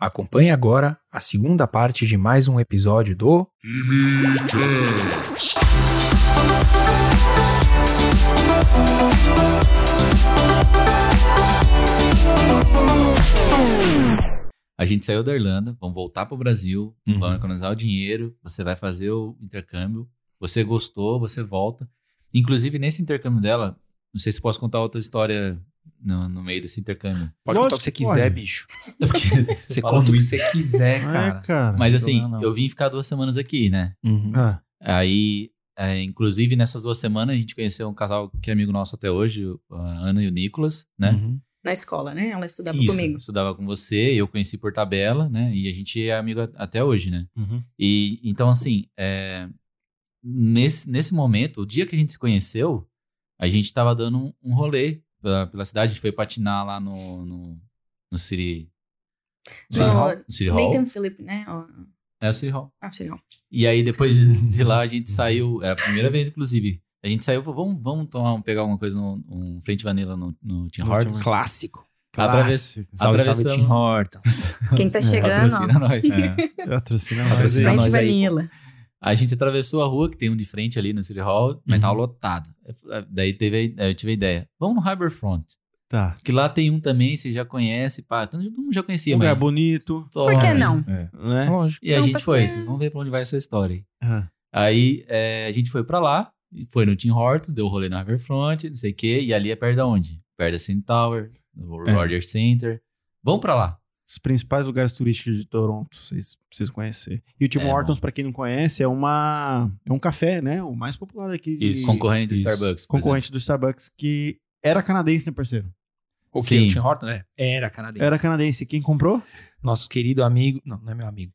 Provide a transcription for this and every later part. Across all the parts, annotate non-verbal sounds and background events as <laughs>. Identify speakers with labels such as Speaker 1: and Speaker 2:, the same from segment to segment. Speaker 1: Acompanhe agora a segunda parte de mais um episódio do.
Speaker 2: Imicast.
Speaker 3: A gente saiu da Irlanda, vamos voltar pro Brasil,
Speaker 1: Uhum.
Speaker 3: vamos economizar o dinheiro, você vai fazer o intercâmbio, você gostou, você volta. Inclusive, nesse intercâmbio dela, não sei se posso contar outra história no, no meio desse intercâmbio. É
Speaker 1: Pode contar
Speaker 4: Lógico
Speaker 1: o que você
Speaker 4: que
Speaker 1: quiser,
Speaker 4: pode.
Speaker 1: bicho.
Speaker 3: Porque <laughs> você
Speaker 1: Você
Speaker 3: fala
Speaker 1: conta o que
Speaker 3: muito.
Speaker 1: você quiser,
Speaker 4: É,
Speaker 1: cara.
Speaker 4: cara.
Speaker 3: Mas assim,
Speaker 1: Não, não.
Speaker 3: eu vim ficar duas semanas aqui, né?
Speaker 1: Uhum.
Speaker 4: Ah,
Speaker 3: Aí, é, inclusive, nessas duas semanas, a gente conheceu um casal que é amigo nosso até hoje, o- a Ana e o Nicolas, né?
Speaker 1: Uhum.
Speaker 5: na escola, né? Ela estudava
Speaker 3: Isso,
Speaker 5: comigo.
Speaker 3: estudava com você, eu conheci por tabela, né? E a gente é amigo at- até hoje, né?
Speaker 4: Uhum.
Speaker 3: E então, assim, é, nesse, nesse momento, o dia que a gente se conheceu, a gente tava dando um, um rolê pela, pela cidade, a gente foi patinar lá no, no, no City.
Speaker 1: City
Speaker 3: lá-
Speaker 1: Hall?
Speaker 3: No City Hall?
Speaker 5: Nathan Philip, né? Ó,
Speaker 3: É o City Hall.
Speaker 5: Ah,
Speaker 3: <laughs>
Speaker 5: serial.
Speaker 3: E aí, depois de, de lá, a gente saiu. É a primeira vez, inclusive. A gente saiu, falou, vamos, vamos tomar, um- pegar alguma coisa, no- um frente vanilla no, no Tim
Speaker 4: No
Speaker 3: Hortons. <laughs>
Speaker 4: Tim
Speaker 1: Clássico.
Speaker 3: Através-
Speaker 4: clássico.
Speaker 1: Salve, salve,
Speaker 3: Atravessamos.
Speaker 1: Tim
Speaker 4: <laughs>
Speaker 1: Hortons.
Speaker 5: Quem
Speaker 3: É,
Speaker 5: tá chegando, ó.
Speaker 3: Patrocina
Speaker 5: <laughs>
Speaker 3: nós. é.
Speaker 1: É.
Speaker 4: Patrocina nós aí.
Speaker 1: Patrocina
Speaker 5: Frente
Speaker 1: nós aí,
Speaker 5: Vanilla.
Speaker 3: A gente atravessou a rua, que tem um de frente ali no City Hall, mas
Speaker 1: Uhum.
Speaker 3: tava lotado. É, Daí teve, a- eu tive a ideia. Vamos no Harbourfront.
Speaker 4: Tá.
Speaker 3: Que lá tem um também, você já conhece, pá. Então, todo mundo já conhecia,
Speaker 4: Lugar
Speaker 3: mas...
Speaker 4: bonito,
Speaker 3: Tô-
Speaker 5: Por que não? Então tá
Speaker 4: né?
Speaker 1: Lógico.
Speaker 3: E a
Speaker 5: Vamos
Speaker 3: gente foi,
Speaker 5: passear.
Speaker 3: vocês vão ver pra onde vai essa história. aí.
Speaker 4: Ah,
Speaker 3: Aí é, a gente foi pra lá, e foi no Tim Hortons, deu rolê na Riverfront, não sei o quê, e ali é perto da onde? Perto da Cine Tower, do
Speaker 4: É.
Speaker 3: Rogers Center. Vamos pra lá.
Speaker 4: Os principais lugares turísticos de Toronto, vocês precisam conhecer. E o Tim
Speaker 3: É,
Speaker 4: Hortons, pra quem não conhece, é uma é um café, né? O mais popular aqui. de-
Speaker 3: Concorrente do
Speaker 4: Isso.
Speaker 3: Starbucks. por
Speaker 4: Concorrente do Starbucks que era canadense, né, parceiro?
Speaker 1: O que?
Speaker 3: Sim.
Speaker 1: O Tim Hortons, né? Era canadense.
Speaker 4: Era canadense. Quem
Speaker 3: <laughs>
Speaker 4: comprou?
Speaker 1: Nosso querido amigo. Não, não é meu <laughs> amigo.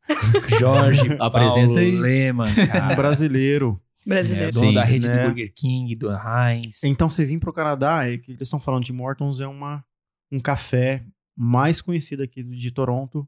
Speaker 1: Jorge
Speaker 3: Apresenta
Speaker 1: Paulo
Speaker 3: aí.
Speaker 1: Lehmann,
Speaker 3: Ah.
Speaker 4: Um
Speaker 1: cara.
Speaker 4: brasileiro.
Speaker 1: É,
Speaker 5: Brasileiro.
Speaker 1: dono
Speaker 3: Sim,
Speaker 1: da rede do
Speaker 4: né?
Speaker 1: Burger King, do Heinz.
Speaker 4: Então você vir pro Canadá, é que eles estão falando de Mortons, é uma, um café mais conhecido aqui de Toronto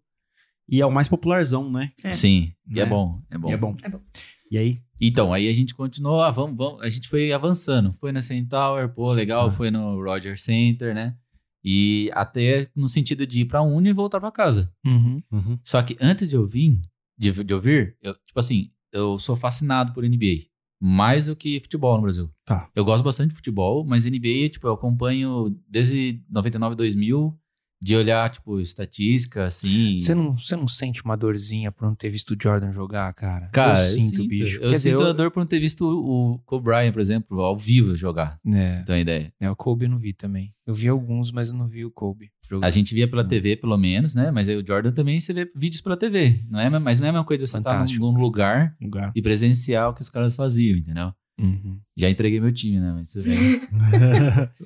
Speaker 4: e é o mais popularzão, né?
Speaker 3: exemplo.
Speaker 5: É.
Speaker 3: Sim, e é
Speaker 4: Né?
Speaker 3: bom, é bom.
Speaker 4: E é bom.
Speaker 5: É bom.
Speaker 4: E aí?
Speaker 3: Então, aí a gente continuou, ah, vamos, vamos. A gente foi avançando. Foi na Cine Tower, pô, legal.
Speaker 4: Tá.
Speaker 3: Foi no Rogers Center, né? E até no sentido de ir pra Uni e voltar pra casa.
Speaker 1: Uhum.
Speaker 3: Só que antes de eu vir, de, de ouvir, eu, tipo assim, eu sou fascinado por NBA. Mais do que futebol no Brasil.
Speaker 4: Tá.
Speaker 3: Eu gosto bastante de futebol, mas NBA, tipo, eu acompanho desde 99, 2000, de olhar, tipo, estatística, assim.
Speaker 1: Você não, você não sente uma dorzinha por não ter visto o Jordan jogar, cara?
Speaker 3: Cara,
Speaker 1: eu sinto, bicho.
Speaker 3: Eu
Speaker 1: Quer dizer,
Speaker 3: sinto a dor por não ter visto o Kobe Bryant, por exemplo, ao vivo jogar. Pra
Speaker 1: É,
Speaker 3: você ter uma ideia.
Speaker 1: é, o Kobe eu não vi também. Eu vi alguns, mas eu não vi o Kobe. jogar.
Speaker 3: A gente via pela TV, pelo menos, né? Mas aí o Jordan também você vê vídeos pela TV. Não é, mas não é a mesma coisa você estar
Speaker 1: Fantástico.
Speaker 3: num, num lugar <laughs>
Speaker 4: Lugar.
Speaker 3: e presencial que os caras faziam, entendeu?
Speaker 1: Uhum.
Speaker 3: Já entreguei meu time, né? Mas tudo bem.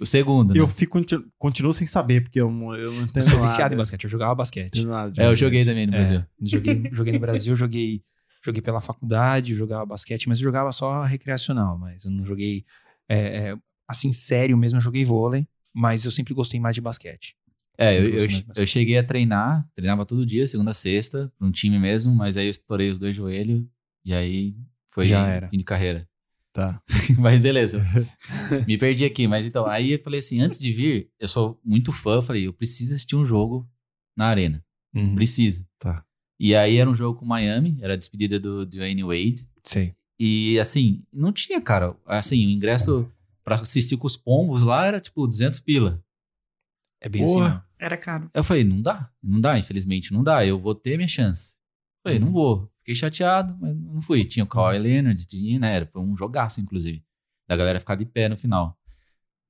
Speaker 3: o segundo, né?
Speaker 4: eu fico, conti- continuo sem saber, porque eu, não- eu não
Speaker 1: Eu
Speaker 4: entendo
Speaker 1: sou
Speaker 4: nada.
Speaker 1: viciado em basquete, eu jogava basquete.
Speaker 4: Entendo nada de
Speaker 3: É, tá eu
Speaker 4: basquete.
Speaker 3: joguei também
Speaker 1: É.
Speaker 3: no Brasil.
Speaker 1: Joguei, joguei no Brasil, joguei, joguei pela faculdade, jogava basquete, mas eu jogava só recreacional, mas eu não joguei é, é, assim, sério mesmo, eu joguei vôlei, mas eu sempre gostei mais de basquete.
Speaker 3: É, eu,
Speaker 1: Sempre
Speaker 3: eu,
Speaker 1: gostei mais de
Speaker 3: eu
Speaker 1: basquete.
Speaker 3: cheguei a treinar, treinava todo dia, segunda a sexta, pra um time mesmo, mas aí eu estourei os dois joelhos e aí foi
Speaker 1: Já era.
Speaker 3: fim de carreira. <laughs>
Speaker 4: Tá.
Speaker 1: <laughs>
Speaker 3: mas beleza. Me perdi aqui, mas então, aí eu falei assim, antes de vir, eu sou muito fã, eu falei, eu preciso assistir um jogo na arena.
Speaker 1: Uhum.
Speaker 3: Preciso.
Speaker 4: Tá.
Speaker 3: E aí era um jogo com o Miami, era a despedida do Dwayne Wade.
Speaker 1: Sei.
Speaker 3: E assim, não tinha, cara. Assim, o ingresso pra assistir com os pombos lá era tipo 200 pila.
Speaker 1: É bem
Speaker 4: Porra.
Speaker 1: assim, não.
Speaker 5: Era caro.
Speaker 3: Eu falei, não dá, não dá, infelizmente, não dá. Eu vou ter minha chance. Falei, não vou. Fiquei chateado, mas não fui. Tinha o Kawhi Leonard, tinha, né? era- Foi um jogaço, inclusive. Da galera ficar de pé no final.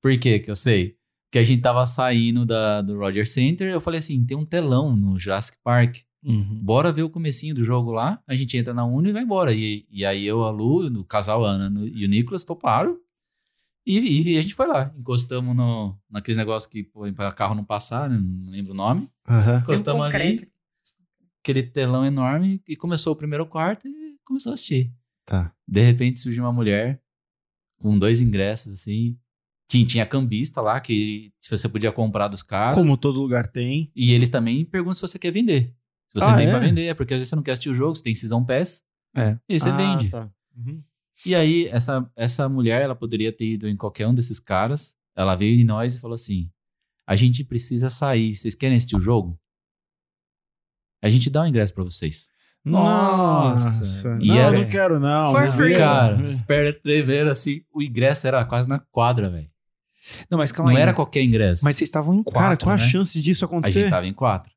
Speaker 3: Por quê que eu sei? Porque a gente tava saindo da, do Roger Center, eu falei assim, tem um telão no Jurassic Park.
Speaker 1: Uhum.
Speaker 3: Bora ver o comecinho do jogo lá. A gente entra na Uni e vai embora. E, e aí eu, a Lu, o casal Ana no- e o Nicolas toparam. E, e a gente foi lá. Encostamos no, naqueles negócios que põe pra carro não passar, né, não lembro o nome.
Speaker 4: Aham.
Speaker 3: Encostamos
Speaker 5: Tem um
Speaker 3: ali,
Speaker 5: concreto.
Speaker 3: aquele telão enorme, e começou o primeiro quarto e começou a assistir.
Speaker 4: Tá.
Speaker 3: De repente surge uma mulher com dois ingressos, assim. Tinha, tinha cambista lá, que se você podia comprar dos caras.
Speaker 4: Como todo lugar tem.
Speaker 3: E eles também perguntam se você quer vender. Se você
Speaker 4: Ah,
Speaker 3: tem
Speaker 4: é?
Speaker 3: pra vender, é porque às vezes você não quer assistir o jogo, você tem season pass.
Speaker 1: É.
Speaker 3: E aí você
Speaker 4: Ah,
Speaker 3: vende.
Speaker 4: Tá. Uhum.
Speaker 3: E aí, essa, essa mulher, ela poderia ter ido em qualquer um desses caras. Ela veio em nós e falou assim: A gente precisa sair. Vocês querem assistir o jogo? A gente dá o ingresso pra vocês.
Speaker 1: Nossa.
Speaker 4: Nossa.
Speaker 3: E
Speaker 4: não,
Speaker 3: era-
Speaker 4: não quero, não.
Speaker 5: For
Speaker 4: não
Speaker 5: free.
Speaker 4: quero.
Speaker 3: Cara, os pernas tremeram assim. O ingresso era quase na quadra, velho.
Speaker 1: Não, mas calma
Speaker 3: Não
Speaker 1: aí. né?
Speaker 3: era qualquer ingresso.
Speaker 1: Mas vocês estavam em
Speaker 4: Cara,
Speaker 1: quatro,
Speaker 4: qual a
Speaker 1: né?
Speaker 4: chance disso
Speaker 3: A gente tá
Speaker 4: acontecer?
Speaker 3: tava em quatro.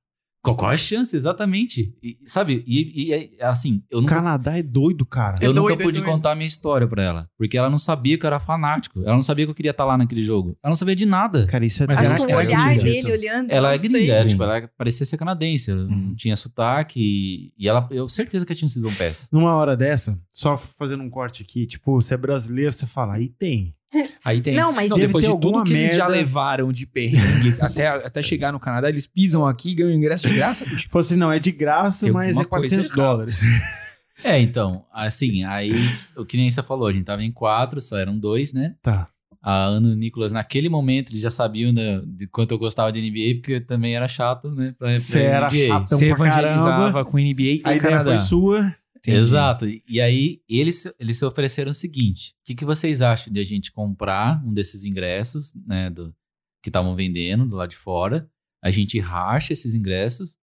Speaker 3: Qual, qual a chance, exatamente? E, e, sabe, e, e, é, assim, eu
Speaker 4: O
Speaker 3: nunca,
Speaker 4: Canadá é doido, cara.
Speaker 3: eu
Speaker 5: É
Speaker 3: nunca
Speaker 5: doido, é
Speaker 3: pude
Speaker 5: doido.
Speaker 3: contar a minha história pra ela. Porque ela não sabia que eu era fanático. Ela não sabia que eu queria estar lá naquele jogo. Ela não sabia de nada.
Speaker 4: Cara, isso é
Speaker 1: Mas
Speaker 5: Acho
Speaker 1: ela-
Speaker 5: que o
Speaker 1: ela é
Speaker 5: olhar
Speaker 1: gringa,
Speaker 5: dele
Speaker 1: então.
Speaker 5: olhando.
Speaker 3: Ela é
Speaker 5: não sei.
Speaker 3: gringa, era, tipo,
Speaker 1: Gringa.
Speaker 3: ela parecia ser canadense, ela não
Speaker 1: Uhum.
Speaker 3: tinha sotaque e, e ela, eu certeza que ela tinha sido um péssimo.
Speaker 4: Numa hora dessa, só fazendo um corte aqui, tipo, você é brasileiro, você fala, aí tem.
Speaker 1: Aí tem.
Speaker 5: Não, mas
Speaker 1: Não,
Speaker 4: Deve
Speaker 1: depois
Speaker 4: ter
Speaker 1: de tudo
Speaker 4: alguma
Speaker 1: que eles já
Speaker 4: merda.
Speaker 1: levaram de
Speaker 5: <laughs>
Speaker 1: perrengue até, até chegar no Canadá, eles pisam aqui e ganham ingresso de graça, bicho.
Speaker 4: Tipo assim, não, é de graça,
Speaker 1: Tem
Speaker 4: mas é
Speaker 1: alguma coisa
Speaker 4: 400
Speaker 1: errada.
Speaker 4: dólares. <laughs>
Speaker 3: É, então, assim, aí, o que nem você falou, a gente tava em quatro, só eram dois, né?
Speaker 4: Tá.
Speaker 3: A Ana e o Nicolas, naquele momento, eles já sabiam da- de quanto eu gostava de NBA, porque eu também era chato, né? Pra, pra
Speaker 4: Você era
Speaker 3: NBA.
Speaker 4: chato
Speaker 1: Você
Speaker 4: pra
Speaker 1: evangelizava com NBA e
Speaker 4: A ideia
Speaker 1: Canadá.
Speaker 4: foi sua.
Speaker 1: Entendi.
Speaker 3: Exato. E e aí, eles, eles se ofereceram o seguinte: o que, que vocês acham de a gente comprar um desses ingressos, né? Do, que estavam vendendo do lado de fora. A gente racha esses ingressos.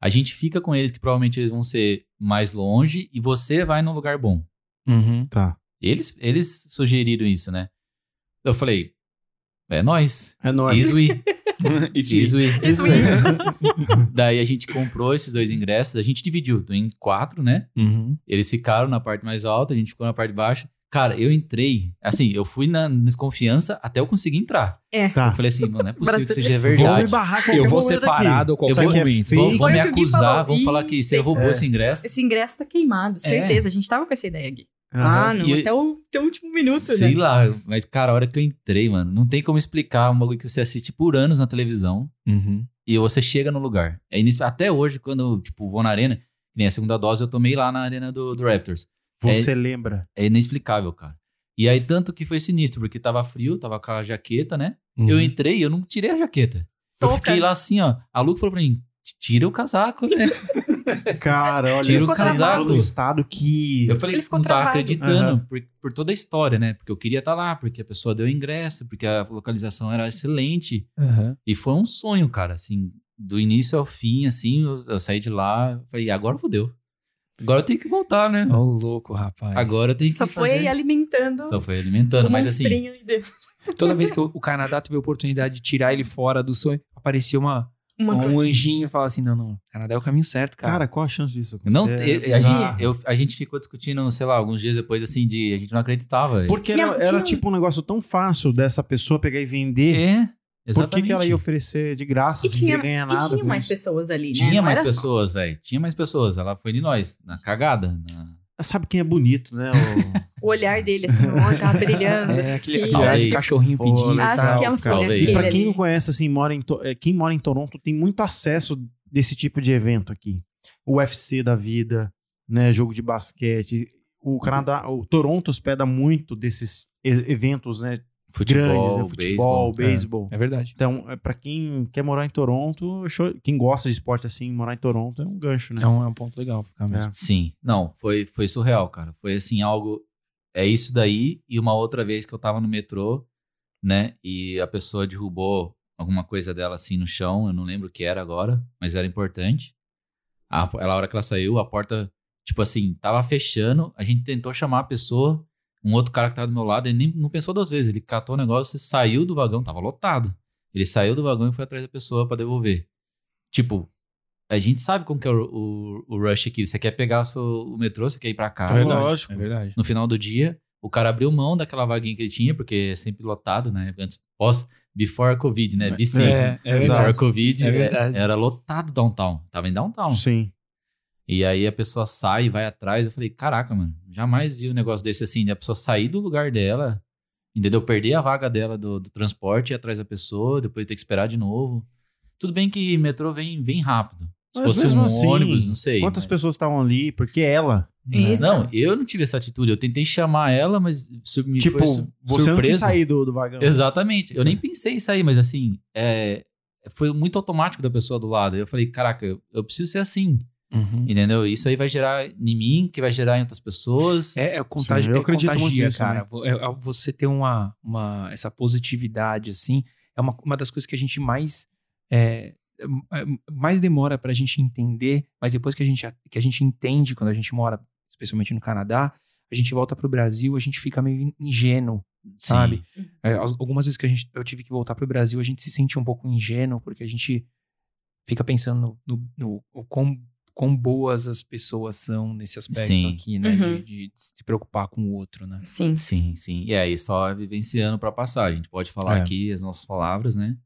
Speaker 3: A gente fica com eles, que provavelmente eles vão ser mais longe, e você vai num lugar bom.
Speaker 1: Uhum.
Speaker 4: Tá.
Speaker 3: Eles, eles sugeriram isso, né? Eu falei, é nós.
Speaker 4: É nóis.
Speaker 3: Isui. Isui.
Speaker 5: Isso
Speaker 4: Isso
Speaker 5: mesmo.
Speaker 3: Daí a gente comprou esses dois ingressos, a gente dividiu em quatro, né?
Speaker 1: Uhum.
Speaker 3: Eles ficaram na parte mais alta, a gente ficou na parte baixa. Cara, eu entrei, assim, eu fui na desconfiança até eu conseguir entrar.
Speaker 4: Tá.
Speaker 3: Eu falei assim,
Speaker 5: <laughs>
Speaker 3: mano, não é possível que
Speaker 5: Brasil-
Speaker 3: seja
Speaker 4: Vou
Speaker 3: verdade.
Speaker 4: me barrar qualquer
Speaker 1: Eu vou
Speaker 4: momento
Speaker 1: ser parado a
Speaker 4: aqui.
Speaker 1: qualquer
Speaker 4: Isso aqui é
Speaker 1: momento.
Speaker 4: fake.
Speaker 3: Vão, vão
Speaker 5: Foi
Speaker 3: me
Speaker 5: o que o Gui
Speaker 3: acusar,
Speaker 5: falou.
Speaker 3: vão falar que você
Speaker 5: Ih,
Speaker 3: roubou
Speaker 4: é.
Speaker 3: esse ingresso.
Speaker 5: Esse ingresso tá queimado, certeza. A gente tava com essa ideia, Gui.
Speaker 4: Aham.
Speaker 5: Ah, não.
Speaker 3: É. E-
Speaker 5: Até, o, até o último minuto,
Speaker 3: Sei
Speaker 5: né?
Speaker 3: lá, mas cara, a hora que eu entrei, mano, não tem como explicar um bagulho que você assiste por anos na televisão
Speaker 1: Uhum.
Speaker 3: e você chega no lugar. É inis- Até hoje, quando eu, tipo, vou na arena, que nem a segunda dose eu tomei lá na arena do, do Raptors.
Speaker 4: Você lembra.
Speaker 3: É inexplicável, cara. E aí, tanto que foi sinistro, porque tava frio, tava com a jaqueta, né?
Speaker 1: Uhum.
Speaker 3: Eu entrei e eu não tirei a jaqueta. Eu
Speaker 5: Touca.
Speaker 3: fiquei lá assim, ó. A Lu falou pra mim, tira o casaco,
Speaker 5: <laughs>
Speaker 3: né?
Speaker 4: Cara, olha,
Speaker 3: Tira
Speaker 5: o
Speaker 4: você
Speaker 5: casaco.
Speaker 4: falou do estado que...
Speaker 3: Eu falei,
Speaker 5: Ele ficou
Speaker 3: não tava
Speaker 5: travado.
Speaker 3: acreditando
Speaker 4: Aham.
Speaker 3: por, por toda a história, né? Porque eu queria estar lá, porque a pessoa deu ingresso, porque a localização era excelente.
Speaker 1: Uhum.
Speaker 3: E foi um sonho, cara, assim, do início ao fim, assim, eu, eu saí de lá, falei, agora fodeu. Agora eu tenho que voltar, né?
Speaker 1: Ô, louco, rapaz.
Speaker 3: Agora eu tenho
Speaker 5: Só
Speaker 3: que
Speaker 5: foi
Speaker 3: fazer.
Speaker 5: alimentando
Speaker 3: Só foi
Speaker 5: o
Speaker 3: alimentando, mas assim,
Speaker 5: monstrinho ali dentro.
Speaker 1: Toda vez que o o Canadá teve a oportunidade de tirar ele fora do sonho, apareceu uma,
Speaker 5: Uma
Speaker 1: um anjinho e falava assim: não, não, Canadá é o caminho certo, cara.
Speaker 4: Cara, qual a chance disso acontecer?
Speaker 3: não,
Speaker 4: É
Speaker 3: eu- a, gente,
Speaker 4: bizarro.
Speaker 3: eu- a gente ficou discutindo, sei lá, alguns dias depois, assim, de a gente não acreditava.
Speaker 4: Porque
Speaker 5: Tinha-
Speaker 4: era, era
Speaker 5: tinha-
Speaker 4: tipo um negócio tão fácil dessa pessoa pegar e vender.
Speaker 3: É,
Speaker 4: Por
Speaker 3: exatamente.
Speaker 4: que, que ela ia oferecer de graça,
Speaker 5: E
Speaker 4: sem querer
Speaker 5: tinha,
Speaker 4: ganhar
Speaker 5: e
Speaker 4: nada?
Speaker 5: tinha
Speaker 4: com
Speaker 5: mais
Speaker 4: isso?
Speaker 5: pessoas ali, né?
Speaker 3: Tinha
Speaker 5: Não
Speaker 3: mais
Speaker 5: era só-
Speaker 3: pessoas, velho. Tinha mais pessoas. Ela foi de nós, na cagada. na-
Speaker 4: Sabe quem é bonito, né? O-
Speaker 5: O olhar dele, assim, o olho
Speaker 3: <laughs>
Speaker 5: tava brilhando.
Speaker 1: é
Speaker 5: assim,
Speaker 1: aquele,
Speaker 5: que-
Speaker 1: aquele olhar de
Speaker 3: Talvez.
Speaker 1: cachorrinho
Speaker 4: Pô,
Speaker 1: pedindo.
Speaker 4: legal.
Speaker 5: Acho
Speaker 1: sabe?
Speaker 5: que é um ela foi olhar
Speaker 3: Talvez.
Speaker 5: dele
Speaker 4: E pra
Speaker 5: ali.
Speaker 4: quem não conhece, assim, mora em To- eh, quem mora em Toronto tem muito acesso desse tipo de evento aqui. O UFC da vida, né? Jogo de basquete. O Canadá, o Toronto hospeda muito desses e- eventos, né? grandes, né? Futebol, beisebol.
Speaker 1: É verdade.
Speaker 4: Então, é, pra quem quer morar em Toronto, show- quem gosta de esporte assim, morar em Toronto é um gancho, né?
Speaker 1: É um, é um ponto legal pra ficar mesmo.
Speaker 4: É.
Speaker 3: Sim. Não, foi, foi surreal, cara. Foi assim, algo. É isso daí. E uma outra vez que eu tava no metrô, né? E a pessoa derrubou alguma coisa dela assim no chão. Eu não lembro o que era agora, mas era importante. A, ela, a hora que ela saiu, a porta, tipo assim, tava fechando. A gente tentou chamar a pessoa. Um outro cara que tava do meu lado, ele nem, não pensou duas vezes. Ele catou o negócio, saiu do vagão, tava lotado. Ele saiu do vagão e foi atrás da pessoa pra devolver. Tipo, a gente sabe como que é o, o, o rush aqui. Você quer pegar o, seu- o metrô, você quer ir pra
Speaker 1: É
Speaker 3: casa.
Speaker 1: verdade.
Speaker 4: lógico.
Speaker 1: É verdade.
Speaker 3: No final do dia, o cara abriu mão daquela vaguinha que ele tinha, porque é sempre lotado, né? Antes, pós, before COVID, né? BC.
Speaker 1: É, é
Speaker 3: Before
Speaker 1: verdade.
Speaker 3: COVID,
Speaker 1: É
Speaker 3: é-
Speaker 1: verdade.
Speaker 3: era lotado downtown. Tava em downtown.
Speaker 4: Sim.
Speaker 3: E aí a pessoa sai, vai atrás. Eu falei, caraca, mano, jamais vi um negócio desse assim, da pessoa sair do lugar dela, entendeu? Perder a vaga dela do, do transporte, ir atrás da pessoa, depois ter que esperar de novo. Tudo bem que metrô vem, vem rápido. Se
Speaker 4: Mas
Speaker 3: fosse
Speaker 4: mesmo
Speaker 3: um
Speaker 4: assim,
Speaker 3: ônibus, não sei.
Speaker 4: Quantas
Speaker 3: mas-
Speaker 4: pessoas estavam ali? Porque ela.
Speaker 5: Isso.
Speaker 3: Não, eu não tive essa atitude. Eu tentei chamar ela, mas isso me
Speaker 4: tipo,
Speaker 3: foi su-
Speaker 4: você não quis
Speaker 3: surpresa.
Speaker 4: sair então. É. do, do vagão.
Speaker 3: Exatamente. Eu nem pensei em sair, mas assim, é, foi muito automático da pessoa do lado. Eu falei, caraca, eu- eu preciso ser assim.
Speaker 1: Uhum.
Speaker 3: Entendeu? Isso aí vai gerar em mim, que vai gerar em outras pessoas.
Speaker 1: É, é contagi-
Speaker 4: Sim, eu
Speaker 1: é
Speaker 4: acredito muito
Speaker 1: contagia,
Speaker 4: nisso,
Speaker 1: cara. Vo- é- é Você ter uma, uma- essa positividade, assim, é uma, uma das coisas que a gente mais é, é, mais demora pra gente entender, mas depois que a gente, que a gente entende, quando a gente mora, especialmente no Canadá, a gente volta pro Brasil, a gente fica meio ingênuo, sabe? É, al- algumas vezes que a gente, eu tive que voltar pro Brasil, a gente se sente um pouco ingênuo, porque a gente fica pensando no, no, no o quão, quão boas as pessoas são nesse aspecto
Speaker 3: Sim.
Speaker 1: aqui, né?
Speaker 5: Uhum.
Speaker 1: De, de se preocupar com o outro, né?
Speaker 5: Sim.
Speaker 3: Sim, sim. E aí, só vivenciando pra passar. A gente pode falar
Speaker 1: É.
Speaker 3: aqui as nossas palavras, né?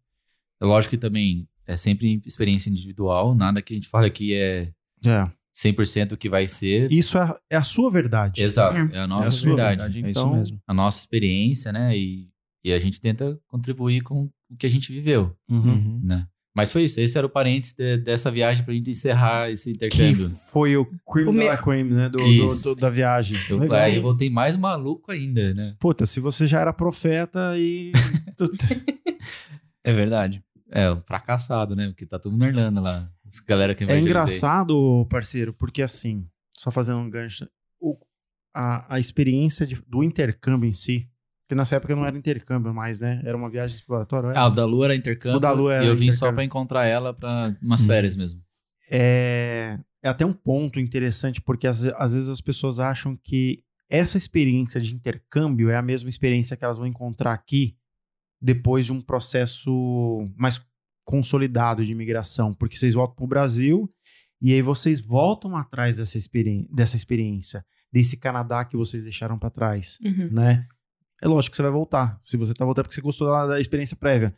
Speaker 3: É lógico que também é sempre experiência individual. Nada que a gente fala aqui é
Speaker 4: É.
Speaker 3: 100% o que vai ser.
Speaker 4: Isso é, é a sua verdade.
Speaker 3: Exato. É a nossa
Speaker 1: É a sua
Speaker 3: verdade.
Speaker 4: verdade.
Speaker 1: é isso
Speaker 4: Então-
Speaker 1: mesmo.
Speaker 3: A nossa experiência, né? E, e a gente tenta contribuir com o que a gente viveu,
Speaker 4: Uhum.
Speaker 1: Uhum.
Speaker 3: né? Mas foi isso. Esse era o parênteses de- dessa viagem pra gente encerrar esse
Speaker 4: Que
Speaker 3: intercâmbio.
Speaker 4: foi o crime
Speaker 5: O
Speaker 4: da
Speaker 5: meu-
Speaker 4: crime, né? Do, do-
Speaker 3: Isso.
Speaker 4: do- da viagem.
Speaker 3: Eu,
Speaker 4: Legal.
Speaker 3: aí eu voltei mais maluco ainda, né?
Speaker 4: Puta, se você já era profeta
Speaker 3: <laughs>
Speaker 4: e.
Speaker 1: É verdade.
Speaker 3: É, um fracassado, né? Porque tá todo mundo na Irlanda lá. As galera que
Speaker 4: É
Speaker 3: evangelizei.
Speaker 4: engraçado, parceiro, porque assim, só fazendo um gancho, o- a, a experiência de- do intercâmbio em si, que nessa época não era intercâmbio mais, né? Era uma viagem exploratória.
Speaker 3: Ah, o da Lua era intercâmbio.
Speaker 4: né? O da Lua era
Speaker 3: e eu vim só
Speaker 4: intercâmbio. Uhum.
Speaker 3: pra encontrar ela pra umas
Speaker 1: Hum.
Speaker 3: férias mesmo.
Speaker 4: É, é até um ponto interessante, porque às, às vezes as pessoas acham que essa experiência de intercâmbio é a mesma experiência que elas vão encontrar aqui depois de um processo mais consolidado de imigração, porque vocês voltam para o Brasil e aí vocês voltam atrás dessa, experi dessa experiência, desse Canadá que vocês deixaram para trás
Speaker 5: Uhum.
Speaker 4: né? É lógico que você vai voltar. Se você tá voltando é porque você gostou da, da experiência prévia.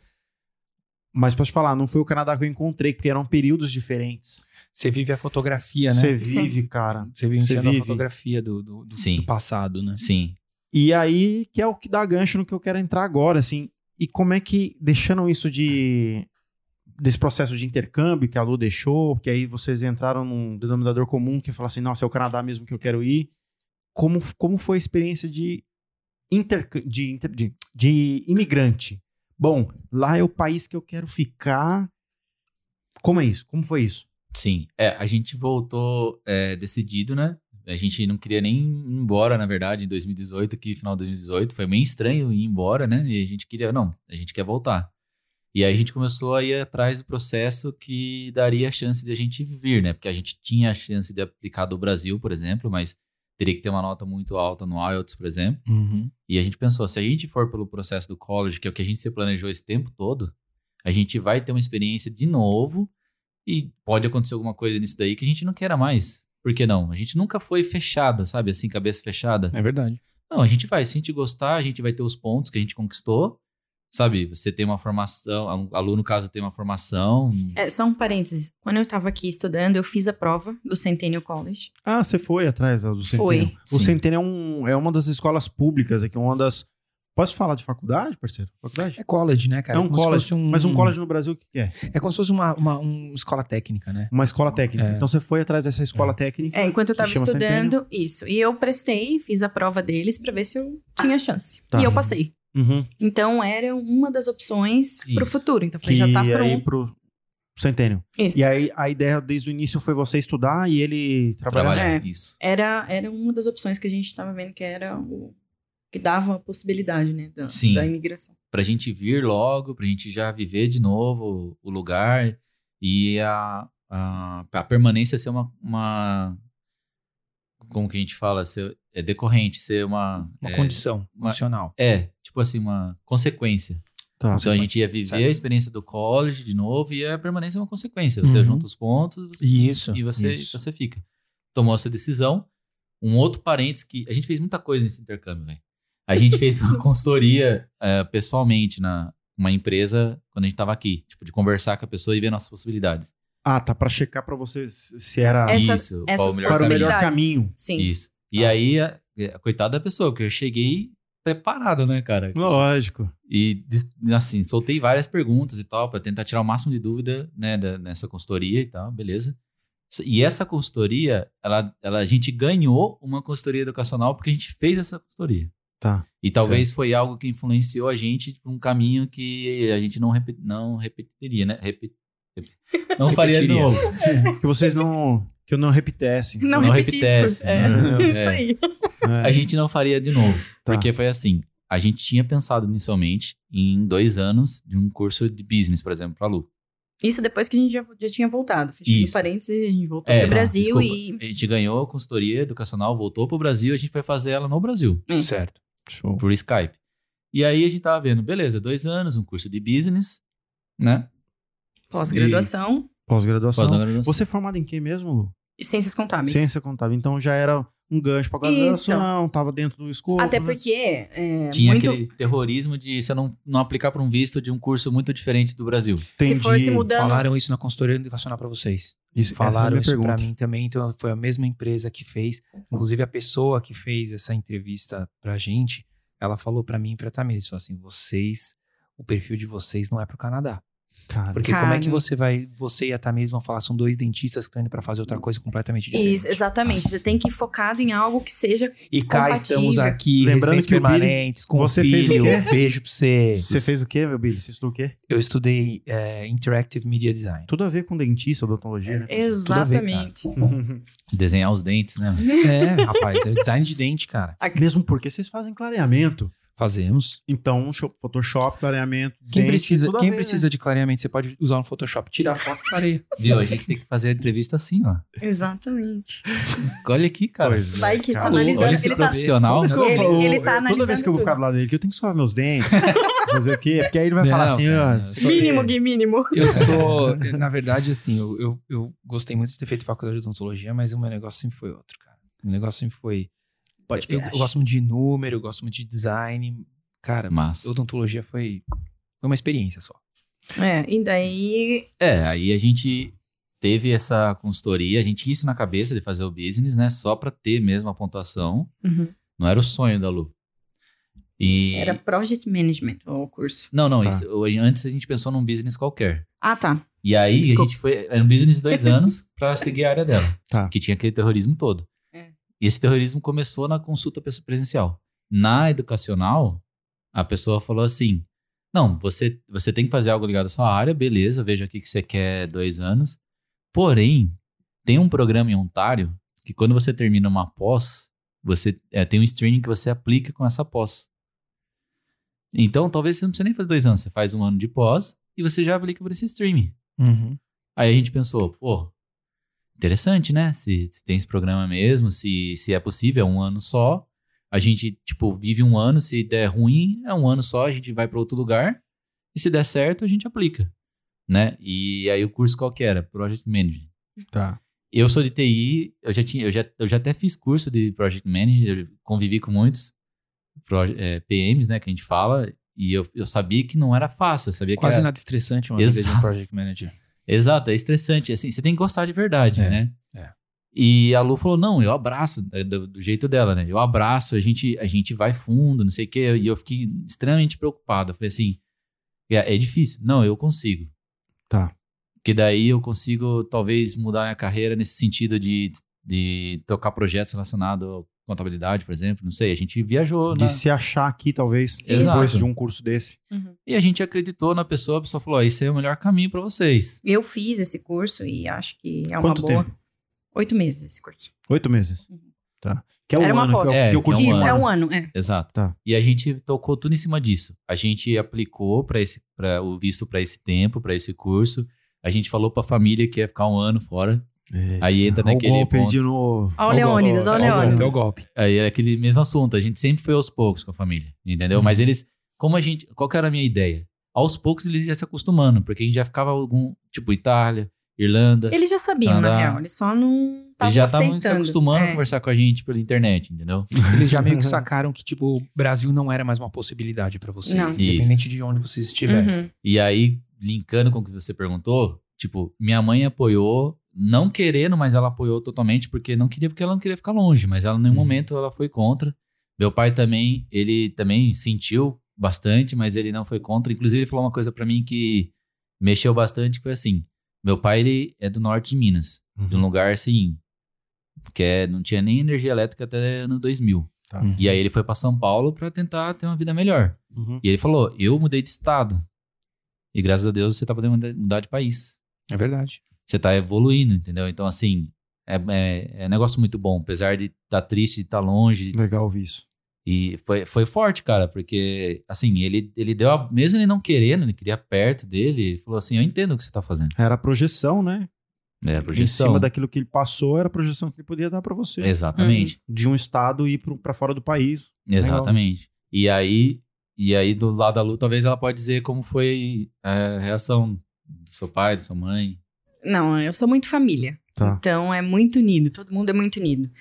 Speaker 4: Mas posso te falar, não foi o Canadá que eu encontrei, porque eram períodos diferentes.
Speaker 1: Você vive a fotografia, né?
Speaker 4: Você vive, cara.
Speaker 1: Você vive
Speaker 4: Você
Speaker 1: sendo
Speaker 4: vive.
Speaker 1: a fotografia do, do, do-
Speaker 3: Sim.
Speaker 1: do passado, né?
Speaker 3: Sim.
Speaker 4: E aí que é o que dá gancho no que eu quero entrar agora, assim. E como é que deixando isso de desse processo de intercâmbio que a Lu deixou, que aí vocês entraram num denominador comum que é falar assim, nossa, é o Canadá mesmo que eu quero ir. Como, como foi a experiência de, interc de, inter- de, de imigrante? Bom, lá é o país que eu quero ficar. Como é isso? Como foi isso?
Speaker 3: Sim. É, a gente voltou é, decidido, né? A gente não queria nem ir embora, na verdade, em 2018, que final de 2018. Foi meio estranho ir embora, né? E a gente queria, não, a gente quer voltar. E aí a gente começou a ir atrás do processo que daria a chance de a gente vir, né? Porque a gente tinha a chance de aplicar do Brasil, por exemplo, mas teria que ter uma nota muito alta no IELTS, por exemplo.
Speaker 1: Uhum.
Speaker 3: E a gente pensou, se a gente for pelo processo do college, que é o que a gente se planejou esse tempo todo, a gente vai ter uma experiência de novo e pode acontecer alguma coisa nisso daí que a gente não queira mais. Por que não? A gente nunca foi fechada, sabe? Assim, cabeça fechada.
Speaker 1: É verdade.
Speaker 3: Não, a gente vai. Se a gente gostar, a gente vai ter os pontos que a gente conquistou. Sabe, você tem uma formação, a Lu, no caso, tem uma formação.
Speaker 5: É, só um parênteses. Quando eu tava aqui estudando, eu fiz a prova do Centennial College.
Speaker 4: Ah, você foi atrás do Centennial. O
Speaker 3: Sim.
Speaker 4: Centennial é, um- é uma das escolas públicas aqui, uma das... Posso falar de faculdade, parceiro? Faculdade?
Speaker 1: É college, né, cara?
Speaker 4: é um
Speaker 1: Como se
Speaker 4: college,
Speaker 1: fosse
Speaker 4: mas um college no Brasil o que que é?
Speaker 1: É como se fosse uma, uma, uma escola técnica, né?
Speaker 4: Uma escola técnica.
Speaker 1: É.
Speaker 4: Então você foi atrás dessa escola técnica.
Speaker 5: É, enquanto eu
Speaker 4: Se
Speaker 5: tava
Speaker 4: chama
Speaker 5: estudando, isso. E eu prestei, fiz a prova deles pra ver se eu tinha chance.
Speaker 4: Tá.
Speaker 5: E eu passei.
Speaker 4: Uhum.
Speaker 5: Então era uma das opções pro
Speaker 3: Isso.
Speaker 5: futuro. Então eu
Speaker 4: Que
Speaker 5: falei, já tá
Speaker 4: aí
Speaker 5: pronto.
Speaker 4: pro Centênio.
Speaker 5: Isso.
Speaker 4: E aí a ideia desde o início foi você estudar e ele trabalhar.
Speaker 3: Trabalhar,
Speaker 5: É.
Speaker 3: isso.
Speaker 5: Era, era uma das opções que a gente tava vendo que era o que dava a possibilidade, né, da,
Speaker 3: Sim.
Speaker 5: da imigração.
Speaker 3: pra gente vir logo, pra gente já viver de novo o lugar e a, a, a permanência ser uma, uma- Como que a gente fala? Ser, é decorrente, ser uma.
Speaker 1: Uma
Speaker 3: é,
Speaker 1: condição
Speaker 3: uma-
Speaker 1: condicional.
Speaker 3: É, tipo assim, uma consequência.
Speaker 4: Tá.
Speaker 3: então a gente ia viver
Speaker 1: certo.
Speaker 3: a experiência do college de novo e a permanência é uma consequência. Você
Speaker 1: Uhum.
Speaker 3: junta os pontos você-
Speaker 1: Isso.
Speaker 3: e você,
Speaker 1: isso.
Speaker 3: você fica. Tomou essa decisão. Um outro parênteses que. A gente fez muita coisa nesse intercâmbio, velho. A gente fez
Speaker 1: <laughs>
Speaker 3: uma consultoria eh, pessoalmente na uma empresa quando a gente tava aqui. Tipo, de conversar com a pessoa e ver nossas possibilidades.
Speaker 4: Ah, tá. Pra checar pra você se era
Speaker 3: É
Speaker 5: Essa-
Speaker 3: Isso. Qual
Speaker 5: essas
Speaker 3: o melhor
Speaker 4: qual era o
Speaker 3: caminho.
Speaker 4: melhor
Speaker 5: possibilidades.
Speaker 4: caminho.
Speaker 5: Sim.
Speaker 3: Isso.
Speaker 1: Ah.
Speaker 3: E aí, a, a coitada da pessoa, porque eu cheguei preparado, né, cara?
Speaker 4: Lógico.
Speaker 3: E, des- assim, soltei várias perguntas e tal, pra tentar tirar o máximo de dúvida, né, da- nessa consultoria e tal, beleza. S- E essa consultoria, ela, ela, a gente ganhou uma consultoria educacional porque a gente fez essa consultoria.
Speaker 4: Tá.
Speaker 3: E talvez foi algo que influenciou a gente pra um caminho que a gente não, repe- não repetiria, né? Repe- repe- não faria de
Speaker 1: Repetiria.
Speaker 3: novo.
Speaker 4: Que vocês não. Que eu
Speaker 5: <laughs>
Speaker 4: não repitesse.
Speaker 5: <laughs> Não,
Speaker 3: Não
Speaker 5: repete
Speaker 3: repetece,
Speaker 5: isso. É.
Speaker 4: né?
Speaker 5: <laughs> Isso
Speaker 3: É.
Speaker 5: aí.
Speaker 4: É.
Speaker 3: A gente não faria de novo.
Speaker 4: Tá.
Speaker 3: Porque foi assim, a gente tinha pensado inicialmente em dois anos de um curso de business, por exemplo, pra Lu.
Speaker 5: Isso depois que a gente já, já tinha voltado. Fechando
Speaker 3: Isso.
Speaker 5: parênteses, a gente voltou
Speaker 3: É,
Speaker 5: pro
Speaker 3: tá,
Speaker 5: Brasil
Speaker 3: desculpa.
Speaker 5: e.
Speaker 3: A gente ganhou a consultoria educacional, voltou pro Brasil, a gente foi fazer ela no Brasil,
Speaker 5: Hum.
Speaker 1: Certo.
Speaker 4: Show.
Speaker 3: por Skype. E aí a gente tava vendo, beleza, dois anos, um curso de business, né?
Speaker 5: Pós-graduação
Speaker 4: Pós-graduação.
Speaker 3: Pós-graduação.
Speaker 4: Você é formado em quê mesmo, Lu?
Speaker 5: e ciências contábeis.
Speaker 4: Ciência contábil. Então já era um gancho pra graduação, tava dentro do escopo.
Speaker 5: Até
Speaker 4: né?
Speaker 5: porque é,
Speaker 3: Tinha
Speaker 5: muito,
Speaker 3: aquele terrorismo de você não, não aplicar para um visto de um curso muito diferente do Brasil.
Speaker 5: se fosse mudando.
Speaker 1: Falaram isso na consultoria educacional pra vocês.
Speaker 4: Isso,
Speaker 1: Falaram isso
Speaker 4: essa é a minha
Speaker 1: pra
Speaker 4: pergunta.
Speaker 1: mim também, então foi a mesma empresa que fez. Inclusive, a pessoa que fez essa entrevista pra gente, ela falou pra mim e pra Tamiris, falou assim, vocês, o perfil de vocês não é pro Canadá.
Speaker 4: Cara,
Speaker 1: Porque como é que
Speaker 5: Cara.
Speaker 1: você vai, você e a Tamiris vão falar, são dois dentistas que estão indo pra fazer outra coisa completamente diferente.
Speaker 5: Isso, exatamente.
Speaker 1: Nossa.
Speaker 5: Você tem que ir focado em algo que seja.
Speaker 1: E cá
Speaker 5: compatível.
Speaker 1: estamos aqui,
Speaker 4: Lembrando
Speaker 1: residentes
Speaker 4: que o Billy-
Speaker 1: permanentes, com
Speaker 4: Você fez o
Speaker 1: filho,
Speaker 4: quê?
Speaker 1: beijo pra você.
Speaker 4: você fez o quê, meu Billy? Você estudou o quê?
Speaker 1: Eu estudei eh, Interactive Media
Speaker 5: <laughs>
Speaker 1: Design.
Speaker 4: Tudo a ver com dentista,
Speaker 5: É.
Speaker 4: odontologia, né?
Speaker 1: tudo a ver, cara.
Speaker 5: Exatamente.
Speaker 3: Desenhar os dentes, né?
Speaker 1: É, rapaz, é design de dente, cara.
Speaker 4: Mesmo porque vocês fazem clareamento.
Speaker 1: Fazemos.
Speaker 4: Então, cho- Photoshop, clareamento,
Speaker 1: Quem
Speaker 4: dente,
Speaker 1: precisa,
Speaker 4: tudo a
Speaker 1: quem
Speaker 4: ver, né?
Speaker 1: precisa de clareamento, você pode usar no Photoshop, tirar a foto e <laughs> clareia.
Speaker 3: Viu? A gente tem que fazer a entrevista assim, ó.
Speaker 5: Exatamente.
Speaker 3: Olha aqui,
Speaker 4: né?
Speaker 3: cara.
Speaker 4: Pois é,
Speaker 5: Vai que tá
Speaker 4: cara.
Speaker 5: analisando,
Speaker 3: Olha esse
Speaker 5: ele tá-
Speaker 3: profissional. né?
Speaker 4: Toda vez que eu
Speaker 5: Ele-
Speaker 4: vou-
Speaker 5: ele tá
Speaker 4: eu- Toda vez
Speaker 5: analisando
Speaker 4: que eu vou ficar
Speaker 5: tudo.
Speaker 4: do lado dele, que eu tenho que escovar meus
Speaker 5: <laughs>
Speaker 4: dentes, fazer o quê? Porque aí ele vai
Speaker 1: Não,
Speaker 4: falar assim,
Speaker 1: cara,
Speaker 4: ah,
Speaker 1: eu
Speaker 4: isso
Speaker 1: sou-
Speaker 4: aqui-
Speaker 5: Mínimo, Gui, mínimo.
Speaker 1: Eu sou, na verdade, assim, eu, eu, eu gostei muito de ter feito faculdade de odontologia, mas o meu negócio sempre foi outro, cara. O negócio sempre foi. Eu, eu gosto muito de número, eu gosto muito de design. Cara,
Speaker 3: né? Mas.
Speaker 1: odontologia foi, foi uma experiência só.
Speaker 5: É, e daí.
Speaker 3: É, aí a gente teve essa consultoria, a gente tinha isso na cabeça de fazer o business, né? Só pra ter mesmo a pontuação.
Speaker 5: Uhum.
Speaker 3: Não era o sonho da Lu. E.
Speaker 5: Era Project Management o curso.
Speaker 3: Não, não,
Speaker 4: Tá.
Speaker 3: isso- antes a gente pensou num business qualquer.
Speaker 5: Ah, tá.
Speaker 3: E aí
Speaker 5: Desculpa.
Speaker 3: a gente foi. Era um business de dois anos pra seguir a área dela.
Speaker 4: Tá.
Speaker 3: Que tinha aquele terrorismo todo.
Speaker 5: É.
Speaker 3: E esse terrorismo começou na consulta pres- presencial. Na educacional, a pessoa falou assim: Não, você, você tem que fazer algo ligado à sua área, beleza, veja aqui que você quer dois anos. Porém, tem um programa em Ontário que quando você termina uma pós, você é, tem um streaming que você aplica com essa pós. Então, talvez você não precise nem fazer dois anos. Você faz um ano de pós e você já aplica para esse streaming.
Speaker 1: Uhum.
Speaker 3: Aí a gente pensou, pô, interessante, né? Se, se tem esse programa mesmo, se, se é possível, é um ano só. A gente, tipo, vive um ano, se der ruim, é um ano só, a gente vai para outro lugar. E se der certo, a gente aplica, né? E aí o curso qual que era? Project Management.
Speaker 4: Tá.
Speaker 3: Eu sou de TI, eu já, tinha, eu já, eu já até fiz curso de Project Management, eu convivi com muitos pro- eh, PMs, né, que a gente fala. E eu, eu sabia que não era fácil, eu sabia que
Speaker 1: Quase
Speaker 3: era...
Speaker 1: nada estressante uma vida de um
Speaker 3: Exato.
Speaker 1: project manager.
Speaker 3: Exato, é estressante. Assim, você tem que gostar de verdade,
Speaker 1: É,
Speaker 3: né?
Speaker 1: é.
Speaker 3: E a Lu falou: não, eu abraço, da- do, do jeito dela, né? Eu abraço, a gente, a gente vai fundo, não sei o quê. E eu fiquei extremamente preocupado. Eu falei assim: é, é difícil. Não, eu consigo.
Speaker 4: Tá.
Speaker 3: Porque daí eu consigo, talvez, mudar minha carreira nesse sentido de, de tocar projetos relacionados à contabilidade, por exemplo. Não sei, a gente viajou.
Speaker 4: De
Speaker 3: né?
Speaker 4: se achar aqui, talvez,
Speaker 3: Exato.
Speaker 4: depois de um curso desse.
Speaker 3: E a gente acreditou na pessoa, a pessoa falou: ó, esse é o melhor caminho para vocês.
Speaker 5: Eu fiz esse curso e acho que é uma
Speaker 4: Quanto
Speaker 5: boa.
Speaker 4: tempo?
Speaker 5: Oito meses esse curso.
Speaker 4: Oito meses.
Speaker 5: Uhum.
Speaker 4: Tá. Que é um
Speaker 5: Era uma
Speaker 4: ano, que é, o-
Speaker 3: pós. É,
Speaker 4: que é o curso
Speaker 3: que
Speaker 4: de
Speaker 5: Isso,
Speaker 4: um
Speaker 5: é
Speaker 4: ano.
Speaker 5: um ano, é.
Speaker 3: Exato.
Speaker 4: Tá.
Speaker 3: E a gente tocou tudo em cima disso. A gente aplicou para esse para o visto para esse tempo, para esse curso. A gente falou para a família que ia ficar um ano fora.
Speaker 4: É.
Speaker 3: Aí entra
Speaker 4: Olha o
Speaker 3: naquele
Speaker 4: golpe
Speaker 3: ponto.
Speaker 4: de novo.
Speaker 5: Olha o
Speaker 4: Olha o
Speaker 5: Leônidas,
Speaker 1: É o golpe,
Speaker 5: olha o
Speaker 1: é o
Speaker 5: Leônidas.
Speaker 1: golpe.
Speaker 3: Aí é aquele mesmo assunto. A gente sempre foi aos poucos com a família, entendeu? Mas eles, como a gente, qual que era a minha ideia? Aos poucos eles iam se acostumando, porque a gente já ficava algum tipo Itália, Irlanda.
Speaker 5: Eles já sabiam,
Speaker 3: Canadá.
Speaker 5: na real. Eles só não estavam
Speaker 3: Eles já estavam
Speaker 5: estavam
Speaker 3: se
Speaker 5: é.
Speaker 3: acostumando a conversar com a gente pela internet, entendeu?
Speaker 1: Eles já <laughs> meio que sacaram que, tipo, o Brasil não era mais uma possibilidade pra vocês.
Speaker 5: Não. Uhum.
Speaker 1: Independente de onde vocês estivessem.
Speaker 3: E aí, linkando com o que você perguntou, tipo, minha mãe apoiou, não querendo, mas ela apoiou totalmente, porque não queria, porque ela não queria ficar longe, mas ela em nenhum
Speaker 4: Uhum.
Speaker 3: momento ela foi contra. Meu pai também, ele também sentiu bastante, mas ele não foi contra. Inclusive, ele falou uma coisa pra mim que mexeu bastante, que foi assim, meu pai, ele é do norte de Minas, de um
Speaker 4: Uhum.
Speaker 3: lugar assim, que é- não tinha nem energia elétrica até ano 2000.
Speaker 4: Tá.
Speaker 3: E aí ele foi pra São Paulo pra tentar ter uma vida melhor.
Speaker 4: Uhum.
Speaker 3: E ele falou: Eu mudei de estado. E graças a Deus você tá podendo muda- mudar de país.
Speaker 1: É verdade.
Speaker 3: Você tá evoluindo, entendeu? Então, assim, é, é- é um negócio muito bom. Apesar de estar tá triste, de estar longe,
Speaker 4: Legal ouvir isso.
Speaker 3: E foi, foi forte, cara, porque, assim, ele, ele deu, a, mesmo ele não querendo, ele queria perto dele, ele falou assim, eu entendo o que você tá fazendo.
Speaker 4: Era a projeção, né?
Speaker 3: É,
Speaker 4: Em
Speaker 3: projeção. É.
Speaker 4: cima daquilo que ele passou, era a projeção que ele podia dar pra você.
Speaker 3: Exatamente,
Speaker 4: De um estado ir pro- pra fora do país.
Speaker 3: exatamente. E aí, e aí, do lado da Lu, talvez ela pode dizer como foi é, a reação do seu pai, da sua mãe.
Speaker 5: Não, eu sou muito família.
Speaker 4: Tá.
Speaker 5: Então é muito unido, todo mundo é muito unido.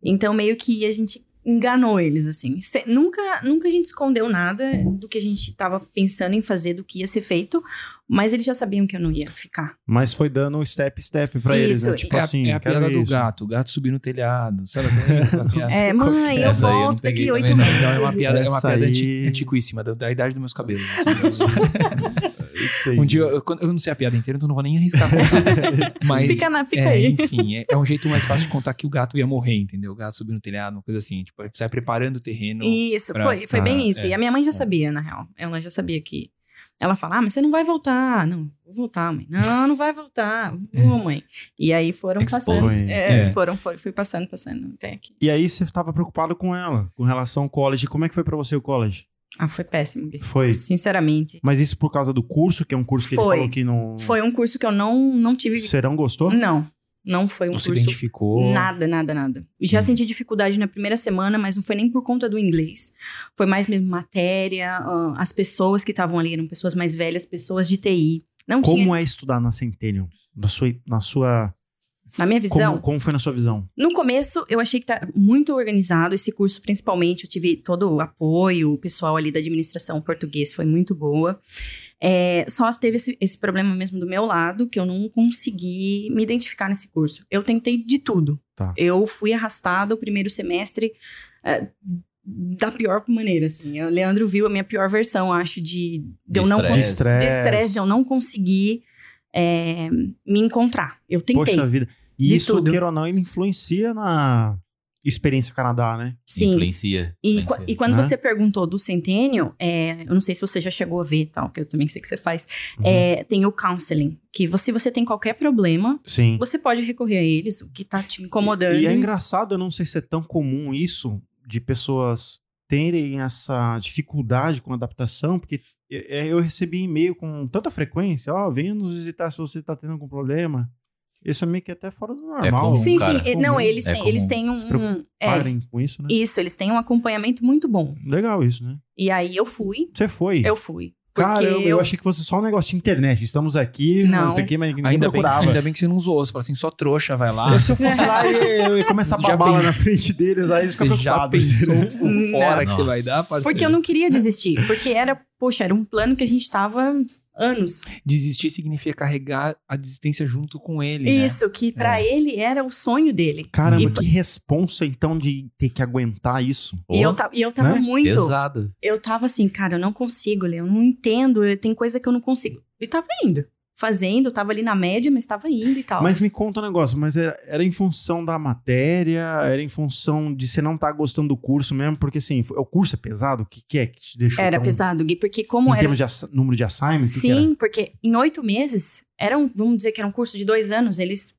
Speaker 5: Então meio que a gente enganou eles, assim. Se- nunca, nunca a gente escondeu nada do que a gente tava pensando em fazer, do que ia ser feito, mas eles já sabiam que eu não ia ficar.
Speaker 4: Mas foi dando um step step pra eles,
Speaker 5: Isso,
Speaker 4: né? Tipo
Speaker 1: é, a-
Speaker 4: assim,
Speaker 1: é a
Speaker 4: quero
Speaker 1: piada do
Speaker 4: isso.
Speaker 1: gato. O gato subir no telhado. Sabe aquela
Speaker 5: <laughs>
Speaker 1: piada? assim.
Speaker 5: É, mãe, eu
Speaker 3: Essa aí eu não
Speaker 5: volto
Speaker 3: peguei
Speaker 5: daqui
Speaker 3: também,
Speaker 5: oito
Speaker 3: não.
Speaker 5: meses.
Speaker 1: Então é uma piada, é uma
Speaker 4: Essa
Speaker 1: piada
Speaker 4: aí-
Speaker 1: anti- antiquíssima, da, da idade dos meus cabelos. assim.
Speaker 4: Entendi.
Speaker 1: um dia, eu, quando- eu não sei a piada inteira, então não vou nem arriscar.
Speaker 4: <laughs>
Speaker 1: contar. Mas,
Speaker 5: Fica, na, fica
Speaker 1: é,
Speaker 5: aí.
Speaker 1: enfim, é, é um jeito mais fácil de contar que o gato ia morrer, entendeu? O gato subir no telhado, uma coisa assim. Tipo, você vai preparando o terreno.
Speaker 5: Isso,
Speaker 1: pra-
Speaker 5: foi, foi
Speaker 4: tá,
Speaker 5: bem isso.
Speaker 1: é,
Speaker 5: e a minha mãe já
Speaker 1: é.
Speaker 5: sabia, na real. Ela já sabia que. Ela fala, ah, mas você não vai voltar. Não, vou voltar, mãe. Não, não vai voltar. Vou, mãe. E aí foram
Speaker 3: Expose.
Speaker 5: passando. É,
Speaker 1: É.
Speaker 5: Foram, foi, fui passando, passando até aqui.
Speaker 4: E aí você tava preocupado com ela, com relação ao college. Como é que foi pra você o college?
Speaker 5: Ah, foi péssimo, Gui.
Speaker 4: Foi.
Speaker 5: Sinceramente.
Speaker 4: Mas isso por causa do curso, que é um curso que ele
Speaker 5: Foi.
Speaker 4: falou que não.
Speaker 5: Foi um curso que eu não, não tive.
Speaker 4: Serão gostou?
Speaker 5: Não, não foi um
Speaker 1: não se
Speaker 5: curso
Speaker 1: identificou. Hum.
Speaker 5: Nada, nada, nada. Já senti dificuldade na primeira semana, mas não foi nem por conta do inglês. Foi mais mesmo matéria, ah, as pessoas que estavam ali eram pessoas mais velhas, pessoas de TI. Não tinha,
Speaker 4: Como é estudar na Centennial? Na sua. Na sua
Speaker 5: na minha visão.
Speaker 4: como, como foi na sua visão?
Speaker 5: No começo, eu achei que tá muito organizado esse curso, principalmente. Eu tive todo o apoio, o pessoal ali da administração português foi muito boa. É, só teve esse, esse problema mesmo do meu lado, que eu não consegui me identificar nesse curso. Eu tentei de tudo.
Speaker 4: Tá.
Speaker 5: Eu fui arrastada o primeiro semestre é, da pior maneira, assim. O Leandro viu a minha pior versão, acho, de, de eu não
Speaker 3: estresse.
Speaker 5: conseguir.
Speaker 4: De estresse.
Speaker 5: De estresse, de eu não consegui é, me encontrar. Eu tentei.
Speaker 4: Poxa vida. E
Speaker 5: De
Speaker 4: isso,
Speaker 5: tudo.
Speaker 4: queira ou não, ele influencia na experiência Canadá, né?
Speaker 5: Sim.
Speaker 3: Influencia.
Speaker 5: E,
Speaker 3: influencia.
Speaker 5: qua- e quando
Speaker 4: Né?
Speaker 5: você perguntou do centênio, é, eu não sei se você já chegou a ver e tal, que eu também sei que você faz,
Speaker 4: Uhum.
Speaker 5: é, tem o counseling, que você- se você tem qualquer problema,
Speaker 4: Sim.
Speaker 5: você pode recorrer a eles, o que tá te incomodando.
Speaker 4: E é engraçado, eu não sei se é tão comum isso, de pessoas terem essa dificuldade com adaptação, porque é, eu recebi e-mail com tanta frequência, ó, venha nos visitar se você tá tendo algum problema. Isso é meio que até fora do normal.
Speaker 3: comum,
Speaker 5: sim,
Speaker 3: cara.
Speaker 5: sim, e- não,
Speaker 4: Comum.
Speaker 5: eles,
Speaker 3: É
Speaker 5: têm, eles
Speaker 3: comum.
Speaker 5: têm um...
Speaker 4: Se preocuparem
Speaker 5: é,
Speaker 4: Parem com isso, né?
Speaker 5: isso, eles têm um acompanhamento muito bom.
Speaker 4: Legal isso, né?
Speaker 5: E aí eu fui,
Speaker 4: Você foi.
Speaker 5: eu fui. Porque
Speaker 4: Caramba, eu...
Speaker 5: eu,
Speaker 4: achei que fosse só um negócio de internet. Estamos aqui,
Speaker 5: Não.
Speaker 4: não sei o que, mas ninguém
Speaker 1: Ainda bem,
Speaker 4: procurava.
Speaker 1: ainda bem que você não usou. Você fala assim, só trouxa vai lá.
Speaker 4: <laughs> Eu, se eu fosse lá, eu ia- eu ia começar a
Speaker 1: Já
Speaker 4: babar lá na
Speaker 1: pensou.
Speaker 4: frente deles, aí eles ficam
Speaker 1: Você já
Speaker 4: preocupados.
Speaker 1: pensou o fora que você
Speaker 3: Nossa.
Speaker 1: vai dar, parceiro?
Speaker 5: Porque eu não queria desistir, porque era, poxa, era um plano que a gente tava anos
Speaker 1: Desistir significa carregar a desistência junto com ele, né?
Speaker 5: Isso, que pra ele era o sonho dele.
Speaker 4: Caramba,
Speaker 5: E-
Speaker 4: que responsa então de ter que aguentar isso.
Speaker 3: Pô,
Speaker 5: E eu, ta- e eu tava
Speaker 4: né?
Speaker 5: muito.
Speaker 3: pesado.
Speaker 5: Eu tava assim, cara, eu não consigo, Lê, eu não entendo, eu- tem coisa que eu não consigo. E tava indo. Fazendo, eu tava ali na média, mas tava indo e tal.
Speaker 4: Mas me conta um negócio, mas era, era em função da matéria, era em função de você não estar gostando do curso mesmo, porque assim, foi- o curso é pesado? O que, que é que te deixou?
Speaker 5: era
Speaker 4: tão-
Speaker 5: pesado, Gui, porque
Speaker 4: Em
Speaker 5: como era.
Speaker 4: termos de ass- número de assignments? o que que era?
Speaker 5: Sim, porque em oito meses, era um, vamos dizer que era um curso de dois anos, eles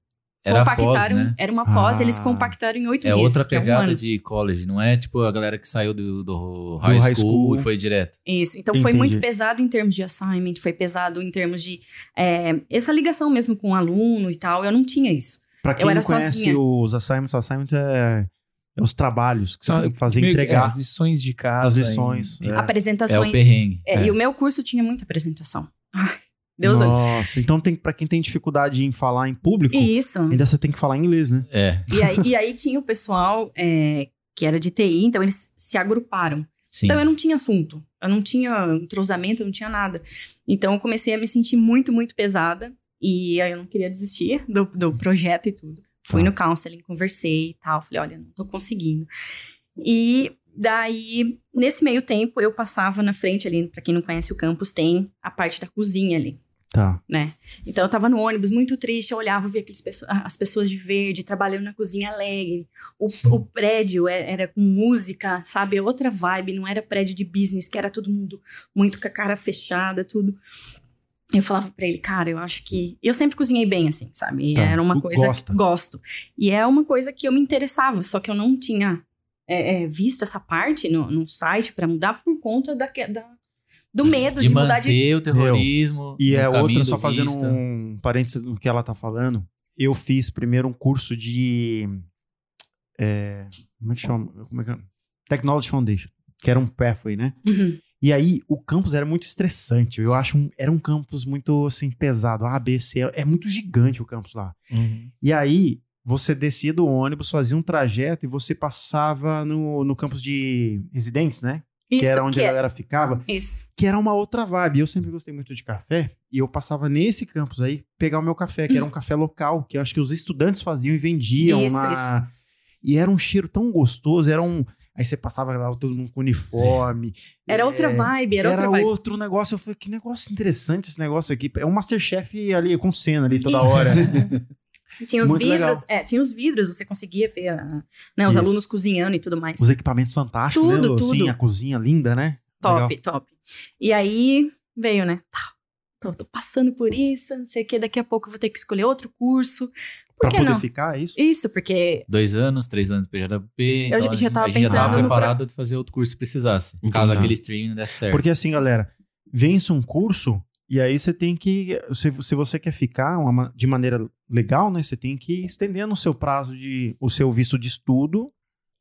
Speaker 3: Era a pós,
Speaker 5: compactaram.
Speaker 3: né?
Speaker 5: Era uma pós,
Speaker 4: Ah.
Speaker 5: eles compactaram em oito
Speaker 3: É
Speaker 5: meses.
Speaker 3: outra
Speaker 5: que um
Speaker 3: pegada
Speaker 5: ano.
Speaker 3: de college, não é tipo a galera que saiu do, do, high,
Speaker 4: high
Speaker 3: school
Speaker 4: school.
Speaker 3: e foi direto.
Speaker 5: Isso, então foi
Speaker 4: Entendi.
Speaker 5: muito pesado em termos de assignment, foi pesado em termos de. é, essa ligação mesmo com o aluno e tal, eu não tinha isso.
Speaker 4: Pra quem
Speaker 5: era
Speaker 4: não conhece
Speaker 5: sozinha.
Speaker 4: os assignments, assignments é, é os trabalhos que você
Speaker 1: Só-
Speaker 4: tem que fazer,
Speaker 1: meio que, é,
Speaker 4: entregar
Speaker 1: as lições de casa.
Speaker 4: as lições.
Speaker 1: em-
Speaker 5: Ah,
Speaker 4: é.
Speaker 3: É
Speaker 5: Apresentações.
Speaker 3: o perrengue.
Speaker 5: É,
Speaker 4: É.
Speaker 5: E o meu curso tinha muita apresentação. Ai, Deus antes.
Speaker 4: Nossa, então tem, pra quem tem dificuldade em falar em público,
Speaker 5: E isso.
Speaker 4: ainda você tem que falar inglês, né?
Speaker 3: É,
Speaker 5: E aí, e aí tinha o pessoal é, que era de TI, então eles se agruparam.
Speaker 3: sim.
Speaker 5: Então eu não tinha assunto, eu não tinha entrosamento, eu não tinha nada. Então eu comecei a me sentir muito, muito pesada. E aí eu não queria desistir do, do projeto e tudo. Fui
Speaker 4: Tá.
Speaker 5: no counseling, conversei e tal. Falei, olha, não tô conseguindo. E daí, nesse meio tempo, eu passava na frente ali, pra quem não conhece o campus, tem a parte da cozinha ali.
Speaker 4: Tá.
Speaker 5: Então eu tava no ônibus muito triste, eu olhava, eu via aqueles pesso- a- as pessoas de verde trabalhando na cozinha alegre. O, o prédio é- era, com música, sabe? É Outra vibe, não era prédio de business, que era todo mundo muito com a cara fechada, tudo. Eu falava pra ele, cara, eu acho que. Eu sempre cozinhei bem, assim, sabe? E
Speaker 4: Tá.
Speaker 5: Era uma
Speaker 4: Tu
Speaker 5: coisa.
Speaker 4: gosta.
Speaker 5: Que gosto. E é uma coisa que eu me interessava, só que eu não tinha é, é, visto essa parte no, num site pra mudar por conta da, que- da- do medo
Speaker 3: de,
Speaker 5: de, mudar de.
Speaker 3: manter o terrorismo.
Speaker 4: E
Speaker 3: no
Speaker 4: é
Speaker 3: caminho
Speaker 4: outra,
Speaker 3: do
Speaker 4: só fazendo
Speaker 3: vista.
Speaker 4: um parênteses no que ela tá falando. Eu fiz primeiro um curso de. é, como é que chama? Como é que é? Technology Foundation, que era um pathway, né?
Speaker 5: Uhum.
Speaker 4: E aí, o campus era muito estressante. Eu acho um, era um campus muito assim, pesado. A, B, C, é muito gigante o campus lá. E aí, você descia do ônibus, fazia um trajeto e você passava no, no campus de residentes, né?
Speaker 5: Isso
Speaker 4: que era onde
Speaker 5: que
Speaker 4: a
Speaker 5: é.
Speaker 4: galera ficava
Speaker 5: Isso.
Speaker 4: que era uma outra vibe. Eu sempre gostei muito de café e eu passava nesse campus aí pegar o meu café, que era um café local, que eu acho que os estudantes faziam e vendiam
Speaker 5: Isso,
Speaker 4: na. E era um cheiro tão gostoso, era um. Aí você passava lá todo mundo com uniforme.
Speaker 5: Era outra
Speaker 4: É,
Speaker 5: vibe, era,
Speaker 4: Era,
Speaker 5: outra vibe.
Speaker 4: outro negócio. Eu falei, que negócio interessante esse negócio aqui. É um Masterchef ali, com cena ali toda
Speaker 5: Isso. <laughs>
Speaker 4: hora.
Speaker 5: Tinha os
Speaker 4: Muito
Speaker 5: vidros,
Speaker 4: legal.
Speaker 5: é, tinha os vidros, você conseguia ver a- né, os
Speaker 4: Isso.
Speaker 5: alunos cozinhando e tudo mais.
Speaker 4: Os equipamentos fantásticos, né?
Speaker 5: Tudo,
Speaker 4: Lu? Assim,
Speaker 5: tudo.
Speaker 4: a cozinha linda, né?
Speaker 5: Top,
Speaker 4: Legal.
Speaker 5: top. E aí veio, né? Tá, tô, tô passando por isso, não sei o que, daqui a pouco eu vou ter que escolher outro curso. Por
Speaker 4: Pra
Speaker 5: que
Speaker 4: poder
Speaker 5: não?
Speaker 4: ficar, é isso?
Speaker 5: Isso, porque
Speaker 3: Dois anos, três anos de PJP.
Speaker 5: Eu
Speaker 3: então
Speaker 5: já-
Speaker 3: a
Speaker 5: já
Speaker 3: gente-
Speaker 5: tava
Speaker 3: a gente já
Speaker 4: pensando
Speaker 3: tava
Speaker 4: no-
Speaker 3: preparado de fazer outro curso se precisasse. Caso
Speaker 1: Entendi.
Speaker 3: aquele streaming não desse certo.
Speaker 4: Porque assim, galera, vence um curso e aí você tem que, se, se você quer ficar uma ma- de maneira legal, né, você tem que ir estendendo o seu prazo de, o seu visto de estudo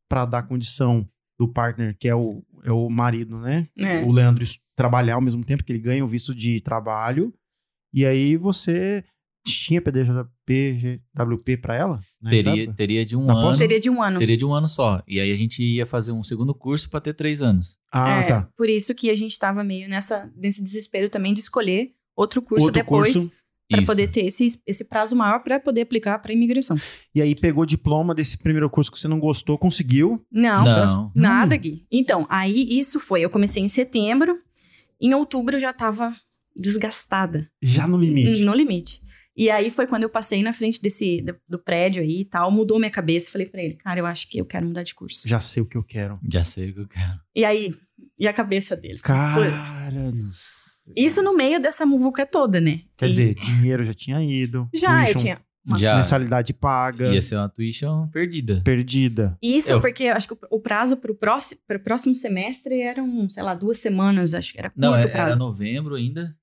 Speaker 4: para dar condição do partner, que é o, é o marido, né?
Speaker 5: né,
Speaker 4: O Leandro es- trabalhar ao mesmo tempo que ele ganha o visto de trabalho. E aí você tinha PDJP, GWP para ela? né,
Speaker 3: teria,
Speaker 4: sabe?
Speaker 3: teria de um
Speaker 4: Na
Speaker 3: ano.
Speaker 4: pós?
Speaker 5: seria de um ano.
Speaker 3: Teria de um ano só. E aí a gente ia fazer um segundo curso pra ter três anos.
Speaker 4: Ah,
Speaker 5: É,
Speaker 4: tá.
Speaker 5: Por isso que a gente tava meio nessa, nesse desespero também de escolher outro curso
Speaker 4: Outro
Speaker 5: depois
Speaker 4: curso.
Speaker 5: para
Speaker 3: Isso.
Speaker 5: poder ter esse, esse prazo maior para poder aplicar para imigração.
Speaker 4: E aí pegou o diploma desse primeiro curso que você não gostou, conseguiu.
Speaker 5: Não,
Speaker 3: Não.
Speaker 5: nada, Gui. Então, aí isso foi. Eu comecei em setembro, em outubro eu já tava desgastada.
Speaker 4: Já no limite.
Speaker 5: No limite. E aí foi quando eu passei na frente desse do, do prédio aí e tal, mudou minha cabeça. Falei pra ele, cara, eu acho que eu quero mudar de curso.
Speaker 4: Já sei o que eu quero.
Speaker 3: Já sei o que eu quero.
Speaker 5: E aí, e a cabeça dele?
Speaker 4: Cara do céu.
Speaker 5: Isso no meio dessa muvuca toda, né?
Speaker 4: Quer
Speaker 5: E-
Speaker 4: dizer, um dinheiro já tinha ido.
Speaker 5: já eu
Speaker 4: tuition,
Speaker 5: tinha.
Speaker 3: Já
Speaker 4: Mensalidade paga,
Speaker 3: ia ser uma tuition perdida.
Speaker 4: perdida.
Speaker 5: Isso
Speaker 3: Eu-
Speaker 5: porque eu acho que o- o prazo pro próximo, pro próximo semestre eram, sei lá, duas semanas, acho que era curto
Speaker 3: Não, é, era, era
Speaker 5: prazo.
Speaker 3: novembro ainda.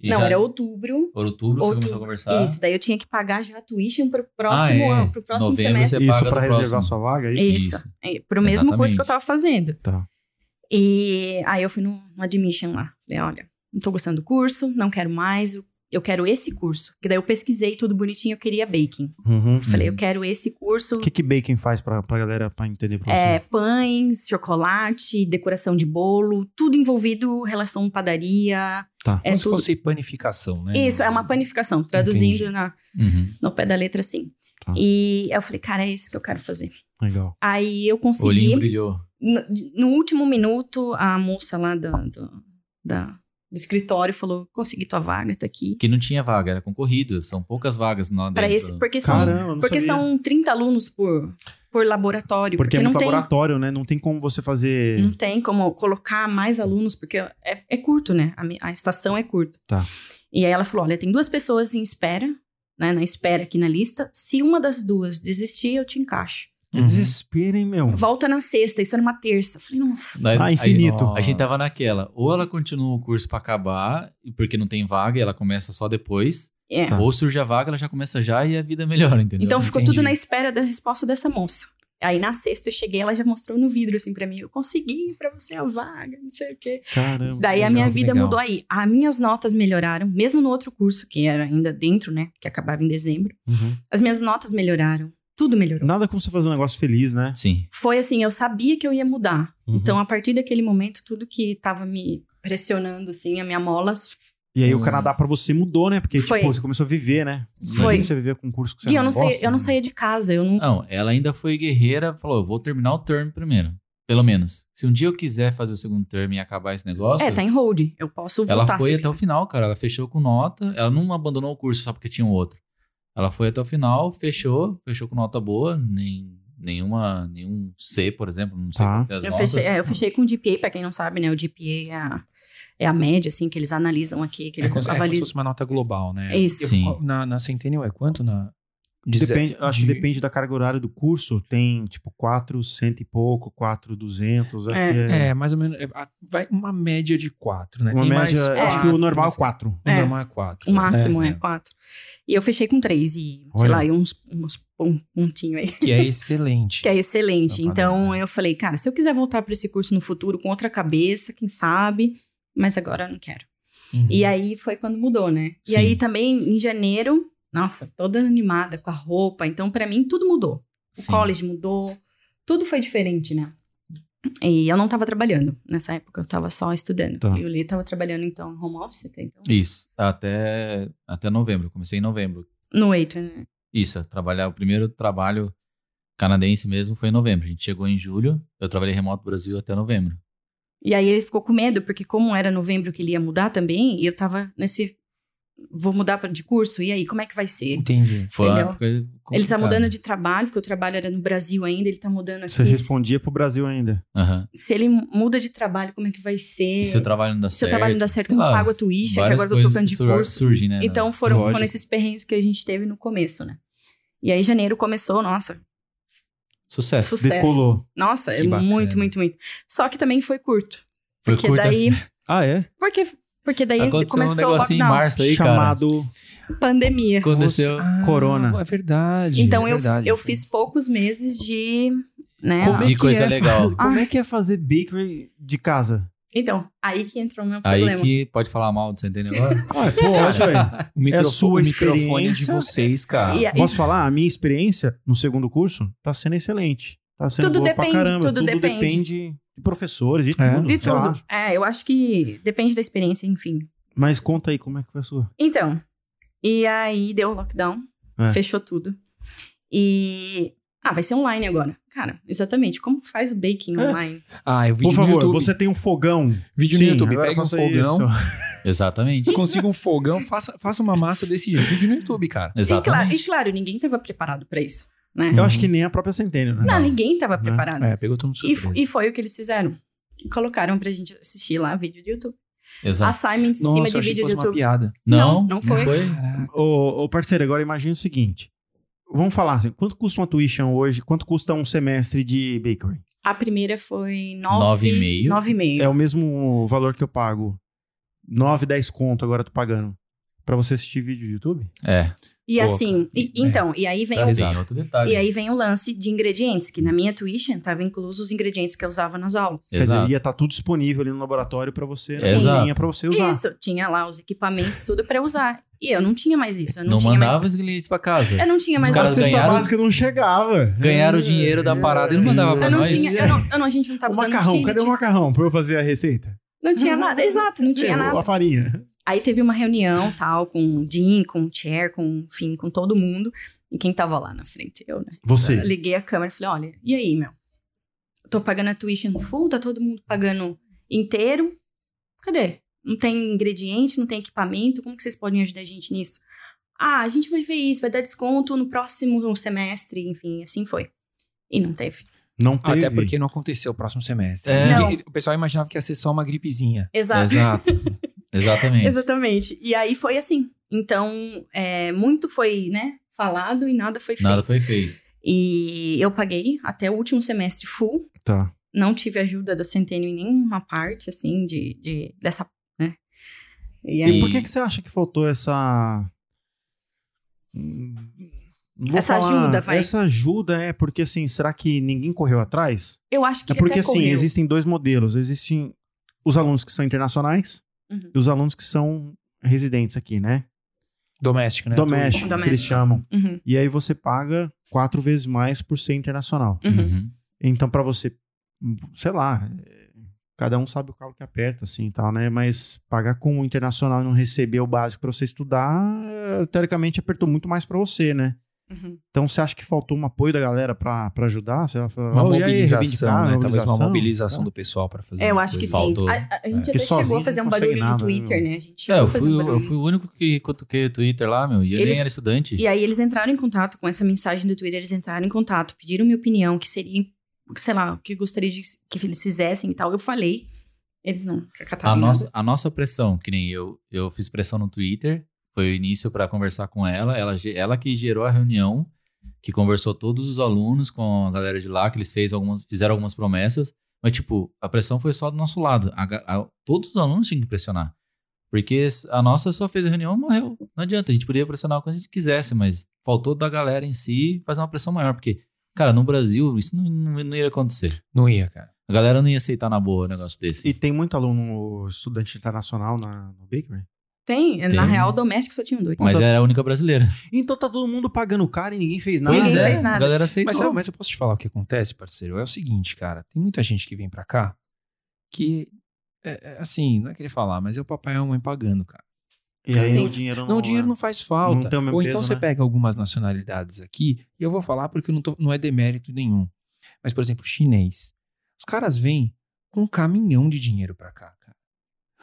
Speaker 3: E
Speaker 5: Não,
Speaker 3: já-
Speaker 5: era outubro.
Speaker 3: outubro, você começou a
Speaker 5: outubro.
Speaker 3: conversar.
Speaker 5: Isso, daí eu tinha que pagar já a tuition pro
Speaker 3: Tá.
Speaker 5: próximo
Speaker 3: Ah, é.
Speaker 5: ano, pro próximo
Speaker 3: Novembro
Speaker 5: semestre.
Speaker 3: Você
Speaker 4: isso
Speaker 3: paga
Speaker 4: pra
Speaker 3: no
Speaker 4: reservar
Speaker 3: próximo.
Speaker 4: sua vaga? Isso?
Speaker 5: Isso.
Speaker 3: Isso.
Speaker 5: É, Pro mesmo curso que eu
Speaker 3: Exatamente.
Speaker 5: tava fazendo.
Speaker 4: Tá.
Speaker 5: E aí eu fui no, no admission lá. Falei, olha, não tô gostando do curso, não quero mais, eu- eu quero esse curso. Que daí eu pesquisei tudo bonitinho, eu queria baking.
Speaker 4: Uhum.
Speaker 3: Hum.
Speaker 5: Falei, eu quero esse curso.
Speaker 4: O que, que bacon faz pra, pra galera pra entender pra
Speaker 5: É,
Speaker 4: você?
Speaker 5: pães, chocolate, decoração de bolo, tudo envolvido, relação padaria.
Speaker 4: Tá.
Speaker 5: É
Speaker 1: Como se
Speaker 5: tudo.
Speaker 1: fosse panificação, né?
Speaker 5: Isso, é uma panificação, traduzindo
Speaker 1: Entendi.
Speaker 5: na,
Speaker 3: Uhum.
Speaker 5: no pé da letra assim.
Speaker 4: Tá.
Speaker 5: E eu falei, cara, é isso que eu quero fazer.
Speaker 4: Legal.
Speaker 5: Aí eu
Speaker 3: O olhinho
Speaker 5: consegui.
Speaker 3: brilhou.
Speaker 5: No, no último minuto, a moça lá da- do, da, do escritório falou: consegui tua vaga, tá aqui.
Speaker 3: Que não tinha vaga, era concorrido. São poucas vagas lá dentro.
Speaker 5: Pra esse, porque são,
Speaker 4: Caramba, eu não
Speaker 5: porque
Speaker 4: sabia.
Speaker 5: são 30 alunos por, por laboratório. Porque,
Speaker 4: Porque, é
Speaker 5: não,
Speaker 4: muito
Speaker 5: tem,
Speaker 4: laboratório, né? Não tem como você fazer.
Speaker 5: não tem como colocar mais alunos, porque é, é curto, né? A, mi- a estação é curta.
Speaker 4: Tá.
Speaker 5: E aí ela falou: olha, tem duas pessoas em espera, né? Na espera aqui na lista. Se uma das duas desistir, eu te encaixo.
Speaker 4: Que Desespero, hein, meu?
Speaker 5: Volta na sexta, isso era uma terça. Falei, nossa.
Speaker 3: Nós-
Speaker 4: Ah,
Speaker 3: aí-
Speaker 4: infinito.
Speaker 3: a gente tava naquela. Ou ela continua o curso pra acabar, e porque não tem vaga e ela começa só depois.
Speaker 5: É.
Speaker 4: Tá.
Speaker 3: Ou surge a vaga, ela já começa já e a vida melhora, entendeu?
Speaker 5: Então ficou
Speaker 1: Entendi.
Speaker 5: tudo na espera da resposta dessa moça. Aí na sexta eu cheguei, ela já mostrou no vidro assim pra mim, eu consegui pra você a vaga, não sei o quê.
Speaker 4: Caramba.
Speaker 5: Daí
Speaker 4: que
Speaker 5: a minha
Speaker 4: legal.
Speaker 5: vida
Speaker 3: legal.
Speaker 5: mudou aí. As minhas notas melhoraram, mesmo no outro curso que era ainda dentro, né, que acabava em dezembro.
Speaker 4: Uhum.
Speaker 5: As minhas notas melhoraram, tudo melhorou.
Speaker 4: Nada como você fazer um negócio feliz, né?
Speaker 3: Sim.
Speaker 5: Foi assim, eu sabia que eu ia mudar.
Speaker 4: Uhum.
Speaker 5: Então a partir daquele momento tudo que tava me pressionando assim, a minha mola
Speaker 4: E aí o
Speaker 3: Hum.
Speaker 4: Canadá pra você mudou, né? Porque,
Speaker 5: é. Foi.
Speaker 4: tipo, você começou a viver, né? Imagina
Speaker 5: Foi.
Speaker 4: você viver com um curso que você
Speaker 5: Gui, eu
Speaker 4: não,
Speaker 5: não, sei,
Speaker 4: gosta,
Speaker 5: eu não
Speaker 4: né?
Speaker 5: saía de casa, eu não
Speaker 3: Não, ela ainda foi guerreira, falou: eu vou terminar o term primeiro. Pelo menos. Se um dia eu quiser fazer o segundo term e acabar esse negócio.
Speaker 5: É, tá em hold. Eu posso voltar.
Speaker 3: Ela
Speaker 5: se
Speaker 3: foi
Speaker 5: eu
Speaker 3: até o
Speaker 5: quiser.
Speaker 3: final, cara. Ela fechou com nota. Ela não abandonou o curso só porque tinha um outro. Ela foi até o final, fechou, fechou com nota boa, nem, nenhuma, nenhum C, por exemplo, não sei
Speaker 4: Tá.
Speaker 3: quantas
Speaker 5: Eu
Speaker 3: notas.
Speaker 5: fechei, é, eu fechei com o GPA, pra quem não sabe, né? O GPA é a, é a média, assim, que eles analisam aqui, que
Speaker 1: É
Speaker 5: eles
Speaker 1: como, se- é como se
Speaker 5: avaliam.
Speaker 1: fosse uma nota global, né?
Speaker 5: É isso.
Speaker 3: Sim.
Speaker 1: Na, na Centennial é quanto? Na, De ze-
Speaker 4: Depende, acho que
Speaker 1: de-
Speaker 4: depende da carga horária do curso. Tem, tipo, 4, cento e pouco, 4, 200. Acho
Speaker 5: É.
Speaker 4: que é.
Speaker 1: É, mais ou menos. é, a- vai uma média de quatro, né?
Speaker 4: Uma
Speaker 1: Tem
Speaker 4: média,
Speaker 1: mais
Speaker 4: acho
Speaker 1: quatro,
Speaker 4: que o normal é
Speaker 1: mas
Speaker 4: 4.
Speaker 1: O
Speaker 5: É.
Speaker 1: normal é quatro.
Speaker 5: O máximo é,
Speaker 1: né?
Speaker 5: quatro. E eu fechei com três e, sei
Speaker 4: Olha.
Speaker 5: lá, e uns, uns pon- pontinho aí,
Speaker 1: Que é excelente.
Speaker 5: que é excelente.
Speaker 1: Dá pra
Speaker 5: Então
Speaker 1: dar,
Speaker 5: eu falei, cara, se eu quiser voltar para esse curso no futuro com outra cabeça, quem sabe, mas agora eu não quero.
Speaker 1: Uhum.
Speaker 5: E aí foi quando mudou, né? E
Speaker 1: Sim.
Speaker 5: aí também em janeiro, nossa, toda animada com a roupa, então pra mim tudo mudou. O
Speaker 3: Sim.
Speaker 5: college mudou, tudo foi diferente, né? E eu não tava trabalhando nessa época, eu tava só estudando.
Speaker 4: Tá.
Speaker 5: E o Lê tava trabalhando então em home office até então.
Speaker 3: Isso. Até, até novembro. Comecei em novembro.
Speaker 5: No Eita, né?
Speaker 3: Isso. eu Trabalhar, o primeiro trabalho canadense mesmo foi em novembro. A gente chegou em julho. Eu trabalhei remoto no Brasil até novembro.
Speaker 5: E aí ele ficou com medo, porque como era novembro que ele ia mudar também, e eu tava nesse. Vou mudar pra- de curso, e aí, como é que vai ser?
Speaker 1: Entendi.
Speaker 3: Foi uma
Speaker 5: Entendeu?
Speaker 3: época
Speaker 5: Ele tá
Speaker 3: complicada.
Speaker 5: mudando de trabalho, porque o trabalho era no Brasil ainda, ele tá mudando aqui.
Speaker 4: Você respondia pro Brasil ainda.
Speaker 3: Aham.
Speaker 5: Se ele muda de trabalho, como é que vai ser?
Speaker 3: E seu trabalho não dá
Speaker 5: Seu
Speaker 3: certo.
Speaker 5: trabalho não dá certo,
Speaker 3: sei
Speaker 5: eu
Speaker 3: lá,
Speaker 5: pago a tuition, que
Speaker 3: várias
Speaker 5: agora eu tô
Speaker 3: coisas
Speaker 5: trocando
Speaker 3: que
Speaker 5: de
Speaker 3: sur-
Speaker 5: curso.
Speaker 3: Surgem, né?
Speaker 5: Então foram,
Speaker 4: Lógico.
Speaker 5: foram esses perrengues que a gente teve no começo, né? E aí janeiro começou, nossa,
Speaker 3: Sucesso.
Speaker 5: Sucesso.
Speaker 4: Decolou.
Speaker 5: nossa,
Speaker 3: Que
Speaker 5: é
Speaker 3: bacana.
Speaker 5: muito, muito, muito. Só que também foi curto.
Speaker 3: Foi
Speaker 5: porque
Speaker 3: curta-
Speaker 5: daí,
Speaker 4: Ah, é?
Speaker 5: <laughs> porque, porque daí
Speaker 3: Aconteceu um
Speaker 5: começou o
Speaker 3: negocinho em
Speaker 5: lockdown,
Speaker 3: março aí, cara.
Speaker 4: Chamado.
Speaker 5: pandemia.
Speaker 3: Aconteceu.
Speaker 1: Ah,
Speaker 4: Corona.
Speaker 1: É verdade.
Speaker 5: Então
Speaker 1: é
Speaker 5: eu,
Speaker 1: verdade.
Speaker 5: eu fiz poucos meses de, né?
Speaker 4: Como é
Speaker 3: De
Speaker 4: que
Speaker 3: coisa
Speaker 4: é
Speaker 5: <laughs>
Speaker 4: fa-
Speaker 3: legal.
Speaker 4: Como é que é fazer bakery de casa?
Speaker 5: Então, aí que entrou o meu
Speaker 3: Aí
Speaker 5: problema.
Speaker 3: que pode falar mal do Centennial
Speaker 5: <laughs>
Speaker 3: agora?
Speaker 1: Ah, é
Speaker 4: Ué, pode, velho.
Speaker 1: O microfone,
Speaker 4: É sua
Speaker 1: o microfone de
Speaker 4: experiência.
Speaker 1: vocês,
Speaker 3: Ah,
Speaker 1: cara.
Speaker 5: E aí-
Speaker 4: <laughs> Posso falar? A minha experiência no segundo curso tá sendo excelente. Tá sendo
Speaker 5: Tudo
Speaker 4: boa
Speaker 5: depende,
Speaker 4: pra caramba.
Speaker 5: tudo depende.
Speaker 4: depende. de professores, de
Speaker 1: É.
Speaker 4: tudo.
Speaker 5: de
Speaker 4: sei lá.
Speaker 5: tudo. É, eu acho que depende da experiência, enfim.
Speaker 4: Mas conta aí como é que foi a sua.
Speaker 5: Então, e aí deu o lockdown,
Speaker 4: É.
Speaker 5: fechou tudo. E. Ah, vai ser online agora. Cara, exatamente. Como faz o baking
Speaker 4: É.
Speaker 5: online?
Speaker 1: Ah, eu vídeo
Speaker 4: Por favor,
Speaker 1: no YouTube.
Speaker 4: você tem um fogão.
Speaker 1: Vídeo
Speaker 4: Sim,
Speaker 1: no YouTube,
Speaker 4: agora
Speaker 1: pega um
Speaker 4: faça
Speaker 1: fogão,
Speaker 4: isso.
Speaker 3: Exatamente.
Speaker 1: consiga um fogão, faça, faça uma massa desse jeito. Vídeo no YouTube, cara.
Speaker 5: E claro,
Speaker 3: Exatamente.
Speaker 5: e claro, ninguém estava preparado pra isso, né?
Speaker 4: Eu
Speaker 3: Uhum.
Speaker 4: acho que nem a própria centena, né?
Speaker 5: Não, ninguém estava
Speaker 4: Né?
Speaker 5: preparado.
Speaker 1: É, pegou todo mundo
Speaker 5: E,
Speaker 1: surpresa.
Speaker 5: e foi o que eles fizeram. Colocaram pra gente assistir lá vídeo do YouTube.
Speaker 3: Exato.
Speaker 5: Assignment em
Speaker 1: Nossa,
Speaker 5: cima
Speaker 1: eu
Speaker 5: de
Speaker 1: achei que
Speaker 5: vídeo do
Speaker 1: fosse uma
Speaker 5: YouTube.
Speaker 1: piada.
Speaker 3: Não,
Speaker 5: Ah, não foi. <laughs>
Speaker 1: Caraca.
Speaker 4: Ô, ô, parceiro, agora imagina o seguinte. Vamos falar assim, quanto custa uma tuition hoje? Quanto custa um semestre de bakery?
Speaker 5: A primeira foi
Speaker 3: Nove e
Speaker 5: 9,5.
Speaker 3: meio.
Speaker 1: um
Speaker 5: 9,5.
Speaker 4: É o mesmo valor que eu pago. 9, 10 conto agora eu tô pagando. Pra você assistir vídeo do YouTube?
Speaker 3: É.
Speaker 5: E
Speaker 3: Pô,
Speaker 5: assim, e-
Speaker 1: é.
Speaker 5: então, e aí vem
Speaker 1: Tá
Speaker 5: o
Speaker 1: Exato.
Speaker 3: Tem outro detalhe.
Speaker 5: e aí vem o lance de ingredientes, que na minha tuition tava incluso os ingredientes que eu usava nas aulas.
Speaker 4: Quer dizer,
Speaker 3: Exato.
Speaker 4: ia estar tudo disponível ali no laboratório pra você, na
Speaker 3: Exato.
Speaker 4: cozinha, pra você usar.
Speaker 5: Isso, tinha lá os equipamentos, tudo pra usar. E eu não tinha mais isso, eu não,
Speaker 3: não
Speaker 5: tinha
Speaker 3: mandava
Speaker 5: mais.
Speaker 3: os ingredientes pra
Speaker 5: <laughs>
Speaker 3: casa.
Speaker 5: Eu não tinha
Speaker 3: Os
Speaker 5: mais
Speaker 3: caras
Speaker 4: a cesta
Speaker 3: ganharam-
Speaker 4: básica não chegava.
Speaker 3: Ganharam o dinheiro da parada e não mandava pra
Speaker 5: Eu não
Speaker 3: nós.
Speaker 5: tinha, eu não, eu não- a gente não tava
Speaker 4: O
Speaker 5: usando
Speaker 4: um macarrão, cadê o
Speaker 5: cheats,
Speaker 4: macarrão pra eu fazer a receita?
Speaker 5: Não tinha nada, exato, não tinha
Speaker 4: Eu,
Speaker 5: nada.
Speaker 4: A farinha.
Speaker 5: Aí teve uma reunião, tal, com o Jim, com o Cher, com, enfim, com todo mundo. E quem tava lá na frente? Eu, né?
Speaker 4: Você.
Speaker 5: Eu liguei a câmera e falei, olha, e aí, meu? Tô pagando a tuition full, tá todo mundo pagando inteiro. Cadê? Não tem ingrediente, não tem equipamento, como que vocês podem ajudar a gente nisso? Ah, a gente vai ver isso, vai dar desconto no próximo semestre, enfim, assim foi. E não teve.
Speaker 4: Não teve.
Speaker 1: Ah, Até porque não aconteceu o próximo semestre.
Speaker 3: É.
Speaker 1: Ninguém- O pessoal imaginava que ia ser só uma gripezinha.
Speaker 3: Exato. Exatamente.
Speaker 5: <laughs> Exatamente. E aí foi assim. Então, é, muito foi, né, falado e nada foi feito.
Speaker 3: Nada foi feito.
Speaker 5: E eu paguei até o último semestre full,
Speaker 4: Tá.
Speaker 5: não tive ajuda da Centênio em nenhuma parte, assim, de, de- dessa, né? E
Speaker 4: E é
Speaker 5: aí,
Speaker 4: por que, que você acha que faltou essa. Hum, não vou
Speaker 5: Essa ajuda, vai.
Speaker 4: Essa ajuda é porque, assim, será que ninguém correu atrás?
Speaker 5: eu acho que
Speaker 4: é porque,
Speaker 5: até
Speaker 4: assim,
Speaker 5: correu.
Speaker 4: existem dois modelos. Existem os alunos que são internacionais
Speaker 5: Uhum.
Speaker 4: e os alunos que são residentes aqui, né?
Speaker 1: Doméstico,
Speaker 5: É,
Speaker 1: né?
Speaker 4: Domésticos,
Speaker 5: Doméstico.
Speaker 4: que eles chamam.
Speaker 5: Uhum,
Speaker 4: E aí você paga quatro vezes mais por ser internacional.
Speaker 5: uhum.
Speaker 3: Uhum.
Speaker 4: Então, pra você, sei lá, é, cada um sabe o calo que aperta, assim e tal, né? Mas pagar com o internacional e não receber o básico pra você estudar, é, teoricamente apertou muito mais pra você, né?
Speaker 5: uhum.
Speaker 4: Então, você acha que faltou um apoio da galera pra pra ajudar? Você vai falar,
Speaker 1: Uma
Speaker 4: "Oh, e aí,
Speaker 1: mobilização,
Speaker 4: reivindicar,
Speaker 1: né? Talvez uma mobilização
Speaker 4: Tá.
Speaker 1: do pessoal pra fazer.
Speaker 5: É, eu
Speaker 1: uma
Speaker 5: acho que
Speaker 1: coisa.
Speaker 5: sim.
Speaker 3: Faltou.
Speaker 5: A, a- a gente
Speaker 4: É. Porque
Speaker 5: até chegou
Speaker 4: sozinho
Speaker 5: a fazer
Speaker 4: não
Speaker 5: um barulho
Speaker 4: consegue nada,
Speaker 5: no Twitter, né? A gente
Speaker 3: É,
Speaker 5: chegou
Speaker 3: eu
Speaker 5: a fazer
Speaker 3: fui,
Speaker 5: um
Speaker 3: eu
Speaker 5: barulho.
Speaker 3: fui o único que cutuquei o Twitter lá, meu. E eu
Speaker 5: Eles-
Speaker 3: nem era estudante.
Speaker 5: E aí eles entraram em contato com essa mensagem do Twitter, eles entraram em contato, pediram minha opinião, que seria, sei lá, o que eu gostaria de que eles fizessem e tal. Eu falei, eles não acataram
Speaker 3: A
Speaker 5: nada.
Speaker 3: Ah, nossa, a nossa pressão, que nem eu, eu fiz pressão no Twitter, foi o início pra conversar com ela, ela, ge- ela que gerou a reunião, que conversou todos os alunos com a galera de lá, que eles fez algumas, fizeram algumas promessas, mas, tipo, a pressão foi só do nosso lado. A ga- a- todos os alunos tinham que pressionar. Porque a nossa só fez a reunião e morreu. Não adianta, a gente podia pressionar quando a gente quisesse, mas faltou da galera em si fazer uma pressão maior, porque, cara, no Brasil, isso não, não, não ia acontecer.
Speaker 1: Não ia, cara.
Speaker 3: A galera não ia aceitar na boa um negócio desse.
Speaker 4: E tem muito aluno estudante internacional na, no Bakery?
Speaker 5: Tem, na
Speaker 3: Tem.
Speaker 5: real, doméstico só tinha dois.
Speaker 3: Mas era a única brasileira.
Speaker 4: Então tá todo mundo pagando caro e ninguém fez nada.
Speaker 5: Ninguém
Speaker 3: Pois é,
Speaker 5: fez nada.
Speaker 3: a galera aceitou.
Speaker 1: Mas, sabe, mas eu posso te falar o que acontece, parceiro? É o seguinte, cara. Tem muita gente que vem pra cá que, é, é, assim, não é querer falar, mas é o papai e a mãe pagando, cara.
Speaker 4: E aí
Speaker 5: Sim.
Speaker 4: o dinheiro não. é.
Speaker 1: Não, o dinheiro não faz falta.
Speaker 4: Não tem o mesmo
Speaker 1: Ou então
Speaker 4: peso,
Speaker 1: você
Speaker 4: né?
Speaker 1: pega algumas nacionalidades aqui, e eu vou falar porque eu não, tô- não é demérito nenhum. Mas, por exemplo, chinês. Os caras vêm com um caminhão de dinheiro pra cá, cara.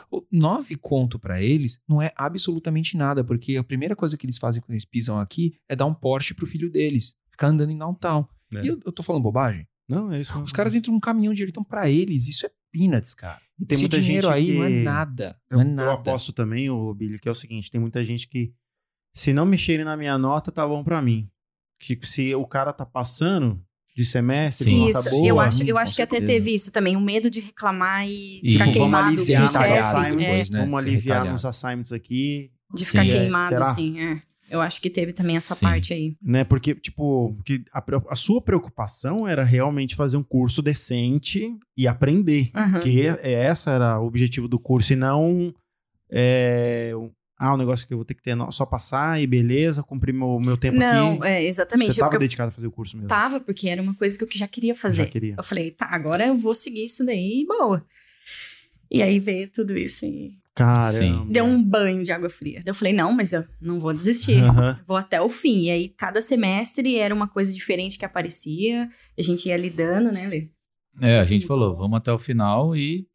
Speaker 1: O nove conto pra eles não é absolutamente nada, porque a primeira coisa que eles fazem quando eles pisam aqui é dar um Porsche pro filho deles. Ficar andando em downtown.
Speaker 4: É.
Speaker 1: E eu, eu tô falando bobagem?
Speaker 4: Não, é isso.
Speaker 1: Os caras entram num caminhão de dinheiro. Então, pra eles, isso é peanuts, cara.
Speaker 4: E tem
Speaker 1: Esse
Speaker 4: muita
Speaker 1: dinheiro
Speaker 4: gente
Speaker 1: aí
Speaker 4: que-
Speaker 1: não é nada.
Speaker 4: Eu,
Speaker 1: Não é
Speaker 4: eu
Speaker 1: nada.
Speaker 4: aposto também, o Billy, que é o seguinte: tem muita gente que, se não mexerem na minha nota, tá bom pra mim. Que se o cara tá passando de semestre,
Speaker 3: Sim.
Speaker 4: nota
Speaker 5: Isso,
Speaker 4: boa.
Speaker 5: eu acho,
Speaker 1: hum,
Speaker 5: eu
Speaker 1: com
Speaker 5: acho que até
Speaker 1: certeza.
Speaker 5: teve isso também, o medo de reclamar e,
Speaker 3: E-
Speaker 5: ficar
Speaker 3: Tipo,
Speaker 4: vamos
Speaker 5: queimado.
Speaker 1: ser
Speaker 5: com
Speaker 4: aliviar
Speaker 5: o
Speaker 4: nosso
Speaker 5: chefe,
Speaker 1: retaliado
Speaker 4: assignment,
Speaker 1: depois, né?
Speaker 4: Vamos
Speaker 1: Ser
Speaker 4: aliviar
Speaker 1: retaliado.
Speaker 4: nos assignments aqui.
Speaker 5: de ficar
Speaker 3: Sim, é.
Speaker 5: queimado,
Speaker 4: Será?
Speaker 5: assim, é. Eu acho que teve também essa
Speaker 3: Sim.
Speaker 5: parte aí.
Speaker 4: né? Porque, tipo, que a, pre- a sua preocupação era realmente fazer um curso decente e aprender.
Speaker 5: Aham.
Speaker 4: Que é, essa era o objetivo do curso, e não. É, um- ah, um negócio que eu vou ter que ter no- só passar e beleza, cumprir meu, meu tempo
Speaker 5: Não,
Speaker 4: aqui.
Speaker 5: é,
Speaker 4: Você
Speaker 5: exatamente.
Speaker 4: estava
Speaker 5: eu
Speaker 4: dedicado a fazer o curso mesmo.
Speaker 5: tava, porque era uma coisa que eu já queria fazer.
Speaker 4: Já queria.
Speaker 5: Eu falei, tá, agora eu vou seguir isso daí e boa. E aí veio tudo isso e
Speaker 4: Cara.
Speaker 3: Sim.
Speaker 5: deu um banho de água fria. Daí Eu falei, não, mas eu não vou desistir.
Speaker 4: Aham.
Speaker 5: Vou até o fim. E aí, cada semestre era uma coisa diferente que aparecia. A gente ia lidando, né, Lê?
Speaker 3: É, a
Speaker 5: Sim.
Speaker 3: gente falou, vamos até o final e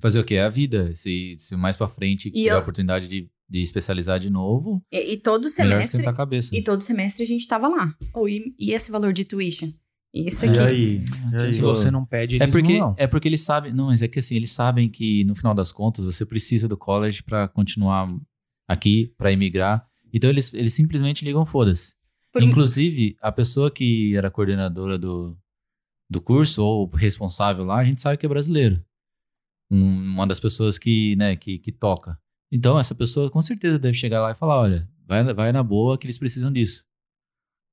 Speaker 3: fazer o quê? É a vida. Se, se mais pra frente tiver
Speaker 5: eu-
Speaker 3: a oportunidade de, de especializar de novo,
Speaker 5: E, e todo
Speaker 3: melhor
Speaker 5: semestre.
Speaker 3: esquentar a cabeça.
Speaker 5: E todo semestre a gente tava lá. Ou e, e esse valor de tuition? Isso
Speaker 4: E
Speaker 5: aqui.
Speaker 4: aí? E aí?
Speaker 1: Se você não pede,
Speaker 3: É
Speaker 1: eles
Speaker 3: porque,
Speaker 1: não. dão.
Speaker 3: é porque eles sabem. Não, mas é que assim, eles sabem que no final das contas você precisa do college pra continuar aqui, pra emigrar. Então eles, eles simplesmente ligam foda-se.
Speaker 5: Por- um-
Speaker 3: Inclusive, a pessoa que era coordenadora do, do curso ou responsável lá, a gente sabe que é brasileiro. Um- uma das pessoas que, né, que, que toca. Então, essa pessoa com certeza deve chegar lá e falar: olha, vai, vai na boa que eles precisam disso.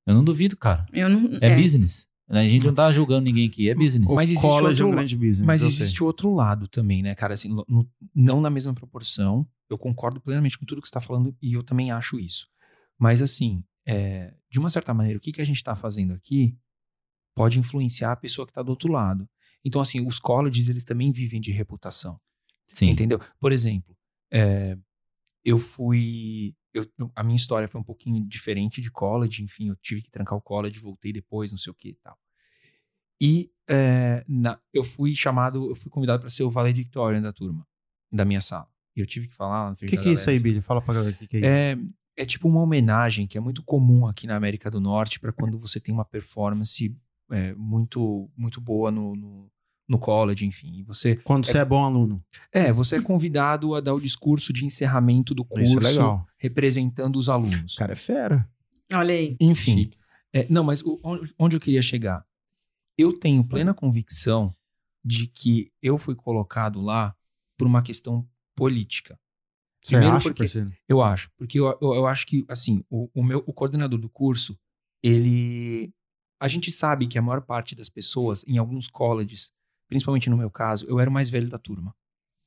Speaker 3: Eu não duvido, cara.
Speaker 5: eu não.
Speaker 3: É, business. A gente não tá julgando ninguém aqui, é business.
Speaker 1: Mas existe
Speaker 4: College é um
Speaker 1: outro-
Speaker 4: grande business.
Speaker 1: Mas
Speaker 4: eu
Speaker 1: existe o outro lado também, né, cara? Assim, lo- no- não na mesma proporção. Eu concordo plenamente com tudo que você está falando e eu também acho isso. Mas, assim, é, de uma certa maneira, o que, que a gente está fazendo aqui pode influenciar a pessoa que está do outro lado. Então, assim, os colleges, eles também vivem de reputação.
Speaker 3: Sim.
Speaker 1: Entendeu? Por exemplo, é, eu fui. eu- eu- a minha história foi um pouquinho diferente de college, enfim, eu tive que trancar o college, voltei depois, não sei o que e tal. E é, na- eu fui chamado, eu fui convidado para ser o valedictorian da turma, da minha sala. E eu tive que falar lá na
Speaker 4: sei. O
Speaker 1: frente
Speaker 4: que,
Speaker 1: da
Speaker 4: que é isso aí,
Speaker 1: galera.
Speaker 4: Billy? Fala pra galera o que, que é isso.
Speaker 1: É, é tipo uma homenagem que é muito comum aqui na América do Norte para quando você tem uma performance é, muito, muito boa no, no, no college, enfim. E você
Speaker 4: Quando você é bom aluno.
Speaker 1: é, você é convidado a dar o discurso de encerramento do curso,
Speaker 4: Isso é legal.
Speaker 1: representando os alunos.
Speaker 4: O cara é fera.
Speaker 5: Olha aí.
Speaker 1: Enfim, é, não, mas o- onde- onde eu queria chegar? Eu tenho plena convicção de que eu fui colocado lá por uma questão política.
Speaker 4: Você
Speaker 1: Primeiro
Speaker 4: acha,
Speaker 1: porque-
Speaker 4: parceiro?
Speaker 1: Eu acho, porque eu, eu- eu acho que, assim, o, o meu o coordenador do curso, ele. A gente sabe que a maior parte das pessoas, em alguns colleges, principalmente no meu caso, eu era o mais velho da turma.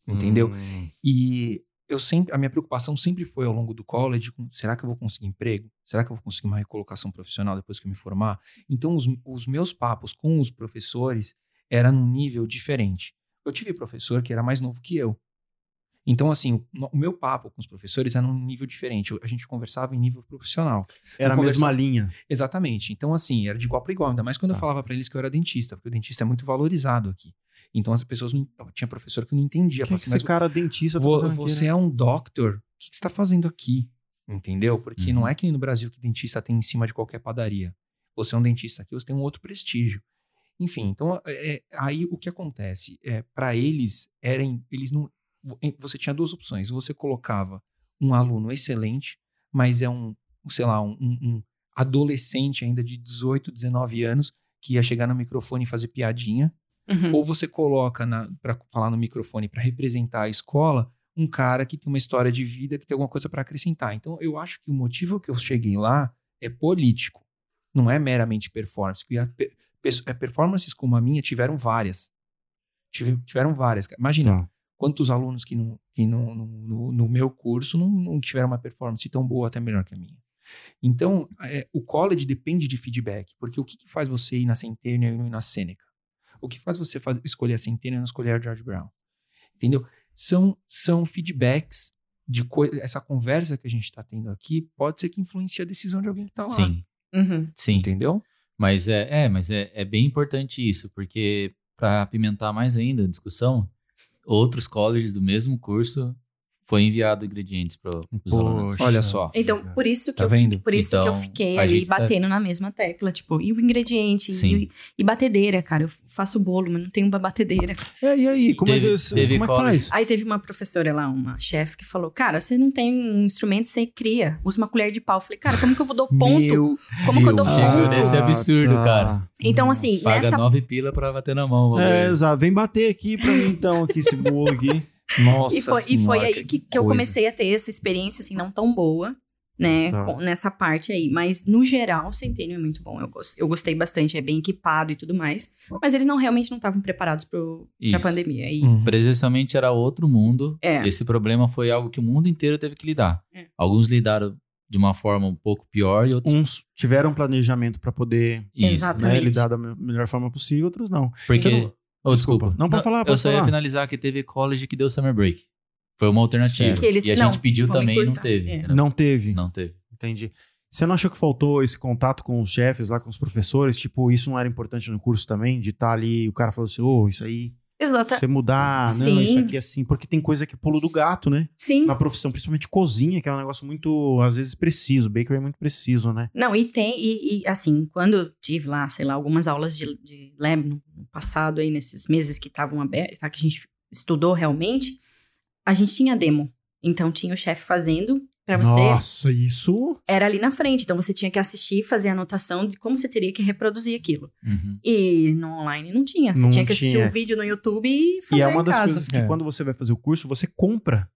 Speaker 1: Entendeu?
Speaker 4: Hum.
Speaker 1: E eu sempre, a minha preocupação sempre foi ao longo do college, com, será que eu vou conseguir emprego? Será que eu vou conseguir uma recolocação profissional depois que eu me formar? Então, os, os meus papos com os professores era num nível diferente. Eu tive professor que era mais novo que eu. Então, assim, o, no- o meu papo com os professores era num nível diferente. Eu- A gente conversava em nível profissional.
Speaker 4: Era a
Speaker 1: Vamos
Speaker 4: mesma linha.
Speaker 1: Exatamente. Então, assim, era de igual para igual. Ainda mais quando
Speaker 4: Tá.
Speaker 1: eu falava para eles que eu era dentista, porque o dentista é muito valorizado aqui. Então, as pessoas não. Tinha professor que não entendia.
Speaker 4: O que,
Speaker 1: Falava
Speaker 4: que
Speaker 1: assim,
Speaker 4: é esse
Speaker 1: "Mas
Speaker 4: cara dentista tá
Speaker 1: Vo-
Speaker 4: fazendo aqui, né?"
Speaker 1: você é um doctor, o que, que você está fazendo aqui? Entendeu? Porque
Speaker 4: Uhum.
Speaker 1: não é que nem no Brasil que dentista tem em cima de qualquer padaria. Você é um dentista aqui, você tem um outro prestígio. Enfim, então é- é- aí o que acontece? É, para eles, eram, eles não. Você tinha duas opções. Você colocava um aluno excelente, mas é um, sei lá, um, um- um adolescente ainda de 18, 19 anos que ia chegar no microfone e fazer piadinha,
Speaker 5: Uhum.
Speaker 1: ou você coloca para falar no microfone para representar a escola um cara que tem uma história de vida que tem alguma coisa para acrescentar. Então eu acho que o motivo que eu cheguei lá é político, não é meramente performance. Que a pe- pes- é, performances como a minha tiveram várias, Tive- tiveram várias. cara. Imagina
Speaker 4: Tá.
Speaker 1: quantos alunos que, no, que no, no, no- no meu curso não, não tiveram uma performance tão boa, até melhor que a minha. Então, é, o college depende de feedback, porque o que, que faz você ir na Centennial e não ir na Seneca? O que faz você faz- escolher a Centennial e não escolher a George Brown? Entendeu? São, são feedbacks de coisa. Essa conversa que a gente está tendo aqui pode ser que influencie a decisão de alguém que está lá.
Speaker 3: Sim,
Speaker 5: Uhum.
Speaker 3: sim.
Speaker 1: Entendeu?
Speaker 3: Mas é, é, mas é, é bem importante isso, porque para apimentar mais ainda a discussão, outros colleges do mesmo curso foi enviado ingredientes para os alunos.
Speaker 4: Tá. Poxa.
Speaker 1: Olha só.
Speaker 5: Então, por isso que
Speaker 1: Tá
Speaker 5: eu
Speaker 1: vendo?
Speaker 5: Por isso que eu
Speaker 3: Então,
Speaker 5: fiquei
Speaker 3: a
Speaker 5: ali
Speaker 3: gente tá-
Speaker 5: batendo na mesma tecla, tipo, e o ingrediente,
Speaker 3: Sim.
Speaker 5: e, e batedeira, cara. Eu faço bolo, mas não tenho uma batedeira.
Speaker 4: É, e aí, como,
Speaker 3: Teve-
Speaker 4: é, que,
Speaker 3: teve
Speaker 4: como é que
Speaker 3: college.
Speaker 4: faz?
Speaker 5: Aí teve uma professora lá, uma chefe, que falou: Cara, você não tem um instrumento, você cria. Usa uma colher de pau. Eu falei, cara, como que eu vou dar ponto?
Speaker 1: Meu
Speaker 5: Como que eu dou
Speaker 1: Deus.
Speaker 5: ponto?
Speaker 4: Ah,
Speaker 3: Chega desse absurdo,
Speaker 4: tá.
Speaker 3: cara.
Speaker 5: Então, assim,
Speaker 3: Paga
Speaker 5: nessa.
Speaker 3: nove pila para bater na mão. o
Speaker 4: É,
Speaker 3: bagulho.
Speaker 4: exato. Vem bater aqui pra mim, então, aqui, esse
Speaker 1: <laughs>
Speaker 4: bolo aqui.
Speaker 1: Nossa
Speaker 5: E foi, e foi
Speaker 1: senhora,
Speaker 5: aí que, que eu
Speaker 1: coisa.
Speaker 5: comecei a ter essa experiência, assim, não tão boa, né?
Speaker 4: Tá.
Speaker 5: com- nessa parte aí. Mas, no geral, o Centênio é muito bom. Eu, gos- eu gostei bastante, é bem equipado e tudo mais. Mas eles não realmente não estavam preparados pro, pra
Speaker 3: Isso.
Speaker 5: pandemia. E,
Speaker 1: Uhum.
Speaker 3: Presencialmente era outro mundo.
Speaker 5: É.
Speaker 3: Esse problema foi algo que o mundo inteiro teve que lidar.
Speaker 5: É.
Speaker 3: Alguns lidaram de uma forma um pouco pior e outros.
Speaker 4: Uns tiveram planejamento pra poder
Speaker 3: Isso,
Speaker 5: Exato.
Speaker 4: né,
Speaker 5: Exatamente.
Speaker 4: lidar da me- melhor forma possível, outros não.
Speaker 3: porque.
Speaker 4: Você não-
Speaker 3: Oh, desculpa.
Speaker 4: Desculpa. Não, pode falar,
Speaker 3: Eu
Speaker 4: pode
Speaker 3: só ia
Speaker 4: falar.
Speaker 3: finalizar que teve college que deu summer break. Foi uma alternativa.
Speaker 1: Certo.
Speaker 5: Que eles-
Speaker 3: e a
Speaker 5: não,
Speaker 3: gente pediu
Speaker 5: vamos
Speaker 3: também e não
Speaker 5: encurtar.
Speaker 3: teve.
Speaker 5: É.
Speaker 3: entendeu?
Speaker 4: Não teve.
Speaker 3: Não teve.
Speaker 4: Entendi. Você não achou que faltou esse contato com os chefes lá, com os professores? Tipo, isso não era importante no curso também? De estar ali, o cara falou assim, ô, isso aí,
Speaker 5: Exata.
Speaker 4: você mudar, não,
Speaker 5: Sim.
Speaker 4: isso aqui é assim. Porque tem coisa que é pulo do gato, né?
Speaker 5: Sim.
Speaker 4: Na profissão, principalmente cozinha, que é um negócio muito, às vezes, preciso. Baker é muito preciso, né?
Speaker 5: Não, e tem, e, e, assim, quando eu tive lá, sei lá, algumas aulas de, de lab no no passado aí, nesses meses que estavam abertos, tá, que a gente estudou realmente, a gente tinha demo. Então tinha o chefe fazendo pra você,
Speaker 4: Nossa, isso...
Speaker 5: era ali na frente, então você tinha que assistir, fazer a anotação de como você teria que reproduzir aquilo.
Speaker 3: Uhum.
Speaker 5: E no online não tinha, você
Speaker 4: Não
Speaker 5: tinha que assistir o
Speaker 4: tinha.
Speaker 5: um vídeo no YouTube e fazer
Speaker 4: E é uma
Speaker 5: em
Speaker 4: das
Speaker 5: casa.
Speaker 4: coisas que
Speaker 1: É.
Speaker 4: quando você vai fazer o curso, você compra.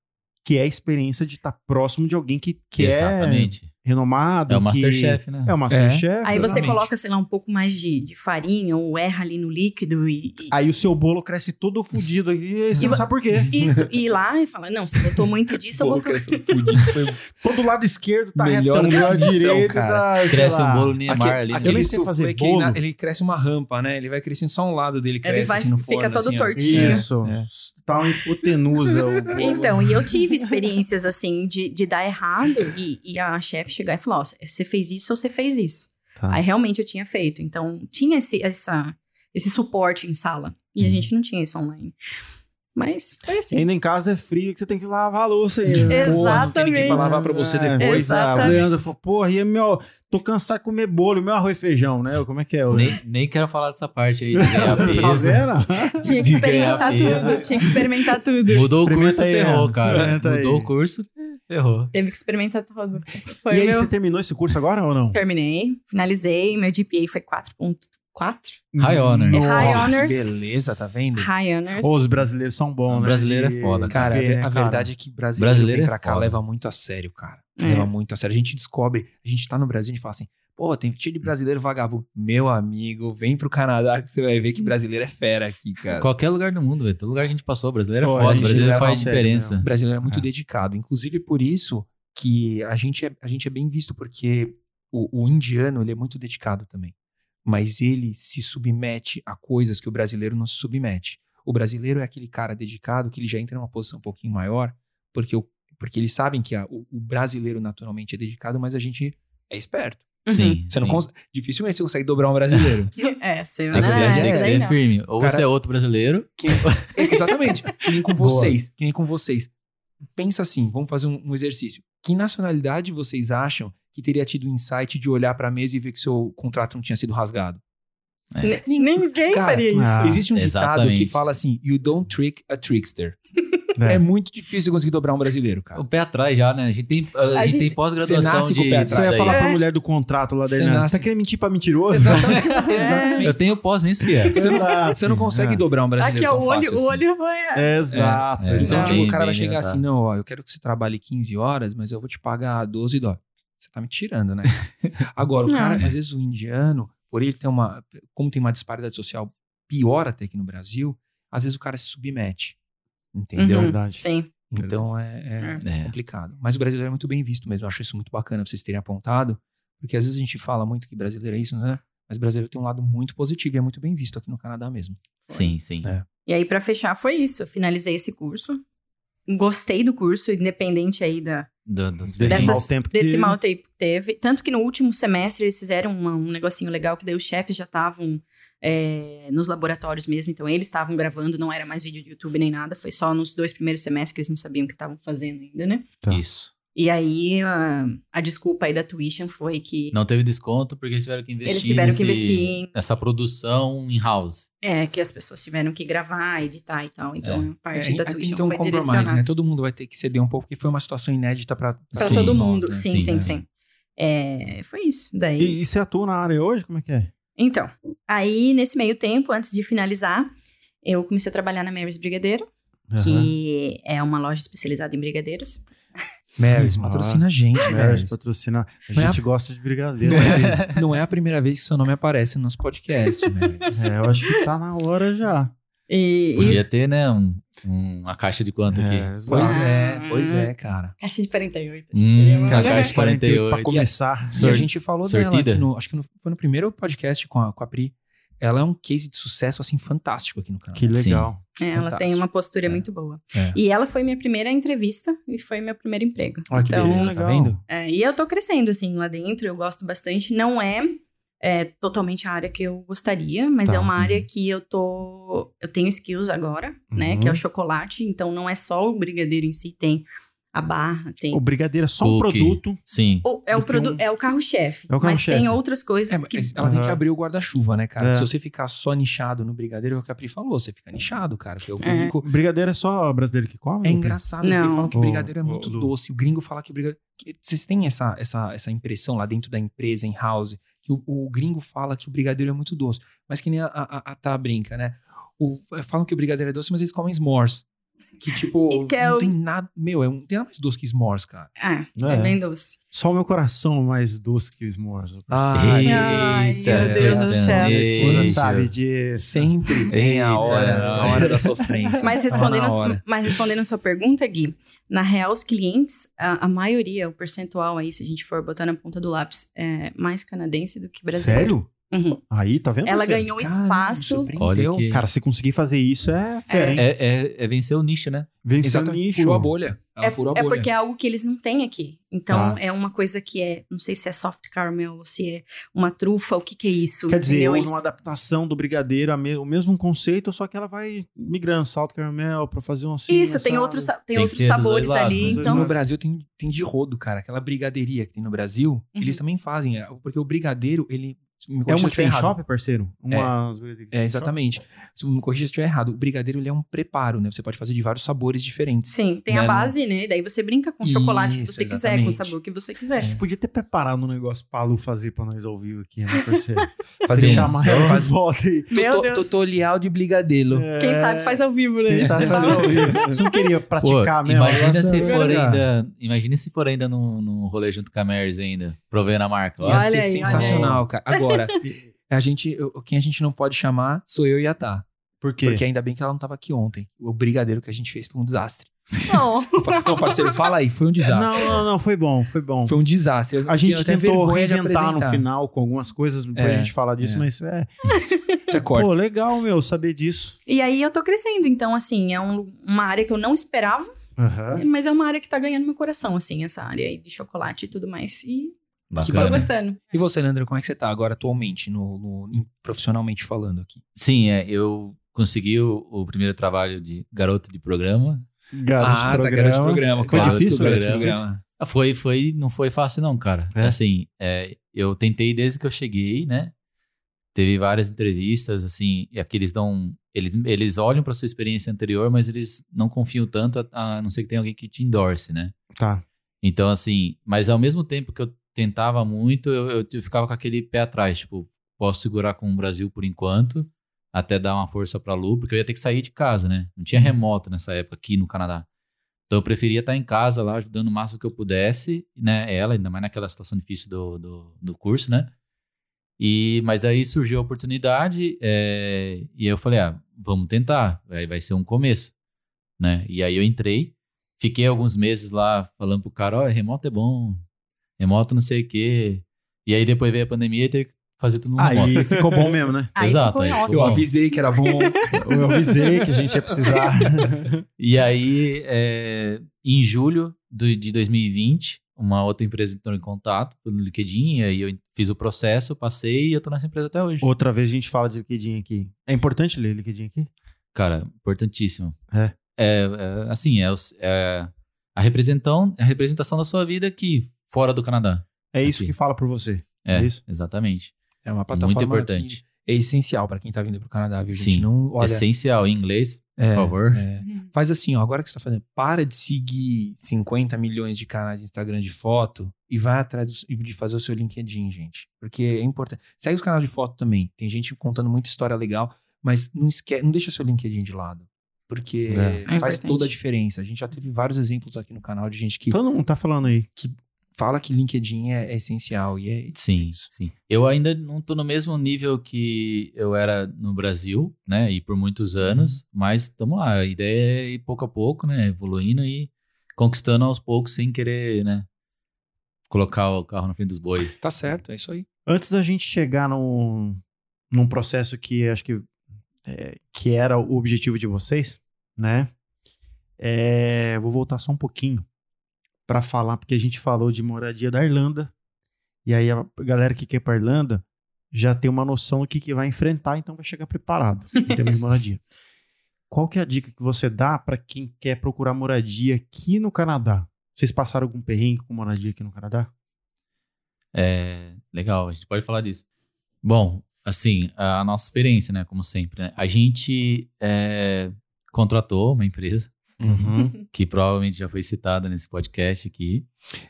Speaker 4: Que é a experiência de estar próximo de alguém que, que é
Speaker 3: Exatamente.
Speaker 4: renomado.
Speaker 3: É o
Speaker 4: que-
Speaker 3: Masterchef, né?
Speaker 4: É o Masterchef.
Speaker 5: Aí você
Speaker 4: exatamente.
Speaker 5: coloca, sei lá, um pouco mais de, de farinha ou erra ali no líquido e- e
Speaker 4: Aí o seu bolo cresce todo fudido e você
Speaker 5: E
Speaker 4: não
Speaker 5: vo-
Speaker 4: sabe por quê.
Speaker 5: <laughs> Isso, e ir lá e falar, não, você botou muito disso, eu
Speaker 1: Pô,
Speaker 5: boto...
Speaker 1: cresceu
Speaker 5: <laughs>
Speaker 1: fudido, foi
Speaker 4: Todo lado esquerdo tá
Speaker 1: Melhor
Speaker 4: retão, do lado
Speaker 1: definição,
Speaker 4: direito
Speaker 1: cara.
Speaker 4: tá... sei
Speaker 3: Cresce
Speaker 4: lá.
Speaker 3: um bolo Neymar
Speaker 1: Aque-
Speaker 3: ali.
Speaker 4: aquele-
Speaker 3: né?
Speaker 4: nem sei
Speaker 1: soufflé
Speaker 4: fazer
Speaker 1: que ele, na-
Speaker 4: bolo.
Speaker 1: ele cresce uma rampa, né? Ele vai crescendo só um lado dele, cresce
Speaker 5: vai-
Speaker 1: assim no
Speaker 5: fica
Speaker 1: forno.
Speaker 5: todo
Speaker 1: assim, ó.
Speaker 5: tortinho.
Speaker 4: Isso.
Speaker 1: É.
Speaker 4: Tá uma hipotenusa o bolo.
Speaker 5: Então, e eu tive experiências assim de, de dar errado e, e a chefe chegar e falar, ó, você fez isso ou você fez isso.
Speaker 4: Tá.
Speaker 5: Aí realmente eu tinha feito. Então, tinha esse, essa, esse suporte em sala. E a
Speaker 3: Uhum.
Speaker 5: gente não tinha isso online. Mas foi <laughs>
Speaker 4: E
Speaker 5: assim.
Speaker 4: Ainda em casa é frio que você tem que lavar a louça aí. né?
Speaker 5: Exatamente.
Speaker 1: Porra, não tem um ninguém pra lavar pra você
Speaker 4: É,
Speaker 1: depois.
Speaker 4: pois é, o
Speaker 5: Exatamente.
Speaker 4: Leandro falou, porra, e é meu... Tô cansado de comer bolo, e meu arroz e feijão, né? Como é que é? o-
Speaker 3: Nem, nem quero falar dessa parte aí de ganhar peso.
Speaker 4: Tá vendo?
Speaker 5: Tinha que
Speaker 3: de
Speaker 5: experimentar
Speaker 3: ganhar peso.
Speaker 5: tudo, tinha que experimentar tudo.
Speaker 3: Mudou o
Speaker 4: Experimenta
Speaker 3: curso,
Speaker 4: aí,
Speaker 3: ferrou,
Speaker 4: Ana.
Speaker 3: cara.
Speaker 4: Experimenta
Speaker 3: Mudou
Speaker 4: aí.
Speaker 3: o curso, ferrou.
Speaker 5: Teve que experimentar tudo.
Speaker 4: e
Speaker 5: Foi
Speaker 4: aí,
Speaker 5: meu...
Speaker 4: você terminou esse curso agora ou não?
Speaker 5: Terminei, finalizei, meu GPA foi 4.4.
Speaker 3: High honors.
Speaker 5: É high
Speaker 4: Nossa.
Speaker 5: honors.
Speaker 1: Beleza, tá vendo?
Speaker 5: High honors.
Speaker 4: Ô, Os brasileiros são bons, né?
Speaker 3: Brasileiro é
Speaker 4: De-
Speaker 3: foda,
Speaker 1: Cara, a,
Speaker 4: de-
Speaker 1: ve-
Speaker 4: né,
Speaker 1: a
Speaker 4: cara?
Speaker 1: verdade é que brasileiro,
Speaker 3: Brasileiro
Speaker 1: vem
Speaker 3: é
Speaker 1: pra cá
Speaker 3: foda.
Speaker 1: leva muito a sério, cara.
Speaker 5: É.
Speaker 1: Leva muito a sério. A gente descobre, a gente tá no Brasil e a gente fala assim, pô, tem cheio de brasileiro vagabundo. Meu amigo, vem pro Canadá que você vai ver que brasileiro é fera aqui, cara.
Speaker 3: Qualquer lugar do mundo, velho. Todo lugar que a gente passou, brasileiro é
Speaker 4: Pô, a
Speaker 3: foda.
Speaker 1: gente
Speaker 3: Brasileiro
Speaker 1: leva a
Speaker 3: faz
Speaker 4: sério
Speaker 3: diferença.
Speaker 1: O brasileiro é muito
Speaker 4: É.
Speaker 1: dedicado. Inclusive por isso que a gente é, a gente é bem visto, porque o, o indiano ele é muito dedicado também. Mas ele se submete a coisas que o brasileiro não se submete. O brasileiro é aquele cara dedicado que ele já entra numa posição um pouquinho maior, porque, o, porque eles sabem que a- o, o brasileiro naturalmente é dedicado, mas a gente é esperto.
Speaker 5: Uhum.
Speaker 3: Sim.
Speaker 1: Você
Speaker 3: sim.
Speaker 1: não cons- dificilmente você consegue dobrar um brasileiro.
Speaker 5: É, seu,
Speaker 3: Tem que ser,
Speaker 1: Ah,
Speaker 3: tem que
Speaker 1: essa
Speaker 5: Daí
Speaker 3: ser
Speaker 5: não.
Speaker 3: firme. Ou
Speaker 1: Cara-
Speaker 3: você é outro brasileiro.
Speaker 1: Que- É, exatamente. Que nem com
Speaker 3: Boa.
Speaker 1: vocês. Que nem com vocês. Pensa assim, vamos fazer um, um exercício. Que nacionalidade vocês acham que teria tido o insight de olhar pra mesa e ver que seu contrato não tinha sido rasgado?
Speaker 5: Ninguém
Speaker 1: Cara,
Speaker 5: faria isso.
Speaker 4: Ah,
Speaker 1: Existe um ditado
Speaker 3: exatamente.
Speaker 1: que fala assim: You don't trick a trickster. É muito difícil conseguir dobrar um brasileiro,
Speaker 3: <laughs>
Speaker 1: cara.
Speaker 3: O pé atrás já, né? A gente tem, a
Speaker 5: A
Speaker 3: gente
Speaker 5: gente-
Speaker 3: tem pós-graduação
Speaker 1: Você nasce
Speaker 3: de...
Speaker 1: com o pé
Speaker 3: disso
Speaker 4: Você ia
Speaker 3: daí.
Speaker 4: falar pra
Speaker 5: É.
Speaker 4: mulher do contrato lá da
Speaker 1: Você
Speaker 4: Irlanda.
Speaker 1: nasce-
Speaker 4: Você quer mentir pra mentiroso?
Speaker 1: Exatamente.
Speaker 5: <laughs> É.
Speaker 3: Eu tenho pós nisso,
Speaker 4: <laughs>
Speaker 1: <laughs>
Speaker 3: Fia.
Speaker 1: Você não,
Speaker 4: Exato.
Speaker 1: você não consegue
Speaker 4: É.
Speaker 1: dobrar um brasileiro
Speaker 5: Aqui, ó,
Speaker 1: tão
Speaker 5: o olho,
Speaker 1: fácil
Speaker 5: o
Speaker 1: assim.
Speaker 5: olho vai.
Speaker 4: Exato.
Speaker 3: É,
Speaker 1: Então,
Speaker 3: é.
Speaker 4: exato.
Speaker 1: tipo,
Speaker 3: Bem,
Speaker 1: o cara vai
Speaker 3: bem,
Speaker 1: chegar
Speaker 3: tá.
Speaker 1: assim, não, ó, eu quero que você trabalhe 15 horas, mas eu vou te pagar 12 dólares. Você tá me tirando,
Speaker 3: <laughs>
Speaker 1: né? Agora, o
Speaker 5: Não.
Speaker 1: cara, às vezes o indiano, por ele ter uma, como tem uma disparidade social pior até aqui no Brasil, às vezes o cara se submete, entendeu?
Speaker 5: Uhum,
Speaker 4: verdade.
Speaker 5: Sim.
Speaker 1: Então é, é
Speaker 3: É.
Speaker 1: complicado. Mas o brasileiro é muito bem visto mesmo, eu acho isso muito bacana vocês terem apontado, porque às vezes a gente fala muito que brasileiro é isso, né? Mas brasileiro tem um lado muito positivo e é muito bem visto aqui no Canadá mesmo.
Speaker 3: Sim, sim.
Speaker 1: É.
Speaker 5: E aí, pra fechar, foi isso. Eu finalizei esse curso. Gostei do curso, independente aí da,
Speaker 3: Do- dos
Speaker 4: Desse
Speaker 3: vizinhos.
Speaker 4: mau tempo que
Speaker 5: desse
Speaker 4: teve.
Speaker 5: mal tempo que teve. Tanto que no último semestre eles fizeram uma- um negocinho legal que daí os chefes já estavam é, nos laboratórios mesmo, então eles estavam gravando, não era mais vídeo de YouTube nem nada, foi só nos dois primeiros semestres que eles não sabiam o que estavam fazendo ainda, né?
Speaker 4: Tá.
Speaker 3: Isso.
Speaker 5: E aí a, a desculpa aí da tuition foi que
Speaker 3: Não teve desconto porque eles tiveram que investir,
Speaker 5: eles tiveram
Speaker 3: nesse-
Speaker 5: que investir em,
Speaker 3: nessa produção in-house.
Speaker 5: é, que as pessoas tiveram que gravar, editar e tal, então a parte
Speaker 1: É,
Speaker 5: da
Speaker 1: aí
Speaker 5: tuition
Speaker 1: então
Speaker 5: foi
Speaker 1: compromise, né?
Speaker 5: direcionada.
Speaker 1: Todo mundo vai ter que ceder um pouco, porque foi uma situação inédita pra
Speaker 5: para
Speaker 3: Sim.
Speaker 5: todo
Speaker 1: todos nós,
Speaker 5: mundo,
Speaker 1: né?
Speaker 5: sim, sim,
Speaker 3: Sim.
Speaker 5: sim. É, foi isso, daí...
Speaker 4: E, e você atua na área hoje? Como é que é?
Speaker 5: Então, aí nesse meio tempo, antes de finalizar, eu comecei a trabalhar na Mary's Brigadeiro,
Speaker 4: Aham.
Speaker 5: que é uma loja especializada em brigadeiros.
Speaker 1: Marys,
Speaker 4: Ah.
Speaker 1: patrocina a gente,
Speaker 4: Maris
Speaker 1: Marys.
Speaker 4: patrocinar. A
Speaker 1: Mas
Speaker 4: gente gosta de brigadeiro. né?
Speaker 1: Não é, <laughs> não é a primeira vez que seu nome aparece no nosso
Speaker 4: <laughs>
Speaker 1: podcast, Marys.
Speaker 4: É, eu acho que tá na hora já.
Speaker 5: E, e
Speaker 3: Podia ter, né? um- um- uma caixa de quanto
Speaker 4: É,
Speaker 3: aqui?
Speaker 4: exato.
Speaker 1: Pois
Speaker 5: Ah.
Speaker 1: é, pois é, cara.
Speaker 5: caixa de 48, acho que seria
Speaker 3: Hum,
Speaker 5: uma...
Speaker 3: a
Speaker 4: Cara,
Speaker 3: caixa de 48.
Speaker 4: Pra começar.
Speaker 1: E a
Speaker 3: Sor-
Speaker 1: gente falou dela
Speaker 3: sortida?
Speaker 1: aqui no, acho que no- foi no primeiro podcast com a, com a Pri. Ela é um case de sucesso, assim, fantástico aqui no canal.
Speaker 4: Que legal.
Speaker 5: É, ela tem
Speaker 1: Fantástico.
Speaker 5: uma postura
Speaker 1: É.
Speaker 5: muito boa.
Speaker 1: É.
Speaker 5: E ela foi minha primeira entrevista e foi meu primeiro emprego.
Speaker 1: Olha que
Speaker 5: então,
Speaker 1: beleza,
Speaker 4: legal.
Speaker 1: tá vendo?
Speaker 5: é, e eu tô crescendo, assim, lá dentro, eu gosto bastante. Não é, é, totalmente a área que eu gostaria, mas
Speaker 4: Tá.
Speaker 5: é uma área que eu tô. Eu tenho skills agora, né?
Speaker 4: Uhum.
Speaker 5: Que é o chocolate. Então não é só o brigadeiro em si, tem a barra, tem.
Speaker 4: O brigadeiro é só um
Speaker 3: Cookie.
Speaker 4: produto.
Speaker 3: Sim.
Speaker 5: O- é, o
Speaker 4: do que
Speaker 5: produ-
Speaker 4: um-
Speaker 5: é o carro-chefe.
Speaker 4: É o
Speaker 5: mas
Speaker 4: carro-chefe.
Speaker 5: tem outras coisas
Speaker 1: É,
Speaker 5: que.
Speaker 1: mas ela tem que
Speaker 4: Aham.
Speaker 1: abrir o guarda-chuva, né, cara?
Speaker 4: É.
Speaker 1: Se você ficar só nichado no brigadeiro, é o que a Pri falou, você fica nichado, cara. Porque o público
Speaker 4: O brigadeiro é só brasileiro que come?
Speaker 1: É engraçado, porque
Speaker 5: Não.
Speaker 1: falam que
Speaker 4: Ô,
Speaker 1: brigadeiro é
Speaker 4: Uhum. ô,
Speaker 1: muito
Speaker 4: Lu.
Speaker 1: doce. O gringo fala que brigadeiro. que- Vocês têm essa, essa, essa impressão lá dentro da empresa, em house, que o, o gringo fala que o brigadeiro é muito doce. Mas que nem a, a, a Tá brinca, né? O- falam que o brigadeiro é doce, mas eles comem s'mores. Que tipo,
Speaker 5: <laughs> E que é
Speaker 1: não
Speaker 5: o-
Speaker 1: tem nada. Meu, é um, tem nada mais doce que s'mores, cara.
Speaker 5: Ah,
Speaker 4: É.
Speaker 5: é. bem doce.
Speaker 4: Só o meu coração é mais doce que o s'mores.
Speaker 5: Eita, meu Deus do céu.
Speaker 4: Minha esposa
Speaker 3: Eita.
Speaker 4: sabe disso.
Speaker 1: Sempre tem a
Speaker 3: Eita,
Speaker 1: hora, a hora da sofrência.
Speaker 4: tá
Speaker 5: Mas respondendo, assim,
Speaker 1: na
Speaker 5: a-
Speaker 1: hora.
Speaker 5: mas respondendo a sua pergunta, Gui, na real, os clientes, a, a maioria, o percentual aí, se a gente for botar na ponta do lápis, é mais canadense do que brasileiro.
Speaker 4: Sério?
Speaker 5: Uhum.
Speaker 4: Aí, tá vendo?
Speaker 5: Ela
Speaker 4: parceiro?
Speaker 5: ganhou
Speaker 1: Caramba,
Speaker 5: espaço.
Speaker 1: surpreendeu.
Speaker 3: Olha que...
Speaker 4: Cara, se conseguir fazer isso é fera, hein?
Speaker 3: É, é- é vencer o nicho, né?
Speaker 4: Venceu o
Speaker 1: Exatamente.
Speaker 4: um nicho.
Speaker 1: Furou a bolha. Ela
Speaker 5: É,
Speaker 1: furou a
Speaker 5: é
Speaker 1: bolha.
Speaker 5: porque é algo que eles não têm aqui. Então,
Speaker 4: Tá.
Speaker 5: é uma coisa que é, não sei se é soft caramel ou se é uma trufa, o que que é isso.
Speaker 4: Quer dizer,
Speaker 5: entendeu?
Speaker 4: houve
Speaker 5: Eles-
Speaker 4: uma adaptação do brigadeiro, a me- o mesmo conceito, só que ela vai migrando salto caramel pra fazer um assim.
Speaker 5: Isso, tem
Speaker 4: assado.
Speaker 5: outros, sa- tem
Speaker 3: Tem
Speaker 5: outros
Speaker 3: que ter dos dois
Speaker 5: sabores
Speaker 3: lados,
Speaker 5: ali,
Speaker 4: dos dois
Speaker 5: então...
Speaker 1: no
Speaker 4: lados.
Speaker 1: Brasil tem, tem de rodo, cara. Aquela brigadeiria que tem no Brasil,
Speaker 5: Uhum.
Speaker 1: eles também fazem. é, Porque o brigadeiro, ele. Me corrija
Speaker 4: É
Speaker 1: se eu
Speaker 4: uma
Speaker 1: estiver
Speaker 4: tem
Speaker 1: errado.
Speaker 4: shop, parceiro? Uma...
Speaker 1: É, exatamente. Se me corrija se eu estiver errado. O brigadeiro, ele é um preparo, né? Você pode fazer de vários sabores diferentes.
Speaker 5: Sim, tem
Speaker 1: Né,
Speaker 5: a
Speaker 1: não-
Speaker 5: base, né? Daí você brinca com o chocolate que
Speaker 1: Isso,
Speaker 5: você quiser, com o
Speaker 1: exatamente.
Speaker 5: sabor que você
Speaker 4: A
Speaker 5: quiser.
Speaker 4: gente podia ter preparado um negócio pra Lu fazer pra nós ao vivo aqui, né, parceiro?
Speaker 1: Fazer
Speaker 3: Sim.
Speaker 1: um
Speaker 4: Chamar
Speaker 3: só-
Speaker 4: ela de volta aí.
Speaker 5: <laughs> Meu
Speaker 1: Toto-
Speaker 5: Deus. É.
Speaker 1: Tutorial de brigadeiro.
Speaker 5: Quem sabe faz ao vivo, né?
Speaker 4: Quem sabe fazer ao vivo. Você não queria
Speaker 3: Pô,
Speaker 4: praticar mesmo?
Speaker 3: imagina,
Speaker 4: agora
Speaker 3: se
Speaker 4: você vai
Speaker 3: for
Speaker 4: jogar.
Speaker 3: ainda, imagina se for ainda num, num rolê junto com a Marys ainda, provendo a marca.
Speaker 1: Ia
Speaker 3: Ó,
Speaker 5: Olha
Speaker 1: ser
Speaker 5: aí, olha
Speaker 1: sensacional, cara.
Speaker 5: <laughs>
Speaker 1: Agora, a gente, eu- quem a gente não pode chamar sou eu e a Tá.
Speaker 4: Por quê?
Speaker 1: Porque ainda bem que ela não tava aqui ontem. O brigadeiro que a gente fez foi um
Speaker 5: <laughs>
Speaker 1: desastre.
Speaker 5: Nossa.
Speaker 1: Então, parceiro, fala aí. Foi um desastre.
Speaker 4: Não, não, não, foi bom, foi bom.
Speaker 1: Foi um desastre. Eu
Speaker 4: A gente
Speaker 1: tenho até
Speaker 4: tentou
Speaker 1: vergonha de
Speaker 4: reinventar no
Speaker 1: apresentar.
Speaker 4: final com algumas coisas pra
Speaker 1: É,
Speaker 4: gente falar disso,
Speaker 1: é.
Speaker 4: mas é.
Speaker 1: Isso é cortes.
Speaker 4: Pô, legal, meu, saber disso.
Speaker 5: E aí eu tô crescendo, então, assim, é um- uma área que eu não esperava,
Speaker 4: Aham.
Speaker 5: mas é uma área que tá ganhando meu coração, assim, essa área aí de chocolate e tudo mais. E tô
Speaker 3: Bacana.
Speaker 5: gostando.
Speaker 1: E você, Leandro, como é que você tá agora atualmente, no, no- em- profissionalmente falando aqui?
Speaker 3: Sim, é, eu consegui o, o primeiro trabalho de garoto de programa.
Speaker 4: Garoto de programa.
Speaker 1: Ah, tá, programa.
Speaker 4: Foi
Speaker 1: clássico,
Speaker 4: difícil, né?
Speaker 1: garoto de
Speaker 3: garoto de
Speaker 1: programa.
Speaker 3: Ah, Foi, foi, não foi fácil não, cara.
Speaker 4: É?
Speaker 3: Assim, é, eu tentei desde que eu cheguei, né? Teve várias entrevistas, assim, e aqui eles dão. Eles, eles olham pra sua experiência anterior, mas eles não confiam tanto, a, a não ser que tenha alguém que te endorse, né?
Speaker 4: Tá.
Speaker 3: Então, assim, mas ao mesmo tempo que eu tentava muito, eu, eu- eu ficava com aquele pé atrás, tipo, posso segurar com o Brasil por enquanto, até dar uma força pra Lu, porque eu ia ter que sair de casa, né? Não tinha remoto nessa época aqui no Canadá. Então eu preferia estar em casa lá, ajudando o máximo que eu pudesse, né? Ela, ainda mais naquela situação difícil do, do, do curso, né? E, mas daí surgiu a oportunidade, é, e eu falei, ah, vamos tentar, vai, vai ser um começo, né? E aí eu entrei, fiquei alguns meses lá falando pro cara, ó, remoto é bom, remoto não sei o quê. E aí depois veio a pandemia e teve que fazer tudo no remoto.
Speaker 4: Aí ficou bom mesmo, né?
Speaker 5: Aí
Speaker 3: Exato,
Speaker 5: ficou
Speaker 3: aí
Speaker 5: em
Speaker 3: ficou
Speaker 5: ótimo.
Speaker 1: Eu avisei que era bom.
Speaker 4: <laughs> Eu avisei que a gente ia <laughs> precisar.
Speaker 3: E aí, é, em julho do- de 2020, uma outra empresa entrou em contato pelo LinkedIn, e aí eu fiz o processo, passei e eu tô nessa empresa até hoje.
Speaker 4: Outra vez a gente fala de LinkedIn aqui. É importante ler LinkedIn aqui?
Speaker 3: Cara, importantíssimo.
Speaker 4: É.
Speaker 3: É, é, assim, é, os- é a, representão, a representação da sua vida aqui, fora do Canadá.
Speaker 4: É isso
Speaker 3: Aqui.
Speaker 4: que fala por você.
Speaker 3: É,
Speaker 4: É isso?
Speaker 3: exatamente.
Speaker 1: É uma plataforma
Speaker 3: Muito
Speaker 1: que
Speaker 3: importante.
Speaker 1: é essencial pra quem tá vindo pro Canadá, viu, gente?
Speaker 3: Sim.
Speaker 1: Não, olha,
Speaker 3: Essencial em inglês,
Speaker 1: É,
Speaker 3: por favor.
Speaker 1: é. Faz assim, ó, agora que você tá fazendo, para de seguir 50 milhões de canais de Instagram de foto e vai atrás do- de fazer o seu LinkedIn, gente. Porque é importante. Segue os canais de foto também. Tem gente contando muita história legal, mas não esquece, não deixa seu LinkedIn de lado. Porque
Speaker 4: É.
Speaker 5: É
Speaker 1: faz
Speaker 5: importante.
Speaker 1: toda a diferença. A gente já teve vários exemplos aqui no canal de gente que
Speaker 4: Todo mundo tá falando aí.
Speaker 1: fala que LinkedIn é, é essencial e é
Speaker 3: Sim,
Speaker 1: isso.
Speaker 3: sim. Eu ainda não tô no mesmo nível que eu era no Brasil, né? E por muitos anos, mas estamos lá. A ideia é ir pouco a pouco, né? Evoluindo e conquistando aos poucos sem querer, né? Colocar o carro na frente dos bois.
Speaker 1: Tá certo, é isso aí.
Speaker 4: Antes da gente chegar num, num processo que acho que, é, que era o objetivo de vocês, né? É, vou voltar só um pouquinho para falar, porque a gente falou de moradia da Irlanda. E aí a galera que quer ir pra Irlanda já tem uma noção do que, que vai enfrentar, então vai chegar preparado em termos de moradia. Qual que é a dica que você dá para quem quer procurar moradia aqui no Canadá? Vocês passaram algum perrengue com moradia aqui no Canadá?
Speaker 3: É, legal, a gente pode falar disso. Bom, assim, a nossa experiência, né? Como sempre, né? A gente é, contratou uma empresa
Speaker 4: Uhum.
Speaker 3: que provavelmente já foi citada nesse podcast aqui.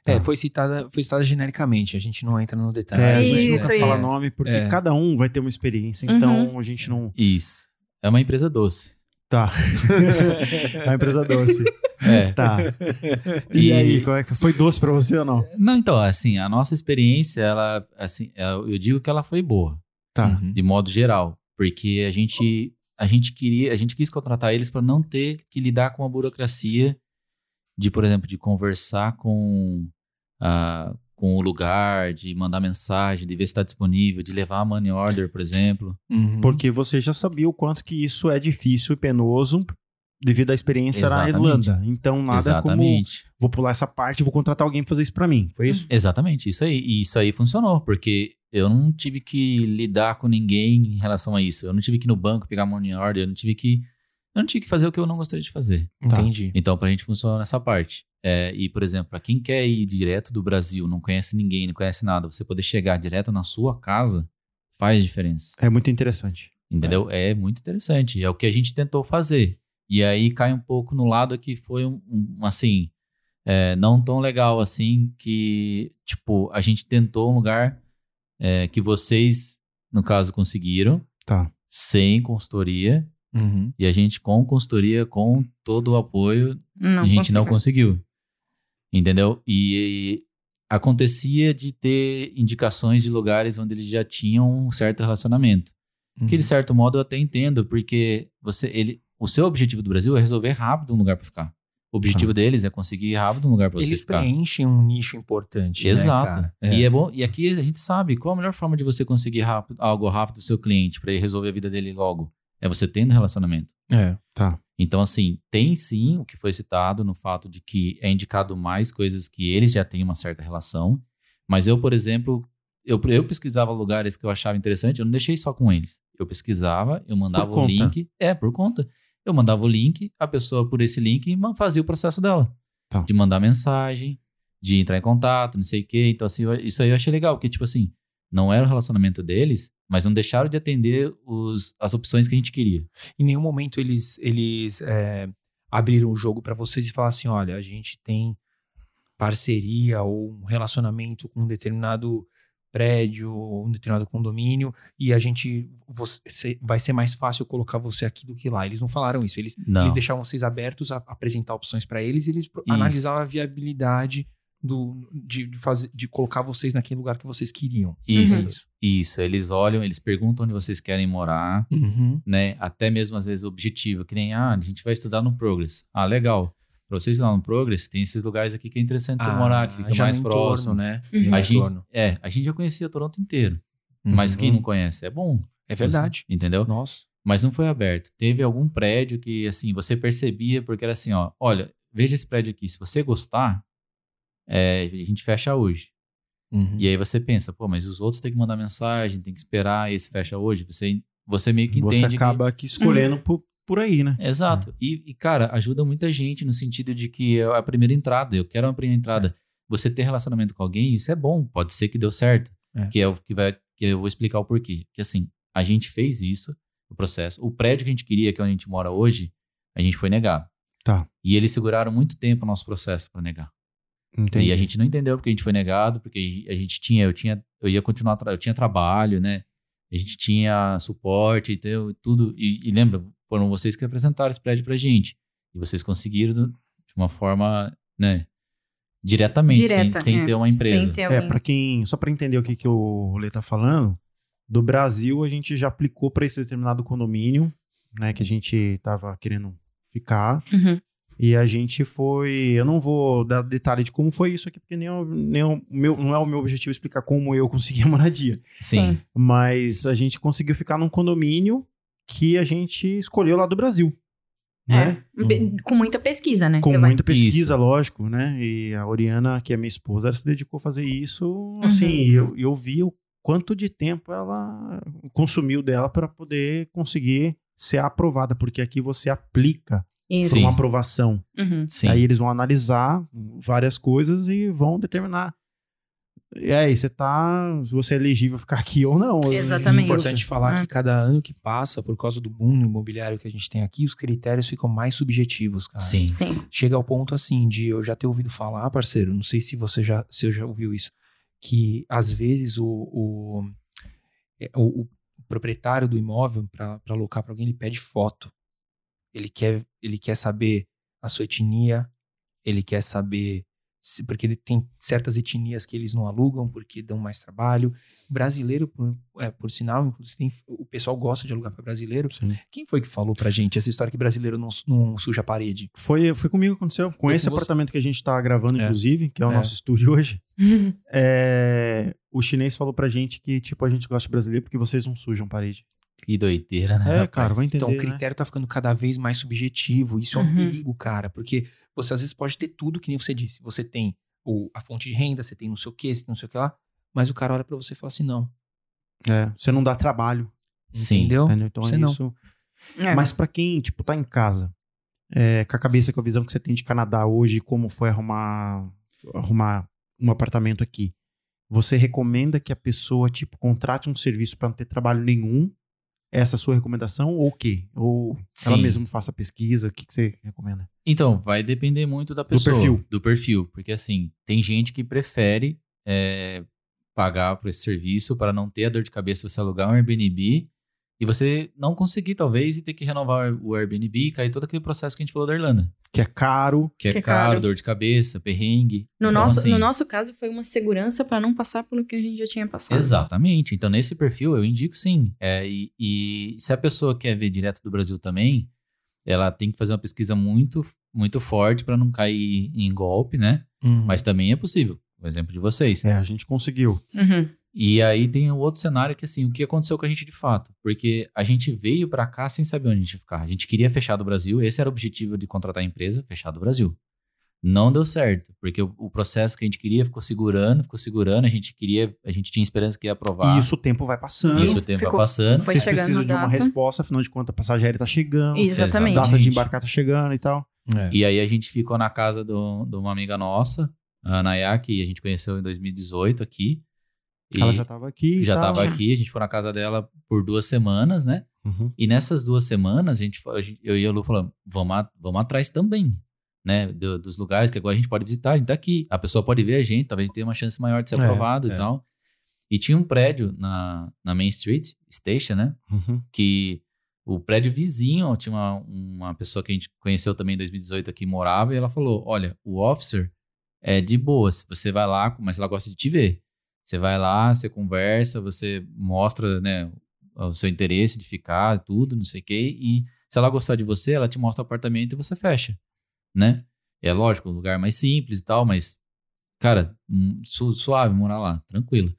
Speaker 1: É,
Speaker 3: Tá.
Speaker 1: foi citada, foi citada genericamente, a gente não entra no detalhe.
Speaker 4: É, a gente
Speaker 5: Isso,
Speaker 4: não vai falar
Speaker 5: isso.
Speaker 4: nome, porque
Speaker 1: É.
Speaker 4: cada um vai ter uma experiência,
Speaker 5: Uhum.
Speaker 4: então a
Speaker 3: <laughs>
Speaker 4: gente não.
Speaker 3: Isso. É uma empresa doce.
Speaker 4: Tá. é
Speaker 1: <laughs>
Speaker 4: uma empresa doce.
Speaker 3: É.
Speaker 4: Tá. E, aí, como é que foi doce pra você ou não?
Speaker 3: Não, então, assim, a nossa experiência, ela, assim, é, eu digo que ela foi boa,
Speaker 4: Tá.
Speaker 1: Uhum.
Speaker 3: de modo geral, porque a gente, a gente queria, a gente quis contratar eles para não ter que lidar com a burocracia de, por exemplo, de conversar com, ah, com o lugar, de mandar mensagem, de ver se está disponível, de levar a money order, por exemplo.
Speaker 1: Uhum.
Speaker 4: Porque você já sabia o quanto que isso é difícil e penoso devido à experiência
Speaker 3: Exatamente.
Speaker 4: na Irlanda. Então, nada como
Speaker 3: Exatamente.
Speaker 4: vou pular essa parte e vou contratar alguém pra fazer isso pra mim. Foi isso?
Speaker 3: Exatamente, isso aí. E isso aí funcionou, porque eu não tive que lidar com ninguém em relação a isso. Eu não tive que ir no banco pegar money order, eu não tive que. Eu não tive que fazer o que eu não gostaria de fazer.
Speaker 1: Entendi.
Speaker 3: Então, pra gente funcionou nessa parte. É, e, por exemplo, pra quem quer ir direto do Brasil, não conhece ninguém, não conhece nada, você poder chegar direto na sua casa faz diferença.
Speaker 5: Uhum.
Speaker 4: É muito interessante.
Speaker 3: Entendeu? É. muito interessante. É o que a gente tentou fazer. E aí cai um pouco no lado que foi um, um, assim, é, não tão legal assim, que, tipo, a gente tentou um lugar é, que vocês, no caso, conseguiram,
Speaker 4: Tá.
Speaker 3: sem consultoria,
Speaker 1: Uhum.
Speaker 3: e a gente com consultoria, com todo o apoio,
Speaker 5: Não
Speaker 3: a gente não
Speaker 5: consigo.
Speaker 3: conseguiu. Entendeu? E, e acontecia de ter indicações de lugares onde eles já tinham um certo relacionamento. Que
Speaker 1: Uhum.
Speaker 3: de certo modo eu até entendo, porque você, ele, o seu objetivo do Brasil é resolver rápido um lugar pra ficar. O objetivo deles é conseguir rápido um lugar pra você
Speaker 1: Eles
Speaker 3: ficar.
Speaker 1: preenchem um nicho importante,
Speaker 3: Exato.
Speaker 1: né, cara?
Speaker 3: E é bom, e aqui a gente sabe qual a melhor forma de você conseguir rápido, algo rápido do seu cliente pra ele resolver a vida dele logo. É você tendo relacionamento.
Speaker 1: É.
Speaker 4: Tá.
Speaker 3: Então, assim, tem sim o que foi citado no fato de que é indicado mais coisas que eles já têm uma certa relação. Mas eu, por exemplo, eu, eu pesquisava lugares que eu achava interessante, eu não deixei só com eles. Eu pesquisava, eu mandava o
Speaker 4: conta.
Speaker 3: link. É, por conta. Eu mandava o link, a pessoa por esse link ma- fazia o processo dela.
Speaker 4: Tá.
Speaker 3: De mandar mensagem, de entrar em contato, não sei o quê. Então, assim, eu- isso aí eu achei legal, porque, tipo assim, Não era o relacionamento deles, mas não deixaram de atender os, as opções que a gente queria.
Speaker 1: Em nenhum momento eles, eles é, abriram o jogo pra vocês e falaram assim: olha, a gente tem parceria ou um relacionamento com um determinado prédio ou um determinado condomínio e a gente você- vai ser mais fácil colocar você aqui do que lá. Eles não falaram isso. Eles,
Speaker 3: Não.
Speaker 1: eles deixavam vocês abertos a apresentar opções pra eles e eles pro-
Speaker 3: Isso.
Speaker 1: analisavam a viabilidade do, de, de fazer, de colocar vocês naquele lugar que vocês queriam.
Speaker 3: Isso,
Speaker 1: É
Speaker 3: isso. Eles olham, eles perguntam onde vocês querem morar,
Speaker 1: Uhum.
Speaker 3: né? Até mesmo às vezes objetivo, que nem, ah, a gente vai estudar no Progress. Ah, legal. Pra vocês lá no Progress, tem esses lugares aqui que é interessante você morar, que fica
Speaker 1: Ah, já
Speaker 3: mais
Speaker 1: no
Speaker 3: próximo.
Speaker 1: entorno, né?
Speaker 5: Uhum.
Speaker 1: Já no
Speaker 3: A gente,
Speaker 1: entorno. Uhum.
Speaker 3: é, a gente já conhecia Toronto inteiro, mas quem não conhece é bom.
Speaker 1: É verdade.
Speaker 3: Entendeu?
Speaker 1: Nossa.
Speaker 3: Mas não foi aberto. Teve algum prédio que, assim, você percebia, porque era assim, ó, olha, veja esse prédio aqui, se você gostar, é, a gente fecha hoje. E aí você pensa, pô, mas os outros têm que mandar mensagem, tem que esperar, esse fecha hoje. Você, você meio que entende.
Speaker 4: Você
Speaker 3: que-
Speaker 4: acaba aqui escolhendo
Speaker 5: Uhum.
Speaker 4: por, por aí, né?
Speaker 3: Exato. E, e, cara, ajuda muita gente no sentido de que é a primeira entrada, eu quero uma primeira entrada.
Speaker 4: É.
Speaker 3: Você ter relacionamento com alguém, isso é bom, pode ser que deu certo.
Speaker 1: É.
Speaker 3: Que é o que vai. Que eu vou explicar o porquê. Que assim, a gente fez isso, o processo. O prédio que a gente queria, que é onde a gente mora hoje, a gente foi negado.
Speaker 4: Tá.
Speaker 3: E eles seguraram muito tempo o nosso processo para negar.
Speaker 4: Entendi.
Speaker 3: E a gente não entendeu porque a gente foi negado, porque a gente tinha, eu tinha, eu ia continuar, tra- eu tinha trabalho, né? A gente tinha suporte, então, tudo. E, e lembra, foram vocês que apresentaram esse prédio pra gente. E vocês conseguiram do- de uma forma, né? Diretamente,
Speaker 5: Direta,
Speaker 3: sem, sem
Speaker 5: é.
Speaker 3: ter uma empresa.
Speaker 5: Sem ter
Speaker 4: É,
Speaker 5: alguém.
Speaker 4: pra quem. Só pra entender o que, que o Lê tá falando, do Brasil a gente já aplicou pra esse determinado condomínio, né? Que a gente tava querendo ficar.
Speaker 5: Uhum.
Speaker 4: E a gente foi. Eu não vou dar detalhe de como foi isso aqui, porque nem, é o- nem o meu, não é o meu objetivo explicar como eu consegui a moradia.
Speaker 3: Sim.
Speaker 5: Sim.
Speaker 4: Mas a gente conseguiu ficar num condomínio que a gente escolheu lá do Brasil. Né?
Speaker 5: É. Be- Com muita pesquisa, né?
Speaker 4: Com
Speaker 5: Você vai-
Speaker 4: muita pesquisa, lógico, né? E a Oriana, que é minha esposa, ela se dedicou a fazer isso.
Speaker 5: Uhum.
Speaker 4: Assim, e eu, eu vi o quanto de tempo ela consumiu dela para poder conseguir ser aprovada, porque aqui você aplica
Speaker 5: Isso.
Speaker 4: por
Speaker 3: Sim.
Speaker 4: uma aprovação.
Speaker 5: Uhum.
Speaker 3: Sim.
Speaker 4: Aí eles vão analisar várias coisas e vão determinar. E aí, você tá. Se você é elegível ficar aqui ou não.
Speaker 1: É
Speaker 5: Exatamente.
Speaker 1: importante falar
Speaker 5: É.
Speaker 1: que cada ano que passa, por causa do boom imobiliário que a gente tem aqui, os critérios ficam mais subjetivos, cara.
Speaker 3: Sim.
Speaker 4: <laughs>
Speaker 5: Sim.
Speaker 1: Chega ao ponto assim de eu já ter ouvido falar, parceiro, não sei se você já, se eu já ouviu isso, que às vezes o, o, é, o- o proprietário do imóvel, para alocar para alguém, ele pede foto. Ele quer, ele quer saber a sua etnia, ele quer saber. se- porque ele tem certas etnias que eles não alugam porque dão mais trabalho. Brasileiro, por, é, por sinal, inclusive, tem- o pessoal gosta de alugar para brasileiro.
Speaker 4: Sim.
Speaker 1: Quem foi que falou pra gente essa história que brasileiro não, su- não suja a parede?
Speaker 4: Foi, foi comigo que aconteceu. Com
Speaker 1: Foi
Speaker 4: esse
Speaker 1: com você.
Speaker 4: apartamento que a gente tá gravando,
Speaker 1: É.
Speaker 4: inclusive, que é o
Speaker 1: É.
Speaker 4: nosso estúdio hoje. É, o chinês falou pra gente que, tipo, a gente gosta de brasileiro porque vocês não sujam parede.
Speaker 3: Que doideira, né?
Speaker 4: É,
Speaker 3: rapaz?
Speaker 4: cara, vai entender.
Speaker 1: Então o
Speaker 4: né?
Speaker 1: critério tá ficando cada vez mais subjetivo. Isso é um
Speaker 5: Uhum.
Speaker 1: perigo, cara, porque você às vezes pode ter tudo, que nem você disse. Você tem o, a fonte de renda, você tem não sei o que, você tem não sei o que lá, mas o cara olha pra você e fala assim: não.
Speaker 4: É, você não dá trabalho,
Speaker 3: Sim.
Speaker 1: Entendeu?
Speaker 4: entendeu? Então
Speaker 1: você
Speaker 4: é
Speaker 1: não.
Speaker 4: isso.
Speaker 5: É.
Speaker 4: Mas pra quem, tipo, tá em casa, é, com a cabeça, com a visão que você tem de Canadá hoje, como foi arrumar, arrumar um apartamento aqui, você recomenda que a pessoa, tipo, contrate um serviço pra não ter trabalho nenhum? Essa é a sua recomendação ou o quê? Ou ela
Speaker 3: Sim.
Speaker 4: mesma faça a pesquisa? O que, que você recomenda?
Speaker 3: Então, vai depender muito da pessoa.
Speaker 4: perfil.
Speaker 3: Do perfil. Porque, assim, tem gente que prefere é, pagar por esse serviço para não ter a dor de cabeça você alugar um Airbnb e você não conseguir, talvez, e ter que renovar o Airbnb e cair todo aquele processo que a gente falou da Irlanda.
Speaker 4: Que é caro,
Speaker 3: Que é
Speaker 5: Que é
Speaker 3: caro,
Speaker 5: caro.
Speaker 3: dor de cabeça, perrengue.
Speaker 5: No,
Speaker 3: Então,
Speaker 5: nosso,
Speaker 3: assim,
Speaker 5: no nosso caso, foi uma segurança pra não passar pelo que a gente já tinha passado.
Speaker 3: Exatamente. Então, nesse perfil, eu indico sim. É, e, e se a pessoa quer ver direto do Brasil também, ela tem que fazer uma pesquisa muito, muito forte para não cair em golpe, né? Mas também é possível. O exemplo de vocês.
Speaker 4: é, a gente conseguiu.
Speaker 5: Uhum.
Speaker 3: E aí tem o outro cenário que, assim, o que aconteceu com a gente de fato? Porque a gente veio pra cá sem saber onde a gente ia ficar. A gente queria fechar do Brasil, esse era o objetivo de contratar a empresa, fechar do Brasil. Não deu certo, porque o, o processo que a gente queria ficou segurando, ficou segurando, a gente queria, a gente tinha esperança que ia aprovar.
Speaker 4: E isso o tempo vai passando.
Speaker 3: Isso o
Speaker 5: Isso
Speaker 3: tempo vai
Speaker 5: ficou-
Speaker 3: passando.
Speaker 5: foi
Speaker 4: Vocês
Speaker 5: chegando
Speaker 4: precisam
Speaker 5: a
Speaker 4: de uma
Speaker 5: data.
Speaker 4: resposta, afinal de contas, a passagem aérea tá chegando, a
Speaker 5: Exatamente.
Speaker 4: data de
Speaker 1: Gente.
Speaker 4: embarcar tá chegando e tal.
Speaker 1: É.
Speaker 3: E aí a gente ficou na casa do- de uma amiga nossa, a Nayá, que a gente conheceu em 2018 aqui. E
Speaker 4: Ela já tava aqui. e
Speaker 3: já
Speaker 4: tal.
Speaker 3: tava
Speaker 5: já.
Speaker 3: aqui, a gente foi na casa dela por duas semanas, né?
Speaker 4: Uhum.
Speaker 3: E nessas duas semanas, a gente, fa- a gente- eu e a Lu falamos, vamos, a- vamos atrás também, né? do- dos lugares que agora a gente pode visitar, a gente tá aqui. A pessoa pode ver a gente, talvez a gente tenha uma chance maior de ser
Speaker 1: É,
Speaker 3: aprovado
Speaker 1: é.
Speaker 3: e tal. E tinha um prédio na, na Main Street Station, né?
Speaker 4: Uhum.
Speaker 3: Que o prédio vizinho, ó, tinha uma, uma pessoa que a gente conheceu também em 2018 aqui, morava, e ela falou, olha, o officer é de boa, se você vai lá, mas ela gosta de te ver. Você vai lá, você conversa, você mostra, né, o seu interesse de ficar, tudo, não sei o quê, e se ela gostar de você, ela te mostra o apartamento e você fecha, né? É lógico, um lugar mais simples e tal, mas, cara, hum, su- suave morar lá, tranquilo.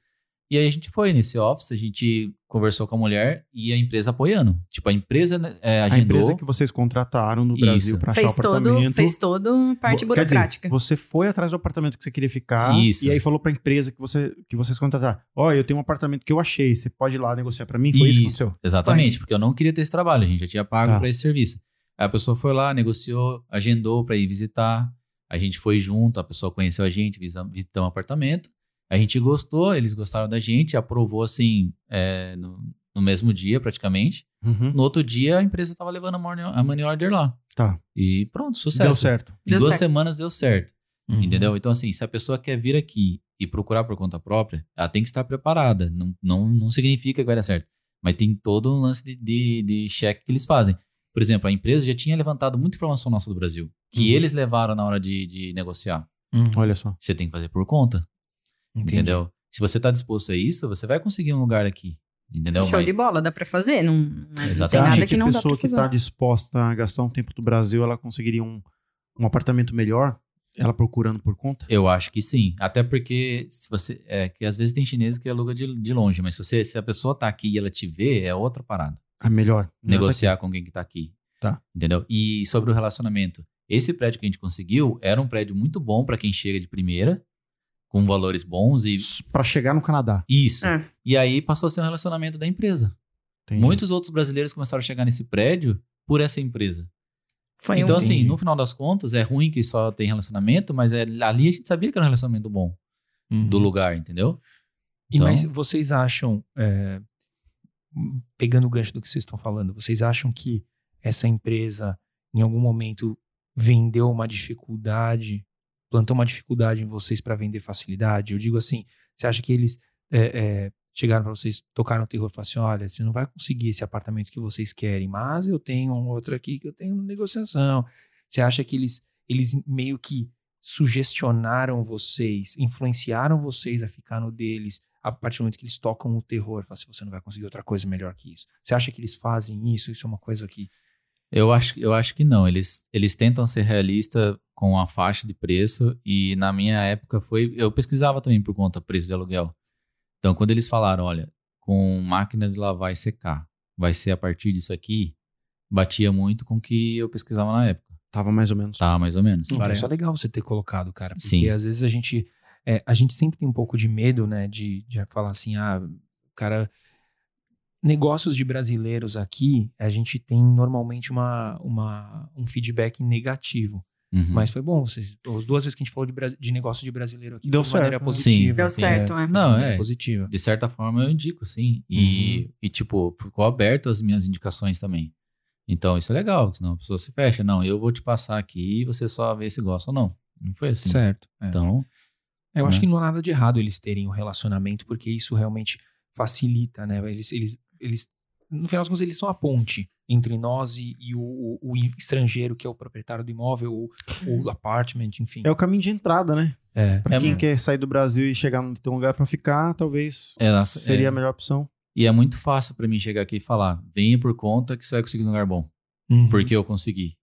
Speaker 3: E aí a gente foi nesse office, a gente conversou com a mulher e a empresa apoiando. Tipo, a empresa né, é,
Speaker 4: A
Speaker 3: agendou.
Speaker 4: empresa que vocês contrataram no
Speaker 3: Isso.
Speaker 4: Brasil pra achar o
Speaker 5: Fez todo,
Speaker 4: apartamento.
Speaker 5: fez todo parte
Speaker 4: Vo- quer dizer,
Speaker 5: burocrática.
Speaker 4: você foi atrás do apartamento que você queria ficar
Speaker 3: Isso.
Speaker 4: e aí falou pra empresa que, você, que vocês contrataram. Ó, eu tenho um apartamento que eu achei, você pode ir lá negociar pra mim? Foi isso, que aconteceu?
Speaker 3: Exatamente, porque eu não queria ter esse trabalho, a gente já tinha pago
Speaker 4: Tá.
Speaker 3: pra esse serviço. Aí a pessoa foi lá, negociou, agendou pra ir visitar, a gente foi junto, a pessoa conheceu a gente, visa- visitamos o apartamento, a gente gostou, eles gostaram da gente, aprovou assim é, no, no mesmo dia praticamente.
Speaker 4: Uhum.
Speaker 3: No outro dia a empresa tava levando a money, a money order lá.
Speaker 4: Tá.
Speaker 3: E pronto, sucesso.
Speaker 4: Deu certo.
Speaker 3: Em
Speaker 5: Deu
Speaker 3: duas
Speaker 5: certo.
Speaker 3: semanas deu certo.
Speaker 1: Uhum.
Speaker 3: Entendeu? Então, assim, se a pessoa quer vir aqui e procurar por conta própria, ela tem que estar preparada. Não, não, não significa que vai dar certo. Mas tem todo um lance de, de, de cheque que eles fazem. Por exemplo, a empresa já tinha levantado muita informação nossa do Brasil, que
Speaker 4: Uhum.
Speaker 3: eles levaram na hora de, de negociar.
Speaker 1: Uhum.
Speaker 4: Olha só.
Speaker 3: Você tem que fazer por conta,
Speaker 1: Entendi.
Speaker 3: entendeu? Se você está disposto a isso, você vai conseguir um lugar aqui, entendeu?
Speaker 5: Show
Speaker 3: Então, Mas
Speaker 5: de bola, dá pra fazer. Não, não
Speaker 3: Exatamente.
Speaker 5: tem
Speaker 4: Você acha
Speaker 5: nada
Speaker 4: que
Speaker 5: que
Speaker 4: a
Speaker 5: não dá
Speaker 4: pessoa
Speaker 5: pra
Speaker 4: que tá
Speaker 5: fazer.
Speaker 4: está disposta a gastar um tempo do Brasil, ela conseguiria um, um apartamento melhor? Ela procurando por conta?
Speaker 3: eu acho que sim. Até porque se você é que às vezes tem chinês que aluga de, de longe, mas se, você, se a pessoa tá aqui e ela te vê, é outra parada.
Speaker 4: A melhor.
Speaker 3: negociar com quem que tá aqui.
Speaker 4: Tá.
Speaker 3: Entendeu? E sobre o relacionamento. Esse prédio que a gente conseguiu era um prédio muito bom pra quem chega de primeira, com valores bons e
Speaker 4: Para chegar no Canadá.
Speaker 3: isso.
Speaker 5: É.
Speaker 3: E aí passou a ser um relacionamento da empresa.
Speaker 4: Entendi.
Speaker 3: Muitos outros brasileiros começaram a chegar nesse prédio por essa empresa.
Speaker 5: Foi
Speaker 3: então
Speaker 5: um...
Speaker 3: assim,
Speaker 4: Entendi.
Speaker 3: no final das contas, é ruim que só tem relacionamento, mas é- ali a gente sabia que era um relacionamento bom
Speaker 1: Uhum.
Speaker 3: do lugar, entendeu?
Speaker 1: E
Speaker 3: Então-
Speaker 1: mas vocês acham, é, pegando o gancho do que vocês estão falando, vocês acham que essa empresa em algum momento vendeu uma dificuldade, plantou uma dificuldade em vocês para vender facilidade? Eu digo assim, você acha que eles é, é, chegaram para vocês, tocaram o terror e falaram assim, olha, você não vai conseguir esse apartamento que vocês querem, mas eu tenho um outro aqui que eu tenho uma negociação. Você acha que eles, eles meio que sugestionaram vocês, influenciaram vocês a ficar no deles a partir do momento que eles tocam o terror, fala assim, você não vai conseguir outra coisa melhor que isso. Você acha que eles fazem isso? Isso é uma coisa que...
Speaker 3: Eu acho, eu acho que não. Eles, eles tentam ser realistas com a faixa de preço e na minha época foi... Eu pesquisava também por conta preço de aluguel. Então, quando eles falaram, olha, com máquina de lavar e secar, vai ser a partir disso aqui, batia muito com o que eu pesquisava na época.
Speaker 4: Tava mais ou menos.
Speaker 3: Tá, mais ou menos.
Speaker 1: Então,
Speaker 4: Parece.
Speaker 1: isso é legal você ter colocado, cara. Porque
Speaker 3: Sim.
Speaker 1: às vezes a gente... é, a gente sempre tem um pouco de medo, né? De, de falar assim, ah, cara... Negócios de brasileiros aqui, a gente tem normalmente uma, uma, um feedback negativo.
Speaker 3: Uhum.
Speaker 1: Mas foi bom. Vocês, as duas vezes que a gente falou de, bra- de negócio de brasileiro aqui,
Speaker 4: Deu
Speaker 1: foi de maneira
Speaker 4: certo, né?
Speaker 1: positiva.
Speaker 5: Deu
Speaker 1: assim,
Speaker 5: certo, é.
Speaker 1: de
Speaker 3: Não,
Speaker 1: maneira
Speaker 3: é.
Speaker 1: Positiva.
Speaker 3: De certa forma, eu indico, sim. E,
Speaker 1: Uhum.
Speaker 3: e, tipo, ficou aberto as minhas indicações também. Então, isso é legal, porque senão a pessoa se fecha. Não, eu vou te passar aqui e você só vê se gosta ou não. Não foi assim.
Speaker 1: Certo. é.
Speaker 3: Então...
Speaker 1: Eu acho
Speaker 3: né?
Speaker 1: que não há nada de errado eles terem um relacionamento, porque isso realmente facilita, né? Eles, eles, eles no final das contas, eles são a ponte entre nós e, e o, o- o estrangeiro que é o proprietário do imóvel ou ou o apartment, enfim.
Speaker 4: É o caminho de entrada, né?
Speaker 1: É.
Speaker 4: Pra
Speaker 3: É,
Speaker 4: quem
Speaker 3: mano.
Speaker 4: quer sair do Brasil e chegar num num lugar pra ficar, talvez
Speaker 3: É, nossa,
Speaker 4: seria
Speaker 3: é.
Speaker 4: a melhor opção.
Speaker 3: E é muito fácil pra mim chegar aqui e falar: venha por conta que você vai conseguir um lugar bom.
Speaker 1: Uhum.
Speaker 3: Porque eu consegui.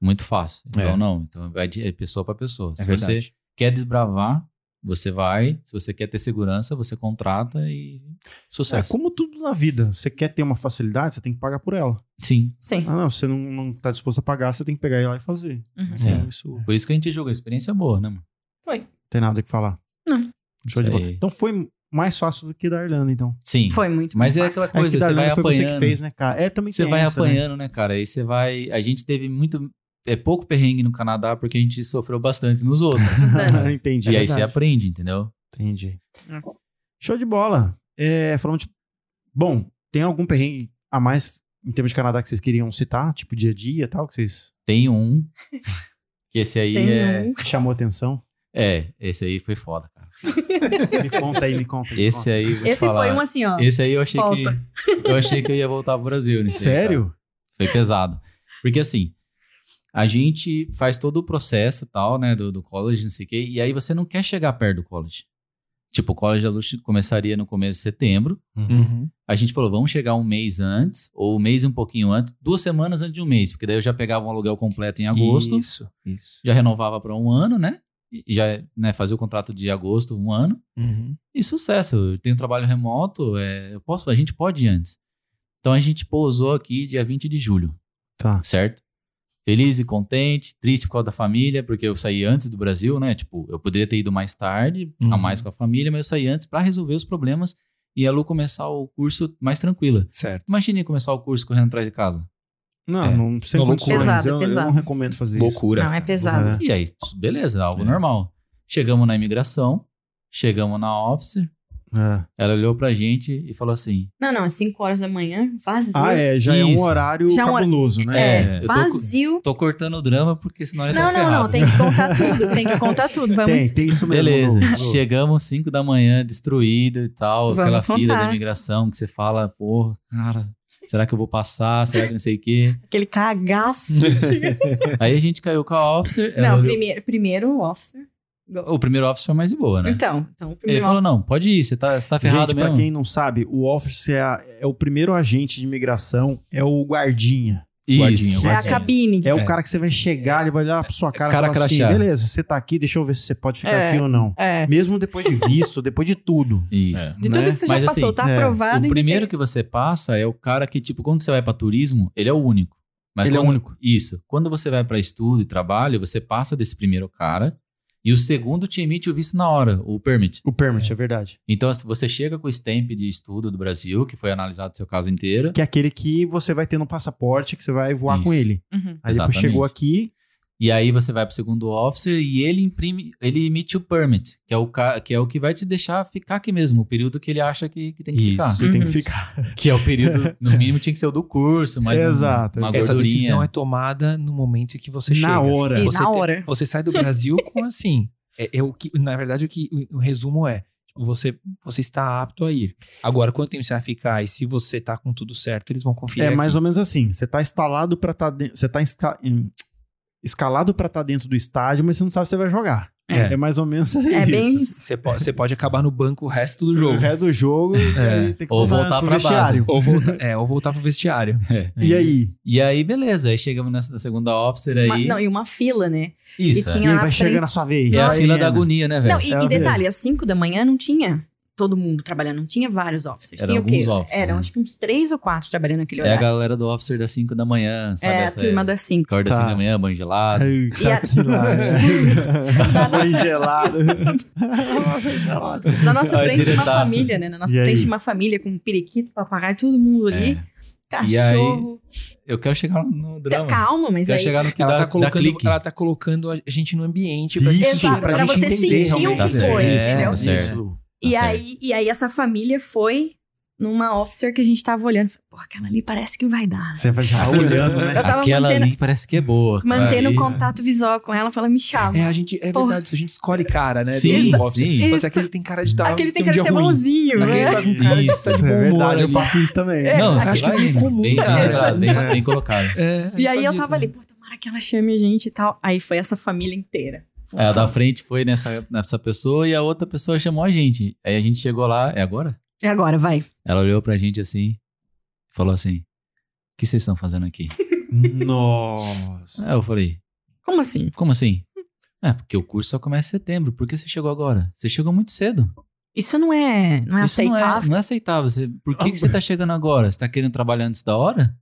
Speaker 3: Muito fácil. Então,
Speaker 1: É.
Speaker 3: não. Então, vai de é pessoa pra pessoa.
Speaker 1: É
Speaker 3: Se
Speaker 1: verdade.
Speaker 3: você quer desbravar, você vai. Se você quer ter segurança, você contrata e.
Speaker 4: É
Speaker 3: Sucesso.
Speaker 4: como tudo na vida. Você quer ter uma facilidade, você tem que pagar por ela.
Speaker 3: Sim.
Speaker 5: Sim.
Speaker 4: Ah, não, se você não, não tá disposto a pagar, você tem que pegar e ir lá e fazer.
Speaker 5: Uhum.
Speaker 3: Sim.
Speaker 4: Então, isso não
Speaker 3: Por isso que a gente julga. A experiência é boa, né, mano?
Speaker 4: tem nada o que falar.
Speaker 5: Não.
Speaker 4: Show de
Speaker 3: Isso
Speaker 4: bola.
Speaker 3: aí.
Speaker 4: Então foi mais fácil do que da Irlanda, então.
Speaker 3: Sim.
Speaker 5: Foi muito
Speaker 3: Mas é
Speaker 5: mais
Speaker 3: aquela
Speaker 5: fácil.
Speaker 3: coisa,
Speaker 4: é que da
Speaker 3: você vai
Speaker 4: Irlanda foi você que
Speaker 3: apanhando.
Speaker 4: fez, né, cara? É, também
Speaker 3: Você
Speaker 4: tem
Speaker 3: vai
Speaker 4: essa, né? <laughs>
Speaker 3: apanhando, né? cara? Aí você vai. A gente teve muito. É pouco perrengue no Canadá porque a gente
Speaker 4: <laughs>
Speaker 3: sofreu bastante nos outros.
Speaker 5: Exato.
Speaker 4: Entendi.
Speaker 3: e aí você
Speaker 4: É verdade.
Speaker 3: aprende, entendeu?
Speaker 4: Entendi. Show de bola. É, falando de... Bom, tem algum perrengue a mais em termos de Canadá que vocês queriam citar? Tipo dia a dia e tal, que vocês
Speaker 3: Tem um. Que esse aí
Speaker 5: Tem
Speaker 3: é.
Speaker 5: um.
Speaker 4: chamou
Speaker 3: <laughs>
Speaker 4: atenção?
Speaker 3: É, esse aí foi foda, cara.
Speaker 4: Me conta aí, me conta. me
Speaker 3: Esse aí. Vou te
Speaker 5: Esse
Speaker 3: falar,
Speaker 5: foi um assim, ó.
Speaker 3: Esse aí eu achei
Speaker 5: Volta.
Speaker 3: que. Eu achei que eu ia voltar pro Brasil.
Speaker 4: conta.
Speaker 3: nesse aí, cara.
Speaker 4: Sério?
Speaker 3: Foi pesado. Porque assim, a gente faz todo o processo e tal, né, do, do college, não sei o quê, e aí você não quer chegar perto do college. Tipo, o college da Lux começaria no começo de setembro.
Speaker 1: Uhum.
Speaker 3: A gente falou, vamos chegar um mês antes, ou um mês e um pouquinho antes, duas semanas antes de um mês, porque daí eu já pegava um aluguel completo em agosto,
Speaker 1: Isso, isso.
Speaker 3: já renovava para um ano, né? E já né, fazia o contrato de agosto, um ano.
Speaker 1: Uhum.
Speaker 3: E sucesso. Eu tenho trabalho remoto, é, eu posso, a gente pode ir antes. Então a gente pousou aqui dia 20 de julho
Speaker 4: Tá.
Speaker 3: certo? Feliz e contente, triste por causa da família, porque eu saí antes do Brasil, né? Tipo, eu poderia ter ido mais tarde, ficar
Speaker 1: Uhum.
Speaker 3: mais com a família, mas eu saí antes pra resolver os problemas e a Lu começar o curso mais tranquila.
Speaker 1: Certo.
Speaker 3: Imagine começar o curso correndo atrás de casa.
Speaker 4: Não,
Speaker 1: É.
Speaker 4: não sei
Speaker 1: Uma
Speaker 4: quantos
Speaker 1: loucura.
Speaker 4: anos,
Speaker 5: Pesado,
Speaker 4: eu, eu
Speaker 5: pesado.
Speaker 4: não recomendo fazer isso.
Speaker 1: Loucura.
Speaker 5: Não, é pesado.
Speaker 4: É.
Speaker 3: E aí, isso, beleza, algo
Speaker 1: É.
Speaker 3: normal. Chegamos na imigração, chegamos na office,
Speaker 4: É.
Speaker 3: ela olhou pra gente e falou assim:
Speaker 5: Não, não, é 5 horas da manhã, vazio.
Speaker 4: Ah, é, já é um
Speaker 3: Isso.
Speaker 4: horário
Speaker 5: Já é um hor-
Speaker 4: cabuloso, né?
Speaker 3: É,
Speaker 5: É,
Speaker 3: eu tô com-
Speaker 5: vazio.
Speaker 3: tô cortando o drama porque senão ele tá
Speaker 5: Não, não, não,
Speaker 3: ferrado.
Speaker 5: tem que contar tudo, tem que contar
Speaker 4: <laughs>
Speaker 5: tudo. Vamos.
Speaker 4: Tem, tem isso mesmo.
Speaker 3: Beleza,
Speaker 4: Lu, Lu.
Speaker 3: chegamos 5 da manhã, destruído e tal,
Speaker 5: Vamos
Speaker 3: aquela fila da
Speaker 5: contar.
Speaker 3: imigração que você fala, porra, cara, será que eu vou passar? Será que não sei o
Speaker 5: <laughs>
Speaker 3: quê?
Speaker 5: Aquele cagaço.
Speaker 3: Aí a gente caiu com a officer. ela
Speaker 5: não,
Speaker 3: olhou-
Speaker 5: primeiro, primeiro o officer.
Speaker 3: o primeiro officer foi mais de boa, né?
Speaker 5: Então, então, o
Speaker 3: ele
Speaker 5: primeiro
Speaker 3: falou, não, pode ir, você tá, você tá ferrado
Speaker 4: Gente, pra
Speaker 3: mesmo.
Speaker 4: quem não sabe, o Office é, a- é o primeiro agente de imigração, é o guardinha.
Speaker 3: Isso.
Speaker 5: officer. É a
Speaker 1: Guardinha.
Speaker 5: cabine.
Speaker 4: É, o
Speaker 1: É.
Speaker 4: cara que você vai chegar, ele vai olhar pra sua cara,
Speaker 3: É, Cara
Speaker 4: e falar assim,
Speaker 3: crachá.
Speaker 4: beleza, você tá aqui, deixa eu ver se você pode ficar
Speaker 5: É.
Speaker 4: aqui ou não.
Speaker 5: É.
Speaker 4: Mesmo depois de visto, depois de tudo.
Speaker 3: Isso.
Speaker 5: De
Speaker 4: né?
Speaker 5: tudo que você já
Speaker 3: Mas,
Speaker 5: passou,
Speaker 3: assim,
Speaker 5: tá
Speaker 4: é,
Speaker 5: aprovado.
Speaker 3: O
Speaker 5: e
Speaker 3: primeiro que
Speaker 5: tem-
Speaker 3: você passa é o cara que, tipo, quando você vai pra turismo, ele é o único. Mas
Speaker 4: Ele é o
Speaker 3: quando-
Speaker 4: único.
Speaker 3: Isso. Quando você vai pra estudo e trabalho, você passa desse primeiro cara e o segundo te emite o visto na hora, o permit.
Speaker 4: O permit, é, verdade.
Speaker 3: Então, se você chega com o stamp de estudo do Brasil, que foi analisado o seu caso inteiro,
Speaker 4: Que é aquele que você vai ter no passaporte, que você vai voar
Speaker 3: Isso.
Speaker 4: com ele.
Speaker 5: Uhum.
Speaker 4: Aí depois
Speaker 3: Exatamente.
Speaker 4: chegou aqui,
Speaker 3: e aí você vai pro segundo officer e ele imprime, ele emite o permit, que é o, ca- que, é o que vai te deixar ficar aqui mesmo, o período que ele acha que, que tem que
Speaker 1: Isso.
Speaker 3: ficar.
Speaker 4: você tem que
Speaker 5: Uhum.
Speaker 4: ficar.
Speaker 3: Que é o período, <laughs> no mínimo, tinha que ser o do curso, mas um-
Speaker 4: Exato,
Speaker 3: uma
Speaker 4: exato.
Speaker 1: Essa decisão
Speaker 3: gordurinha.
Speaker 1: é tomada no momento em que você chega.
Speaker 4: Na hora.
Speaker 5: E
Speaker 1: É, Você
Speaker 5: na
Speaker 1: tem-
Speaker 5: hora.
Speaker 1: Você sai do Brasil com assim. <laughs> É, é o que, na verdade, o que o, o resumo é: tipo, você, você está apto a ir. Agora, quanto tempo você vai ficar e se você está com tudo certo, eles vão conferir.
Speaker 4: É mais
Speaker 1: aqui.
Speaker 4: ou menos assim. Você tá instalado pra tá dentro. Você tá insca- em- escalado pra estar dentro do estádio, mas você não sabe se você vai jogar. É,
Speaker 1: É.
Speaker 4: mais ou menos isso.
Speaker 5: É bem-
Speaker 1: Você pode, você pode acabar no banco o resto do
Speaker 4: O <laughs>
Speaker 1: jogo.
Speaker 4: resto do jogo
Speaker 1: É.
Speaker 4: e tem que
Speaker 3: Ou
Speaker 4: voltar
Speaker 3: voltar
Speaker 4: pro
Speaker 3: pra base.
Speaker 4: vestiário.
Speaker 1: Ou <laughs> voltar, é, ou voltar pro vestiário.
Speaker 4: E aí?
Speaker 3: E aí, beleza, aí chegamos nessa na segunda officer aí.
Speaker 5: Uma- não, e uma fila, né?
Speaker 3: isso.
Speaker 5: e
Speaker 3: é.
Speaker 5: tinha-
Speaker 4: E aí
Speaker 5: na
Speaker 4: vai
Speaker 5: frente-
Speaker 4: chegando a sua vez.
Speaker 3: É a
Speaker 4: Vai
Speaker 3: fila
Speaker 4: indo.
Speaker 3: da agonia, né,
Speaker 5: Não,
Speaker 3: velho?
Speaker 5: e,
Speaker 4: É,
Speaker 5: e
Speaker 4: eu vi.
Speaker 5: detalhe, às 5 da manhã não tinha todo mundo trabalhando, não tinha vários officers.
Speaker 3: Eram
Speaker 5: tinha o quê?
Speaker 3: alguns officers,
Speaker 5: Eram
Speaker 3: né?
Speaker 5: acho que uns três ou quatro trabalhando naquele
Speaker 3: É a
Speaker 5: horário.
Speaker 3: galera do officer das 5 da manhã, sabe?
Speaker 5: É, a
Speaker 3: essa-
Speaker 5: turma das 5.
Speaker 3: Acorda
Speaker 4: Tá.
Speaker 3: 5 da manhã, banho gelado.
Speaker 5: <laughs>
Speaker 4: Ai,
Speaker 5: E
Speaker 4: tá
Speaker 5: a-
Speaker 4: aqui lá, né? Banho gelado. Gelado.
Speaker 3: <laughs>
Speaker 5: Na nossa
Speaker 3: Ai,
Speaker 5: frente, uma
Speaker 3: Ah, diretaço.
Speaker 5: família, né? Na nossa
Speaker 4: E aí?
Speaker 5: frente, uma família com periquito, papagaio, todo mundo ali.
Speaker 3: É. E aí,
Speaker 5: Cachorro. Tá
Speaker 3: Eu quero chegar no drama.
Speaker 5: Calma, mas
Speaker 3: Quero
Speaker 5: aí.
Speaker 3: chegar no que
Speaker 1: Ela,
Speaker 3: dá,
Speaker 1: tá colocando,
Speaker 3: dá clique.
Speaker 1: ela tá colocando a gente no ambiente pra
Speaker 4: Isso,
Speaker 1: gente,
Speaker 5: Exato,
Speaker 1: pra
Speaker 5: pra
Speaker 1: gente
Speaker 5: você
Speaker 1: entender
Speaker 5: sentir o
Speaker 1: realmente.
Speaker 5: que foi,
Speaker 1: É,
Speaker 5: entendeu?
Speaker 1: tá
Speaker 4: Isso.
Speaker 1: certo.
Speaker 5: E
Speaker 3: Tá certo.
Speaker 5: aí, e aí essa família foi numa officer que a gente tava olhando. Falei, Pô, aquela ali parece que vai dar. né?
Speaker 4: Você vai já olhando, né?
Speaker 5: Eu tava
Speaker 3: Aquela
Speaker 5: mantendo-
Speaker 3: ali parece que é boa. aquela
Speaker 5: Mantendo
Speaker 3: ali.
Speaker 5: o contato visual com ela, falando, me chama.
Speaker 1: É, a gente, é
Speaker 5: Porra.
Speaker 1: verdade, a gente escolhe cara, né?
Speaker 3: Sim,
Speaker 1: do Office.
Speaker 3: sim.
Speaker 1: Mas
Speaker 5: Isso.
Speaker 1: aquele tem cara
Speaker 3: É.
Speaker 1: de tal.
Speaker 5: Aquele tem
Speaker 1: um
Speaker 5: cara de
Speaker 1: dia
Speaker 5: ser
Speaker 1: ruim.
Speaker 5: bonzinho,
Speaker 1: Aquele
Speaker 5: né?
Speaker 1: tá com cara de
Speaker 4: Isso,
Speaker 1: tá de
Speaker 4: é
Speaker 1: bom humor
Speaker 4: verdade. Eu
Speaker 1: ali.
Speaker 4: faço isso também.
Speaker 5: É,
Speaker 3: né?
Speaker 5: né?
Speaker 3: Não,
Speaker 5: acho
Speaker 3: acho que né?
Speaker 1: que é
Speaker 3: bem,
Speaker 1: comum,
Speaker 3: bem,
Speaker 1: cara.
Speaker 3: colocado, bem, bem colocado.
Speaker 1: É,
Speaker 5: E aí
Speaker 1: sabia
Speaker 5: eu tava
Speaker 1: também.
Speaker 5: ali, pô, tomara que ela chame a gente e tal. Aí foi essa família inteira.
Speaker 3: É, a da frente foi nessa, nessa pessoa e a outra pessoa chamou a gente. Aí a gente chegou lá, é agora?
Speaker 5: E agora, vai.
Speaker 3: Ela olhou pra gente assim, falou assim: O que vocês estão fazendo
Speaker 5: <laughs>
Speaker 3: aqui?
Speaker 4: Nossa.
Speaker 3: Aí eu falei:
Speaker 5: Como assim?
Speaker 3: Como assim? É, porque o curso só começa em setembro. Por que você chegou agora? Você chegou muito cedo.
Speaker 5: Isso não é, não é
Speaker 3: Isso não
Speaker 5: aceitável.
Speaker 3: é, não é aceitável. Você- por que, que
Speaker 5: <laughs>
Speaker 3: você tá chegando agora? Você tá querendo trabalhar antes da hora?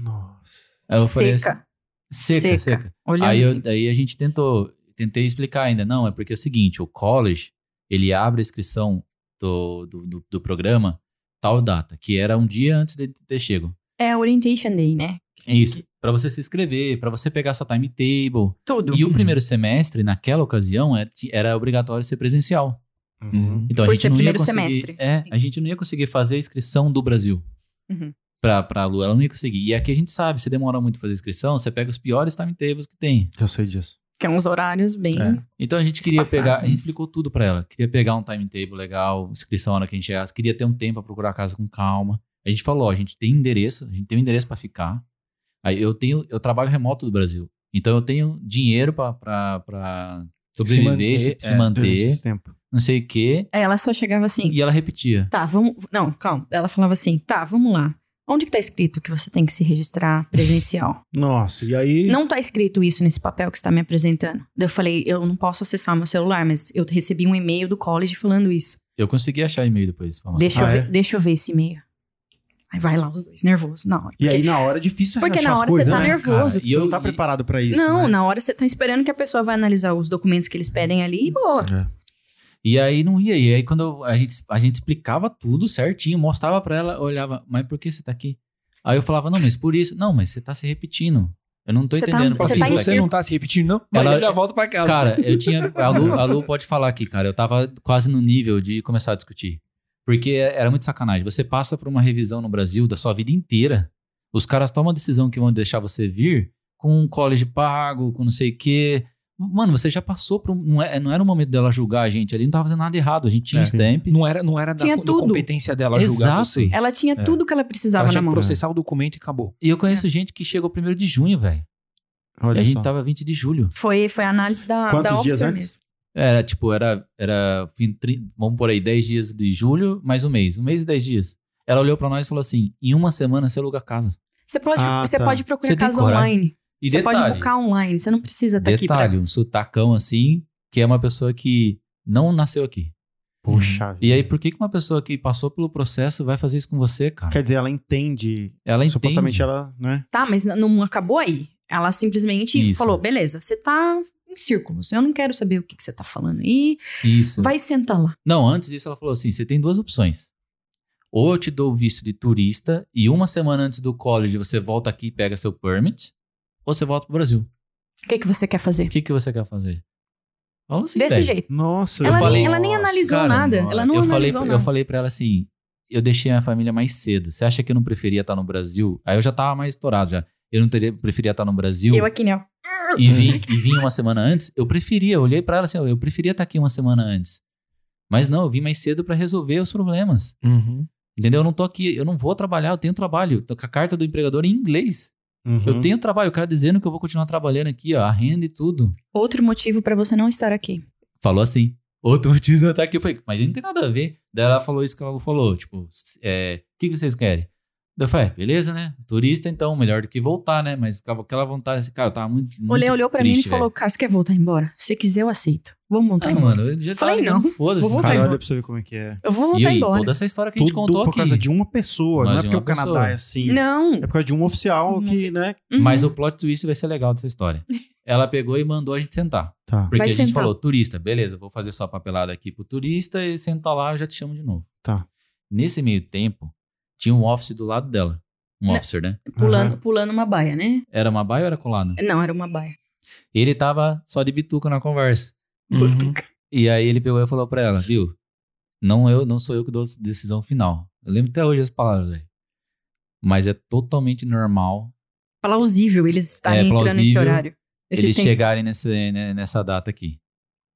Speaker 4: Nossa.
Speaker 3: Aí eu falei assim,
Speaker 5: Seca.
Speaker 3: seca,
Speaker 5: Seca.
Speaker 3: seca.
Speaker 5: Olhando
Speaker 3: Aí,
Speaker 5: assim.
Speaker 3: eu, aí a gente tentou, tentei explicar ainda. Não, é porque é o seguinte, o college, ele abre a inscrição do, do, do- do programa tal data, que era um dia antes de ter chego.
Speaker 5: É orientation day, né?
Speaker 3: É isso. Pra você se inscrever, pra você pegar sua timetable.
Speaker 5: Tudo.
Speaker 3: E o primeiro semestre, naquela ocasião, é- ti- era obrigatório ser presencial.
Speaker 1: Uhum.
Speaker 3: Então
Speaker 5: Por
Speaker 3: a gente
Speaker 5: ser
Speaker 3: não ia
Speaker 5: primeiro
Speaker 3: conseguir,
Speaker 5: semestre.
Speaker 3: é,
Speaker 5: Sim.
Speaker 3: a gente não ia conseguir fazer a inscrição do Brasil
Speaker 5: Uhum.
Speaker 3: pra, pra Lua, ela não ia conseguir. E aqui a gente sabe, se demora muito pra fazer a inscrição, você pega os piores timetables que tem.
Speaker 4: Eu sei disso.
Speaker 5: Que é uns horários bem.
Speaker 4: É.
Speaker 3: Então a gente queria
Speaker 5: passagens.
Speaker 3: pegar, a gente explicou tudo pra ela. Queria pegar um timetable legal, inscrição na hora que a gente chegasse, queria ter um tempo pra procurar a casa com calma. A gente falou, ó, a gente tem endereço, a gente tem um endereço pra ficar. Aí eu tenho, eu trabalho remoto do Brasil. Então eu tenho dinheiro pra- pra pra sobreviver, se
Speaker 1: manter,
Speaker 3: se manter,
Speaker 1: é,
Speaker 4: Durante esse tempo.
Speaker 3: não sei o quê.
Speaker 5: Aí ela só chegava assim,
Speaker 3: E ela repetia.
Speaker 5: tá, vamos. Não, calma. Ela falava assim, tá, vamos lá. Onde que tá escrito que você tem que se registrar presencial?
Speaker 4: Nossa, e aí.
Speaker 5: Não tá escrito isso nesse papel que você tá me apresentando. Daí Eu falei, eu não posso acessar meu celular, mas eu recebi um e-mail do college falando isso.
Speaker 3: Eu consegui achar e-mail depois. pra mostrar.
Speaker 5: Deixa, eu
Speaker 4: Ah,
Speaker 5: ver,
Speaker 4: é?
Speaker 5: deixa eu ver esse e-mail. Aí vai lá os dois, nervoso, na hora.
Speaker 4: E aí, na hora é difícil
Speaker 5: Porque
Speaker 4: achar
Speaker 5: na
Speaker 4: as
Speaker 5: hora
Speaker 4: coisas,
Speaker 5: você tá
Speaker 4: né?
Speaker 5: nervoso.
Speaker 3: Cara,
Speaker 4: E
Speaker 3: E
Speaker 4: eu
Speaker 3: eu-
Speaker 4: não tá
Speaker 3: e-
Speaker 4: preparado pra isso.
Speaker 5: não,
Speaker 4: né?
Speaker 5: na hora você tá esperando que a pessoa vai analisar os documentos que eles pedem ali e boa.
Speaker 3: E aí não ia. E aí quando eu- a gente, a gente explicava tudo certinho, mostrava pra ela, eu olhava, mas por que você tá aqui? Aí eu falava, não, mas por isso. Não, mas você tá se repetindo. Eu não tô
Speaker 5: Você tá-
Speaker 3: entendendo.
Speaker 1: Fala
Speaker 3: por
Speaker 5: Você
Speaker 1: assim,
Speaker 3: que
Speaker 5: tá
Speaker 1: se
Speaker 5: em
Speaker 1: você
Speaker 3: vai-
Speaker 1: não tá se repetindo, não, mas
Speaker 3: Ela-
Speaker 1: você já volta pra casa.
Speaker 3: Cara, eu tinha. A Lu, a Lu pode falar aqui, cara. Eu tava quase no nível de começar a discutir. Porque é, era muito sacanagem. Você passa por uma revisão no Brasil da sua vida inteira. Os caras tomam a decisão que vão deixar você vir com um college pago, com não sei o quê. Mano, você já passou por. um- Não, é, não era o momento dela julgar a gente ali, não tava fazendo nada errado. A gente tinha
Speaker 1: É.
Speaker 3: stamp.
Speaker 1: não era, não era da,
Speaker 5: Tinha
Speaker 1: da
Speaker 5: tudo.
Speaker 1: competência dela julgar
Speaker 3: Exato.
Speaker 1: vocês.
Speaker 5: Ela tinha
Speaker 1: É.
Speaker 5: tudo que ela precisava
Speaker 1: Ela
Speaker 5: na
Speaker 1: tinha que
Speaker 5: mão.
Speaker 1: processar o documento e acabou.
Speaker 3: E eu conheço gente que chegou primeiro de junho, velho. E
Speaker 4: Olha
Speaker 3: a gente
Speaker 4: só.
Speaker 3: tava 20 de julho.
Speaker 5: Foi, foi a análise da,
Speaker 4: Quantos
Speaker 5: da
Speaker 4: dias
Speaker 5: officer
Speaker 4: antes?
Speaker 5: tá mesmo.
Speaker 3: Era, tipo, era, era fim, tri- vamos por aí, 10 dias de julho, mais um mês. Um mês e 10 dias. Ela olhou pra nós e falou assim, em uma semana você aluga a casa.
Speaker 5: Você pode,
Speaker 4: Ah,
Speaker 5: você
Speaker 4: tá.
Speaker 5: pode procurar
Speaker 3: Você tem
Speaker 5: casa
Speaker 3: coragem.
Speaker 5: online.
Speaker 3: E
Speaker 5: você pode
Speaker 3: detalhe,
Speaker 5: buscar online. Você não precisa estar aqui pra
Speaker 3: detalhe, um sotacão assim, que é uma pessoa que não nasceu aqui.
Speaker 4: Puxa.
Speaker 3: Uhum. E
Speaker 4: vida.
Speaker 3: aí, por que que uma pessoa que passou pelo processo vai fazer isso com você, cara?
Speaker 4: Quer dizer, ela entende.
Speaker 3: Ela entende.
Speaker 4: Supostamente ela, né?
Speaker 5: Tá, mas n- não acabou aí. Ela simplesmente
Speaker 3: Isso.
Speaker 5: falou: beleza, você tá em círculos. Eu não quero saber o que, que você tá falando aí.
Speaker 3: Isso.
Speaker 5: Vai sentar lá.
Speaker 3: Não, antes disso ela falou assim: você tem duas opções. Ou eu te dou o visto de turista e uma semana antes do college você volta aqui e pega seu permit, ou você volta pro Brasil.
Speaker 5: O que, que você quer
Speaker 3: O
Speaker 5: fazer?
Speaker 3: que, que você quer fazer? Fala assim,
Speaker 5: Desse
Speaker 3: velho.
Speaker 5: jeito.
Speaker 4: Nossa.
Speaker 5: Ela,
Speaker 3: Eu falei-
Speaker 5: nem, ela nem
Speaker 4: Nossa,
Speaker 5: analisou
Speaker 4: cara,
Speaker 5: nada. Ela não
Speaker 3: eu falei,
Speaker 5: analisou nada.
Speaker 3: eu falei pra ela assim: eu deixei a minha família mais cedo. Você acha que eu não preferia estar no Brasil? Aí eu já tava mais estourado já. Eu não teria, preferia estar no Brasil
Speaker 5: Eu aqui, né?
Speaker 3: e vim, e vim uma semana antes? Eu preferia, eu olhei pra ela assim: ó, eu preferia estar aqui uma semana antes. Mas não, eu vim mais cedo pra resolver os problemas. Entendeu? Eu não tô aqui, eu não vou trabalhar, eu tenho trabalho. Tô com a carta do empregador em inglês.
Speaker 4: Uhum.
Speaker 3: Eu tenho trabalho, o cara dizendo que eu vou continuar trabalhando aqui, ó, a renda e tudo.
Speaker 5: Outro motivo pra você não estar aqui.
Speaker 3: Falou assim. Outro motivo tá aqui, eu falei, mas não tem nada a ver. Daí ela falou isso que ela falou, tipo, s- é, o que, que vocês querem? Daí eu falei, é, beleza, né? Turista, então, melhor do que voltar, né? Mas ficava aquela vontade, esse cara tava muito. muito
Speaker 5: Olhei, olhou pra mim e
Speaker 3: triste,
Speaker 5: falou: cara, você quer voltar embora? Se quiser, eu aceito. Vamos
Speaker 3: velho.
Speaker 5: voltar
Speaker 3: Ah,
Speaker 5: embora.
Speaker 3: mano, eu já
Speaker 5: Falei,
Speaker 3: falei, não,
Speaker 5: não,
Speaker 3: foda-se,
Speaker 5: vou
Speaker 3: cara.
Speaker 4: Cara,
Speaker 5: voltar
Speaker 4: olha pra você ver como é que é.
Speaker 5: Eu vou
Speaker 3: E
Speaker 5: voltar
Speaker 3: aí,
Speaker 5: embora.
Speaker 3: toda essa história que a gente
Speaker 4: Tudo
Speaker 3: contou
Speaker 4: por
Speaker 3: aqui.
Speaker 4: causa de uma pessoa.
Speaker 3: Mas
Speaker 4: não é
Speaker 3: de
Speaker 4: porque
Speaker 3: uma
Speaker 4: o Canadá
Speaker 3: pessoa.
Speaker 4: é assim.
Speaker 5: Não.
Speaker 4: É por causa de um oficial que, né?
Speaker 3: Mas
Speaker 5: Uhum.
Speaker 3: o plot twist vai ser legal dessa história. Ela pegou e mandou a gente sentar.
Speaker 4: Tá.
Speaker 3: Porque
Speaker 5: Vai
Speaker 3: a gente
Speaker 5: sentar.
Speaker 3: falou, turista, beleza, vou fazer só a papelada aqui pro turista e sentar lá, eu já te chamo de novo.
Speaker 4: Tá.
Speaker 3: Nesse meio tempo, tinha um office do lado dela. Um
Speaker 5: Não.
Speaker 3: officer, né?
Speaker 5: Pulando, pulando uma baia, né?
Speaker 3: Era uma baia ou era colada?
Speaker 5: Não, era uma baia.
Speaker 3: Ele tava só de bituca na conversa.
Speaker 1: Uhum.
Speaker 3: E aí ele pegou e falou pra ela, viu? Não eu, não sou eu que dou a decisão final. Eu lembro até hoje as palavras, velho. Mas é totalmente normal
Speaker 5: Plausível eles estarem
Speaker 3: É,
Speaker 5: entrando nesse
Speaker 3: plausível.
Speaker 5: horário. Esse
Speaker 3: eles
Speaker 5: tempo.
Speaker 3: chegarem nesse- né, nessa data aqui.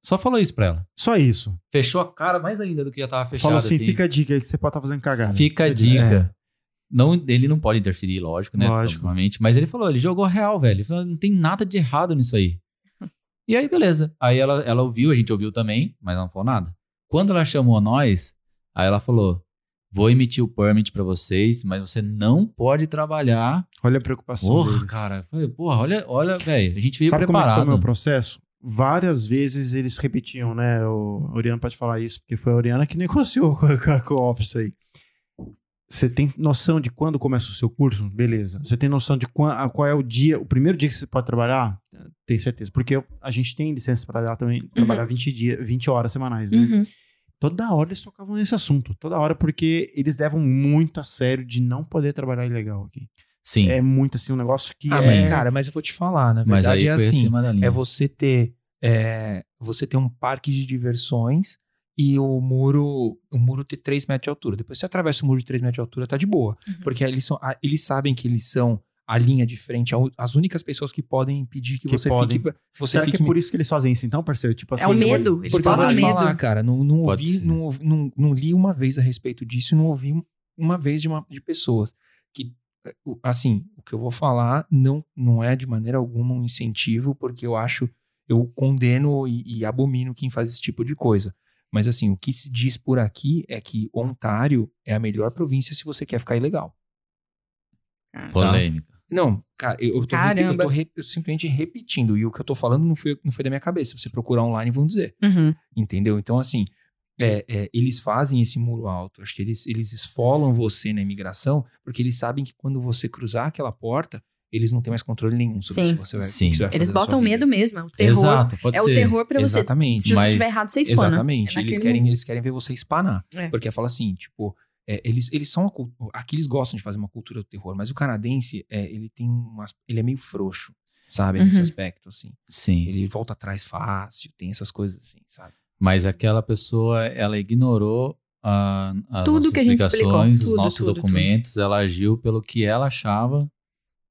Speaker 3: Só falou isso pra ela.
Speaker 4: Só isso.
Speaker 3: Fechou a cara mais ainda do que já tava fechada
Speaker 4: Fala assim,
Speaker 3: assim.
Speaker 4: fica a dica aí que você pode estar fazendo cagada.
Speaker 3: Fica a
Speaker 4: É.
Speaker 3: dica. Não, ele não pode interferir, lógico, né?
Speaker 4: Lógico.
Speaker 3: Obviamente. Mas ele falou, ele jogou a real, velho. Ele falou, não tem nada de errado nisso aí. E aí, beleza. Aí ela, ela ouviu, a gente ouviu também, mas ela não falou nada. Quando ela chamou nós, aí ela falou: vou emitir o permit pra vocês, mas você não pode trabalhar.
Speaker 4: Olha a preocupação.
Speaker 3: Porra,
Speaker 4: deles.
Speaker 3: cara. Eu falei, porra, olha, olha, velho. A gente veio
Speaker 4: Sabe como é que foi o
Speaker 3: preparado.
Speaker 4: meu processo? Várias vezes eles repetiam, né? O a Oriana pode falar isso, porque foi a Oriana que <laughs> negociou com a, com a- com a Office aí. Você tem noção de quando começa o seu curso? Beleza. Você tem noção de quan- a- qual é o dia, o primeiro dia que você pode trabalhar? Tem certeza. Porque eu- a gente tem licença para trabalhar também, trabalhar 20 dias, 20 horas semanais, né?
Speaker 5: Uhum.
Speaker 4: Toda hora eles tocavam nesse assunto. Toda hora, porque eles levam muito a sério de não poder trabalhar ilegal aqui.
Speaker 3: Sim.
Speaker 4: É muito assim, um negócio que.
Speaker 1: Ah,
Speaker 4: é-
Speaker 1: mas cara, mas eu vou te falar, na
Speaker 3: mas aí
Speaker 1: verdade
Speaker 3: foi
Speaker 1: é assim.
Speaker 3: acima da linha.
Speaker 1: É você ter é, você ter um parque de diversões e o muro, o muro ter 3 metros de altura. Depois você atravessa o muro de 3 metros de altura, tá de boa.
Speaker 5: Uhum.
Speaker 1: Porque eles, são, a- eles sabem que eles são a linha de frente, a u- as únicas pessoas que podem impedir que,
Speaker 4: Que
Speaker 1: você
Speaker 4: podem.
Speaker 1: fique. Você
Speaker 4: Será
Speaker 1: fique
Speaker 4: que é por isso que eles fazem isso então, parceiro? Tipo assim,
Speaker 5: É o
Speaker 4: eu-
Speaker 5: medo. Eles
Speaker 1: Porque eu vou
Speaker 5: falam
Speaker 1: te
Speaker 5: medo.
Speaker 1: falar, cara, não, não
Speaker 3: Pode
Speaker 1: ouvi,
Speaker 3: ser.
Speaker 1: não, ouvi- não, não li uma vez a respeito disso, não ouvi um- uma vez de, uma, de pessoas que, eh, o- assim, o que eu vou falar não, não é de maneira alguma um incentivo, porque eu acho, eu condeno e, e abomino quem faz esse tipo de coisa. Mas assim, o que se diz por aqui é que Ontário é a melhor província se você quer ficar ilegal.
Speaker 4: tá.
Speaker 3: Polêmica.
Speaker 1: Não, cara, eu, eu tô, repi- eu
Speaker 5: Caramba.
Speaker 1: tô re- eu simplesmente repetindo, e o que eu tô falando não foi, não foi da minha cabeça. Se você procurar online, vão dizer.
Speaker 5: Uhum.
Speaker 1: Entendeu? Então, assim, é, é, eles fazem esse muro alto. Acho que eles, eles esfolam você na imigração, porque eles sabem que quando você cruzar aquela porta, eles não têm mais controle nenhum sobre
Speaker 5: Sim.
Speaker 1: o que você vai, o que
Speaker 3: Sim.
Speaker 1: você vai fazer.
Speaker 5: Eles
Speaker 1: da sua
Speaker 5: botam
Speaker 1: vida.
Speaker 5: medo mesmo. É o terror.
Speaker 3: Exato, pode
Speaker 5: É o
Speaker 3: ser.
Speaker 5: terror pra você.
Speaker 1: Exatamente.
Speaker 5: Se você
Speaker 3: Mas-
Speaker 5: estiver errado, você espana.
Speaker 1: Exatamente.
Speaker 5: É
Speaker 1: eles,
Speaker 5: naquele
Speaker 1: querem,
Speaker 5: mundo.
Speaker 1: eles querem ver você espanar.
Speaker 5: É.
Speaker 1: Porque fala assim, tipo, é, eles, eles são. a cul- Aqui eles gostam de fazer uma cultura do terror, mas o canadense, é, ele tem umas, ele é meio frouxo, sabe? Nesse
Speaker 5: Uhum.
Speaker 1: aspecto, assim.
Speaker 3: Sim.
Speaker 1: Ele volta atrás fácil, tem essas coisas assim, sabe?
Speaker 3: Mas aquela pessoa, ela ignorou a, as
Speaker 5: Tudo
Speaker 3: nossas
Speaker 5: que a gente explicou,
Speaker 3: explicações, os
Speaker 5: tudo,
Speaker 3: nossos
Speaker 5: tudo,
Speaker 3: documentos, ela agiu pelo que ela achava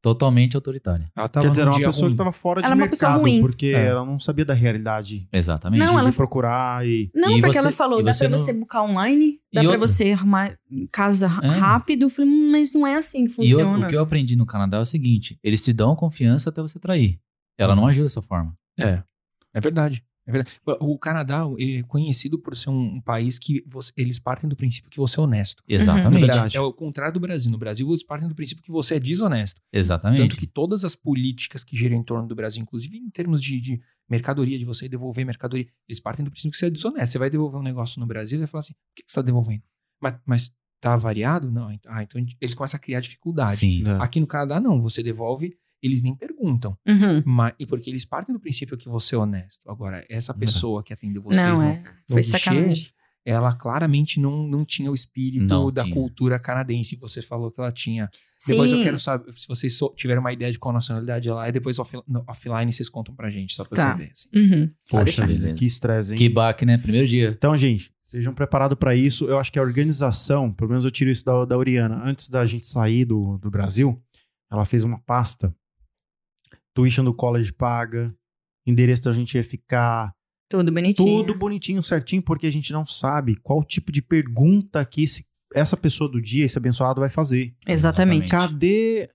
Speaker 3: totalmente autoritária.
Speaker 1: Ela tava
Speaker 4: Quer dizer,
Speaker 1: num
Speaker 4: era uma
Speaker 1: dia
Speaker 4: pessoa
Speaker 1: ruim.
Speaker 4: que tava fora
Speaker 5: Ela
Speaker 4: de
Speaker 5: é uma pessoa
Speaker 4: mercado,
Speaker 5: ruim.
Speaker 4: porque
Speaker 1: É.
Speaker 4: ela não sabia da realidade.
Speaker 3: Exatamente.
Speaker 5: Não, ela-
Speaker 4: de procurar e.
Speaker 5: Não,
Speaker 3: E
Speaker 5: porque
Speaker 3: você-
Speaker 5: ela falou,
Speaker 3: e
Speaker 5: dá
Speaker 3: você
Speaker 5: pra
Speaker 3: não-
Speaker 5: você buscar online, dá
Speaker 3: E
Speaker 5: pra
Speaker 3: outra-
Speaker 5: você arrumar casa
Speaker 3: É.
Speaker 5: rápido. Eu falei, "Hum, mas não é assim que
Speaker 3: E eu- o
Speaker 5: funciona.
Speaker 3: que eu aprendi no Canadá é o seguinte: eles te dão confiança até você trair. Ela não agiu dessa
Speaker 5: Uhum.
Speaker 3: forma.
Speaker 1: É. É verdade. É verdade. O o Canadá ele é conhecido por ser um, um país que você- eles partem do princípio que você é honesto. No
Speaker 3: Exatamente.
Speaker 1: Brasil-
Speaker 4: Verdade.
Speaker 1: é o contrário do Brasil. No Brasil, eles partem do princípio que você é desonesto. Tanto
Speaker 3: Exatamente.
Speaker 1: que todas as políticas que giram em torno do Brasil, inclusive em termos de, de mercadoria, de você devolver mercadoria, eles partem do princípio que você é desonesto. Você vai devolver um negócio no Brasil e vai falar assim: por que que você está devolvendo? Mas, mas tá variado? Não. ent- Ah, então eles começam a criar dificuldade.
Speaker 3: Sim.
Speaker 4: né?
Speaker 1: Aqui no Canadá, não. Você devolve, eles nem perguntam.
Speaker 5: Uhum.
Speaker 1: Ma- e porque eles partem do princípio que você é honesto. Agora, essa
Speaker 3: Uhum.
Speaker 1: pessoa que atendeu vocês,
Speaker 5: Não,
Speaker 1: no-
Speaker 5: é. Foi
Speaker 1: guichê,
Speaker 5: sacanagem.
Speaker 1: ela claramente não, não tinha o espírito
Speaker 3: Não
Speaker 1: da
Speaker 3: tinha.
Speaker 1: cultura canadense. Você falou que ela tinha.
Speaker 5: Sim.
Speaker 1: Depois eu quero saber se vocês so- tiveram uma ideia de qual nacionalidade ela é. E depois off- no- offline vocês contam pra gente, só pra
Speaker 5: Tá.
Speaker 1: eu saber. assim.
Speaker 5: Uhum.
Speaker 3: Poxa,
Speaker 4: Poxa,
Speaker 3: beleza.
Speaker 4: ah, que estresse, hein?
Speaker 3: Que baque, né? Primeiro dia.
Speaker 4: Então, gente, sejam preparados para isso. Eu acho que a organização, pelo menos eu tiro isso da, da Oriana, antes da gente sair do, do Brasil, ela fez uma pasta. Tuition do college paga, endereço da gente ia ficar,
Speaker 5: Tudo bonitinho.
Speaker 4: tudo bonitinho, certinho, porque a gente não sabe qual tipo de pergunta que esse- essa pessoa do dia, esse abençoado, vai fazer.
Speaker 5: Exatamente.
Speaker 4: Cadê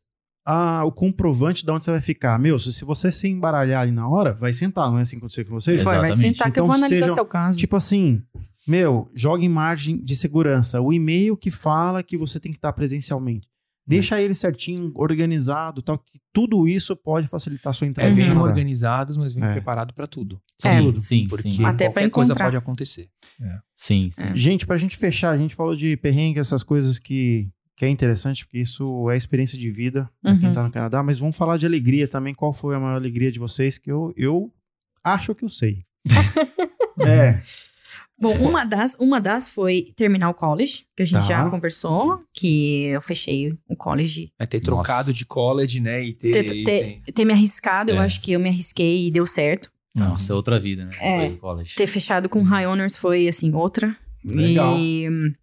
Speaker 4: a- o comprovante de onde você vai ficar? Meu, se, se você se embaralhar ali na hora, vai sentar, não é assim que aconteceu com você?
Speaker 3: Exato.
Speaker 5: Foi, vai
Speaker 3: Exatamente.
Speaker 5: sentar que eu
Speaker 4: Então
Speaker 5: vou analisar
Speaker 4: estejam-
Speaker 5: seu caso.
Speaker 4: Tipo assim, meu, joga em margem de segurança. O e-mail que fala que você tem que estar presencialmente. Deixa ele certinho, organizado, tal, que tudo isso pode facilitar a sua
Speaker 1: É,
Speaker 4: entrada.
Speaker 5: Uhum.
Speaker 4: no
Speaker 1: venham
Speaker 4: Canadá.
Speaker 1: organizados, mas venham
Speaker 4: É.
Speaker 1: preparado pra tudo.
Speaker 5: É.
Speaker 3: Sim, sim,
Speaker 1: Porque
Speaker 3: sim.
Speaker 5: Até pra
Speaker 1: qualquer coisa
Speaker 5: encontrar.
Speaker 1: pode acontecer.
Speaker 3: Sim,
Speaker 5: É.
Speaker 3: sim.
Speaker 4: Gente, pra gente fechar, a gente falou de perrengue, essas coisas que, que é interessante, porque isso é experiência de vida pra quem
Speaker 5: Uhum.
Speaker 4: tá no Canadá, mas vamos falar de alegria também. Qual foi a maior alegria de vocês? Que eu, eu acho que
Speaker 3: <laughs>
Speaker 4: eu sei. é,
Speaker 5: Bom, uma das, uma das foi terminar o college, que a gente
Speaker 4: Tá.
Speaker 5: já conversou, que eu fechei o college.
Speaker 1: É ter
Speaker 3: Nossa.
Speaker 1: trocado de college, né? E ter.
Speaker 5: Ter,
Speaker 1: e
Speaker 5: ter, ter me arriscado, eu
Speaker 3: É.
Speaker 5: acho que eu me arrisquei e deu certo.
Speaker 3: Nossa, é outra vida, né?
Speaker 5: É.
Speaker 3: Depois do college.
Speaker 5: Ter fechado com High Honors foi, assim, outra.
Speaker 4: legal.
Speaker 5: E hum,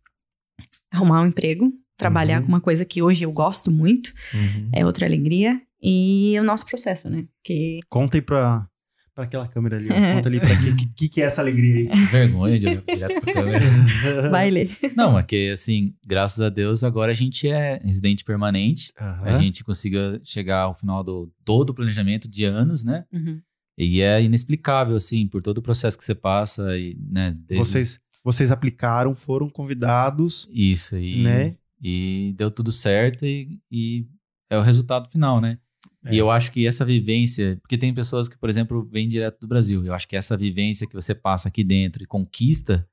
Speaker 5: arrumar um emprego, trabalhar
Speaker 4: Uhum.
Speaker 5: com uma coisa que hoje eu gosto muito,
Speaker 1: Uhum.
Speaker 5: é outra alegria. E o nosso processo, né? Que
Speaker 4: Conta aí pra, pra aquela câmera ali, ó.
Speaker 3: É.
Speaker 4: conta ali pra que, que- que, que é essa alegria aí.
Speaker 3: <laughs> Vergonha de olhar direto pra câmera.
Speaker 5: vai ler.
Speaker 3: Não, é que assim, graças a Deus, agora a gente é residente permanente. A
Speaker 4: Aham.
Speaker 3: gente conseguiu chegar ao final do todo o planejamento de anos, né?
Speaker 5: Uhum.
Speaker 3: E é inexplicável, assim, por todo o processo que você passa e, né? desde-
Speaker 4: Vocês, vocês aplicaram, foram convidados,
Speaker 3: Isso, e,
Speaker 4: né?
Speaker 3: e deu tudo certo e, e é o resultado final, né?
Speaker 1: É.
Speaker 3: E eu acho que essa vivência, porque tem pessoas que, por exemplo, vêm direto do Brasil. Eu acho que essa vivência que você passa aqui dentro e conquista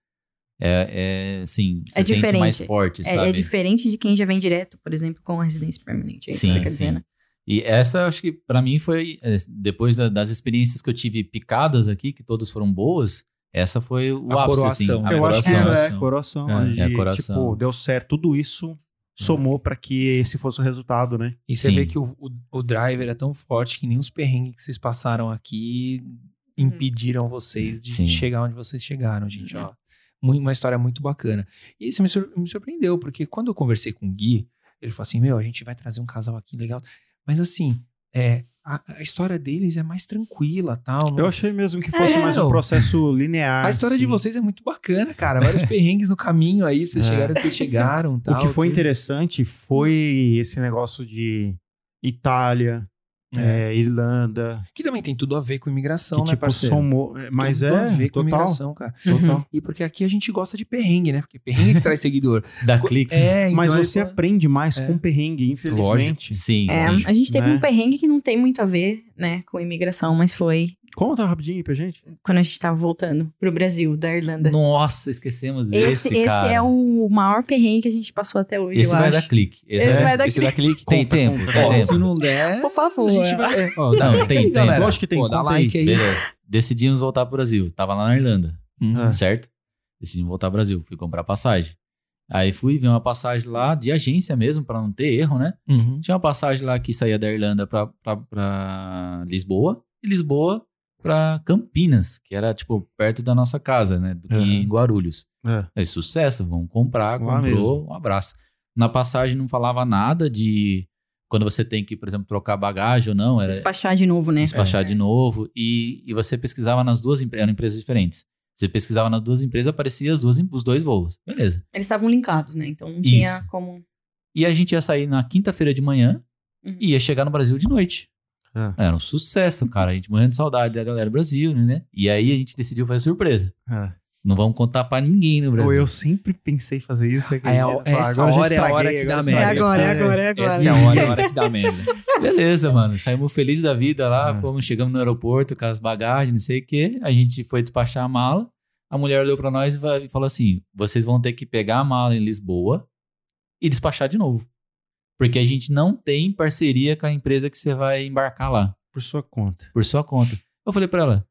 Speaker 3: é, é assim, você
Speaker 5: É
Speaker 3: sente mais
Speaker 5: diferente.
Speaker 3: forte,
Speaker 5: É,
Speaker 3: sabe?
Speaker 5: é diferente de quem já vem direto, por exemplo, com a residência permanente. É isso que
Speaker 3: Sim,
Speaker 5: você quer
Speaker 3: sim.
Speaker 5: dizer, né?
Speaker 3: E essa, eu acho que pra mim foi, eh, depois da- das experiências que eu tive picadas aqui, que todas foram boas, essa foi o
Speaker 1: A
Speaker 3: ápice,
Speaker 1: coroação,
Speaker 3: assim.
Speaker 1: né?
Speaker 3: A
Speaker 4: Eu acho que isso
Speaker 3: coroação.
Speaker 4: é coração.
Speaker 1: É,
Speaker 4: onde,
Speaker 3: é coração.
Speaker 4: Tipo, deu certo. Tudo isso somou pra que esse fosse o resultado, né?
Speaker 1: E você
Speaker 3: Sim.
Speaker 1: vê que o, o, o driver é tão forte que nem os perrengues que vocês passaram aqui impediram vocês de
Speaker 3: Sim.
Speaker 1: chegar onde vocês chegaram, gente. Ó, Mui- Uma história muito bacana. E isso me, sur- me surpreendeu, porque quando eu conversei com o Gui, ele falou assim: Meu, a gente vai trazer um casal aqui legal. Mas assim, é, a, a história deles é mais tranquila tal. não-
Speaker 4: Eu achei mesmo que fosse
Speaker 1: É,
Speaker 4: mais um
Speaker 1: eu-
Speaker 4: processo linear.
Speaker 1: a história de
Speaker 4: assim.
Speaker 1: vocês é muito bacana, cara. Vários
Speaker 4: <laughs>
Speaker 1: perrengues no caminho aí. Vocês
Speaker 4: É.
Speaker 1: chegaram, vocês chegaram tal.
Speaker 4: O que foi
Speaker 1: tudo.
Speaker 4: interessante foi esse negócio de Itália, eh, Irlanda,
Speaker 1: é. Que também tem tudo a ver com imigração,
Speaker 4: que
Speaker 1: né,
Speaker 4: tipo
Speaker 1: parceiro?
Speaker 4: somou. Mas
Speaker 1: tudo
Speaker 4: é
Speaker 1: a ver com
Speaker 4: total,
Speaker 1: imigração, cara.
Speaker 4: total.
Speaker 1: E porque aqui a gente gosta de perrengue, né? Porque perrengue que traz seguidor.
Speaker 3: Dá
Speaker 1: <laughs>
Speaker 3: clique.
Speaker 1: É, então
Speaker 4: né? mas
Speaker 1: ele
Speaker 4: você
Speaker 1: falou-
Speaker 4: aprende mais
Speaker 1: É.
Speaker 4: com perrengue, infelizmente.
Speaker 3: Sim,
Speaker 5: É,
Speaker 3: sim.
Speaker 5: a gente teve
Speaker 4: né?
Speaker 5: um perrengue que não tem muito a ver, né, com imigração, mas foi
Speaker 4: Conta rapidinho aí pra gente.
Speaker 5: quando a gente tava voltando pro Brasil, da Irlanda.
Speaker 3: Nossa, esquecemos desse,
Speaker 5: Esse, esse
Speaker 3: cara.
Speaker 5: é o maior perrengue que a gente passou até hoje,
Speaker 3: Esse
Speaker 5: eu
Speaker 3: vai
Speaker 5: acho.
Speaker 3: dar clique. Esse,
Speaker 5: Esse
Speaker 3: é-
Speaker 5: vai dar
Speaker 3: esse dá clique. Tem
Speaker 4: Conta,
Speaker 3: tempo,
Speaker 4: conta,
Speaker 3: tem
Speaker 1: Ó,
Speaker 4: conta.
Speaker 3: tempo.
Speaker 1: se não der,
Speaker 5: Por
Speaker 1: a
Speaker 5: favor.
Speaker 1: gente vai... <laughs> É, ó, dá
Speaker 3: Não,
Speaker 1: like
Speaker 3: tem,
Speaker 1: aí,
Speaker 3: tem.
Speaker 1: galera.
Speaker 4: Lógico que tem,
Speaker 1: Pô, dá
Speaker 4: conta
Speaker 1: like aí.
Speaker 3: Beleza. Decidimos voltar pro Brasil. Tava lá na Irlanda,
Speaker 4: Ah.
Speaker 1: Uhum.
Speaker 3: certo? Decidimos voltar pro Brasil. Fui comprar passagem. Aí fui ver uma passagem lá de agência mesmo, pra não ter erro, né?
Speaker 1: Uhum.
Speaker 3: Tinha uma passagem lá que saía da Irlanda pra, pra, pra Lisboa e Lisboa pra Campinas, que era, tipo, perto da nossa casa, né? Do que
Speaker 1: Uhum.
Speaker 3: em Guarulhos.
Speaker 4: É.
Speaker 3: É sucesso, vamos comprar,
Speaker 4: Lá
Speaker 3: comprou,
Speaker 4: mesmo.
Speaker 3: um abraço. Na passagem não falava nada de quando você tem que, por exemplo, trocar bagagem ou não, era
Speaker 5: Despachar de novo, né?
Speaker 3: despachar
Speaker 5: É.
Speaker 3: de novo. E, e você pesquisava nas duas empresas, eram empresas diferentes. Você pesquisava nas duas empresas, aparecia as duas, em- os dois voos. Beleza.
Speaker 5: Eles estavam linkados, né? Então não tinha
Speaker 3: Isso.
Speaker 5: como.
Speaker 3: E a gente ia sair na quinta-feira de manhã
Speaker 5: Uhum.
Speaker 3: e ia chegar no Brasil de noite.
Speaker 4: É.
Speaker 3: Era um sucesso, cara. A gente morrendo de saudade da galera do Brasil, né? E aí a gente decidiu fazer surpresa.
Speaker 4: É.
Speaker 3: Não vamos contar pra ninguém no Brasil.
Speaker 4: Ou eu sempre pensei em fazer isso. é que-
Speaker 1: Aí, ó,
Speaker 4: Ah,
Speaker 1: essa
Speaker 4: agora
Speaker 1: hora é
Speaker 4: já
Speaker 1: a
Speaker 4: estraguei,
Speaker 1: hora que
Speaker 4: agora
Speaker 1: dá
Speaker 4: estraguei.
Speaker 1: merda.
Speaker 4: É.
Speaker 5: é
Speaker 1: Essa é a hora, é a hora que dá merda.
Speaker 3: Beleza, mano. Saímos felizes da vida lá,
Speaker 4: É.
Speaker 3: fomos, chegamos no aeroporto com as bagagens, não sei o quê. A gente foi despachar a mala. A mulher olhou pra nós e va- e falou assim: vocês vão ter que pegar a mala em Lisboa e despachar de novo. Porque a gente não tem parceria com a empresa que você vai embarcar lá,
Speaker 4: Por sua conta.
Speaker 3: por sua conta. Eu falei pra ela: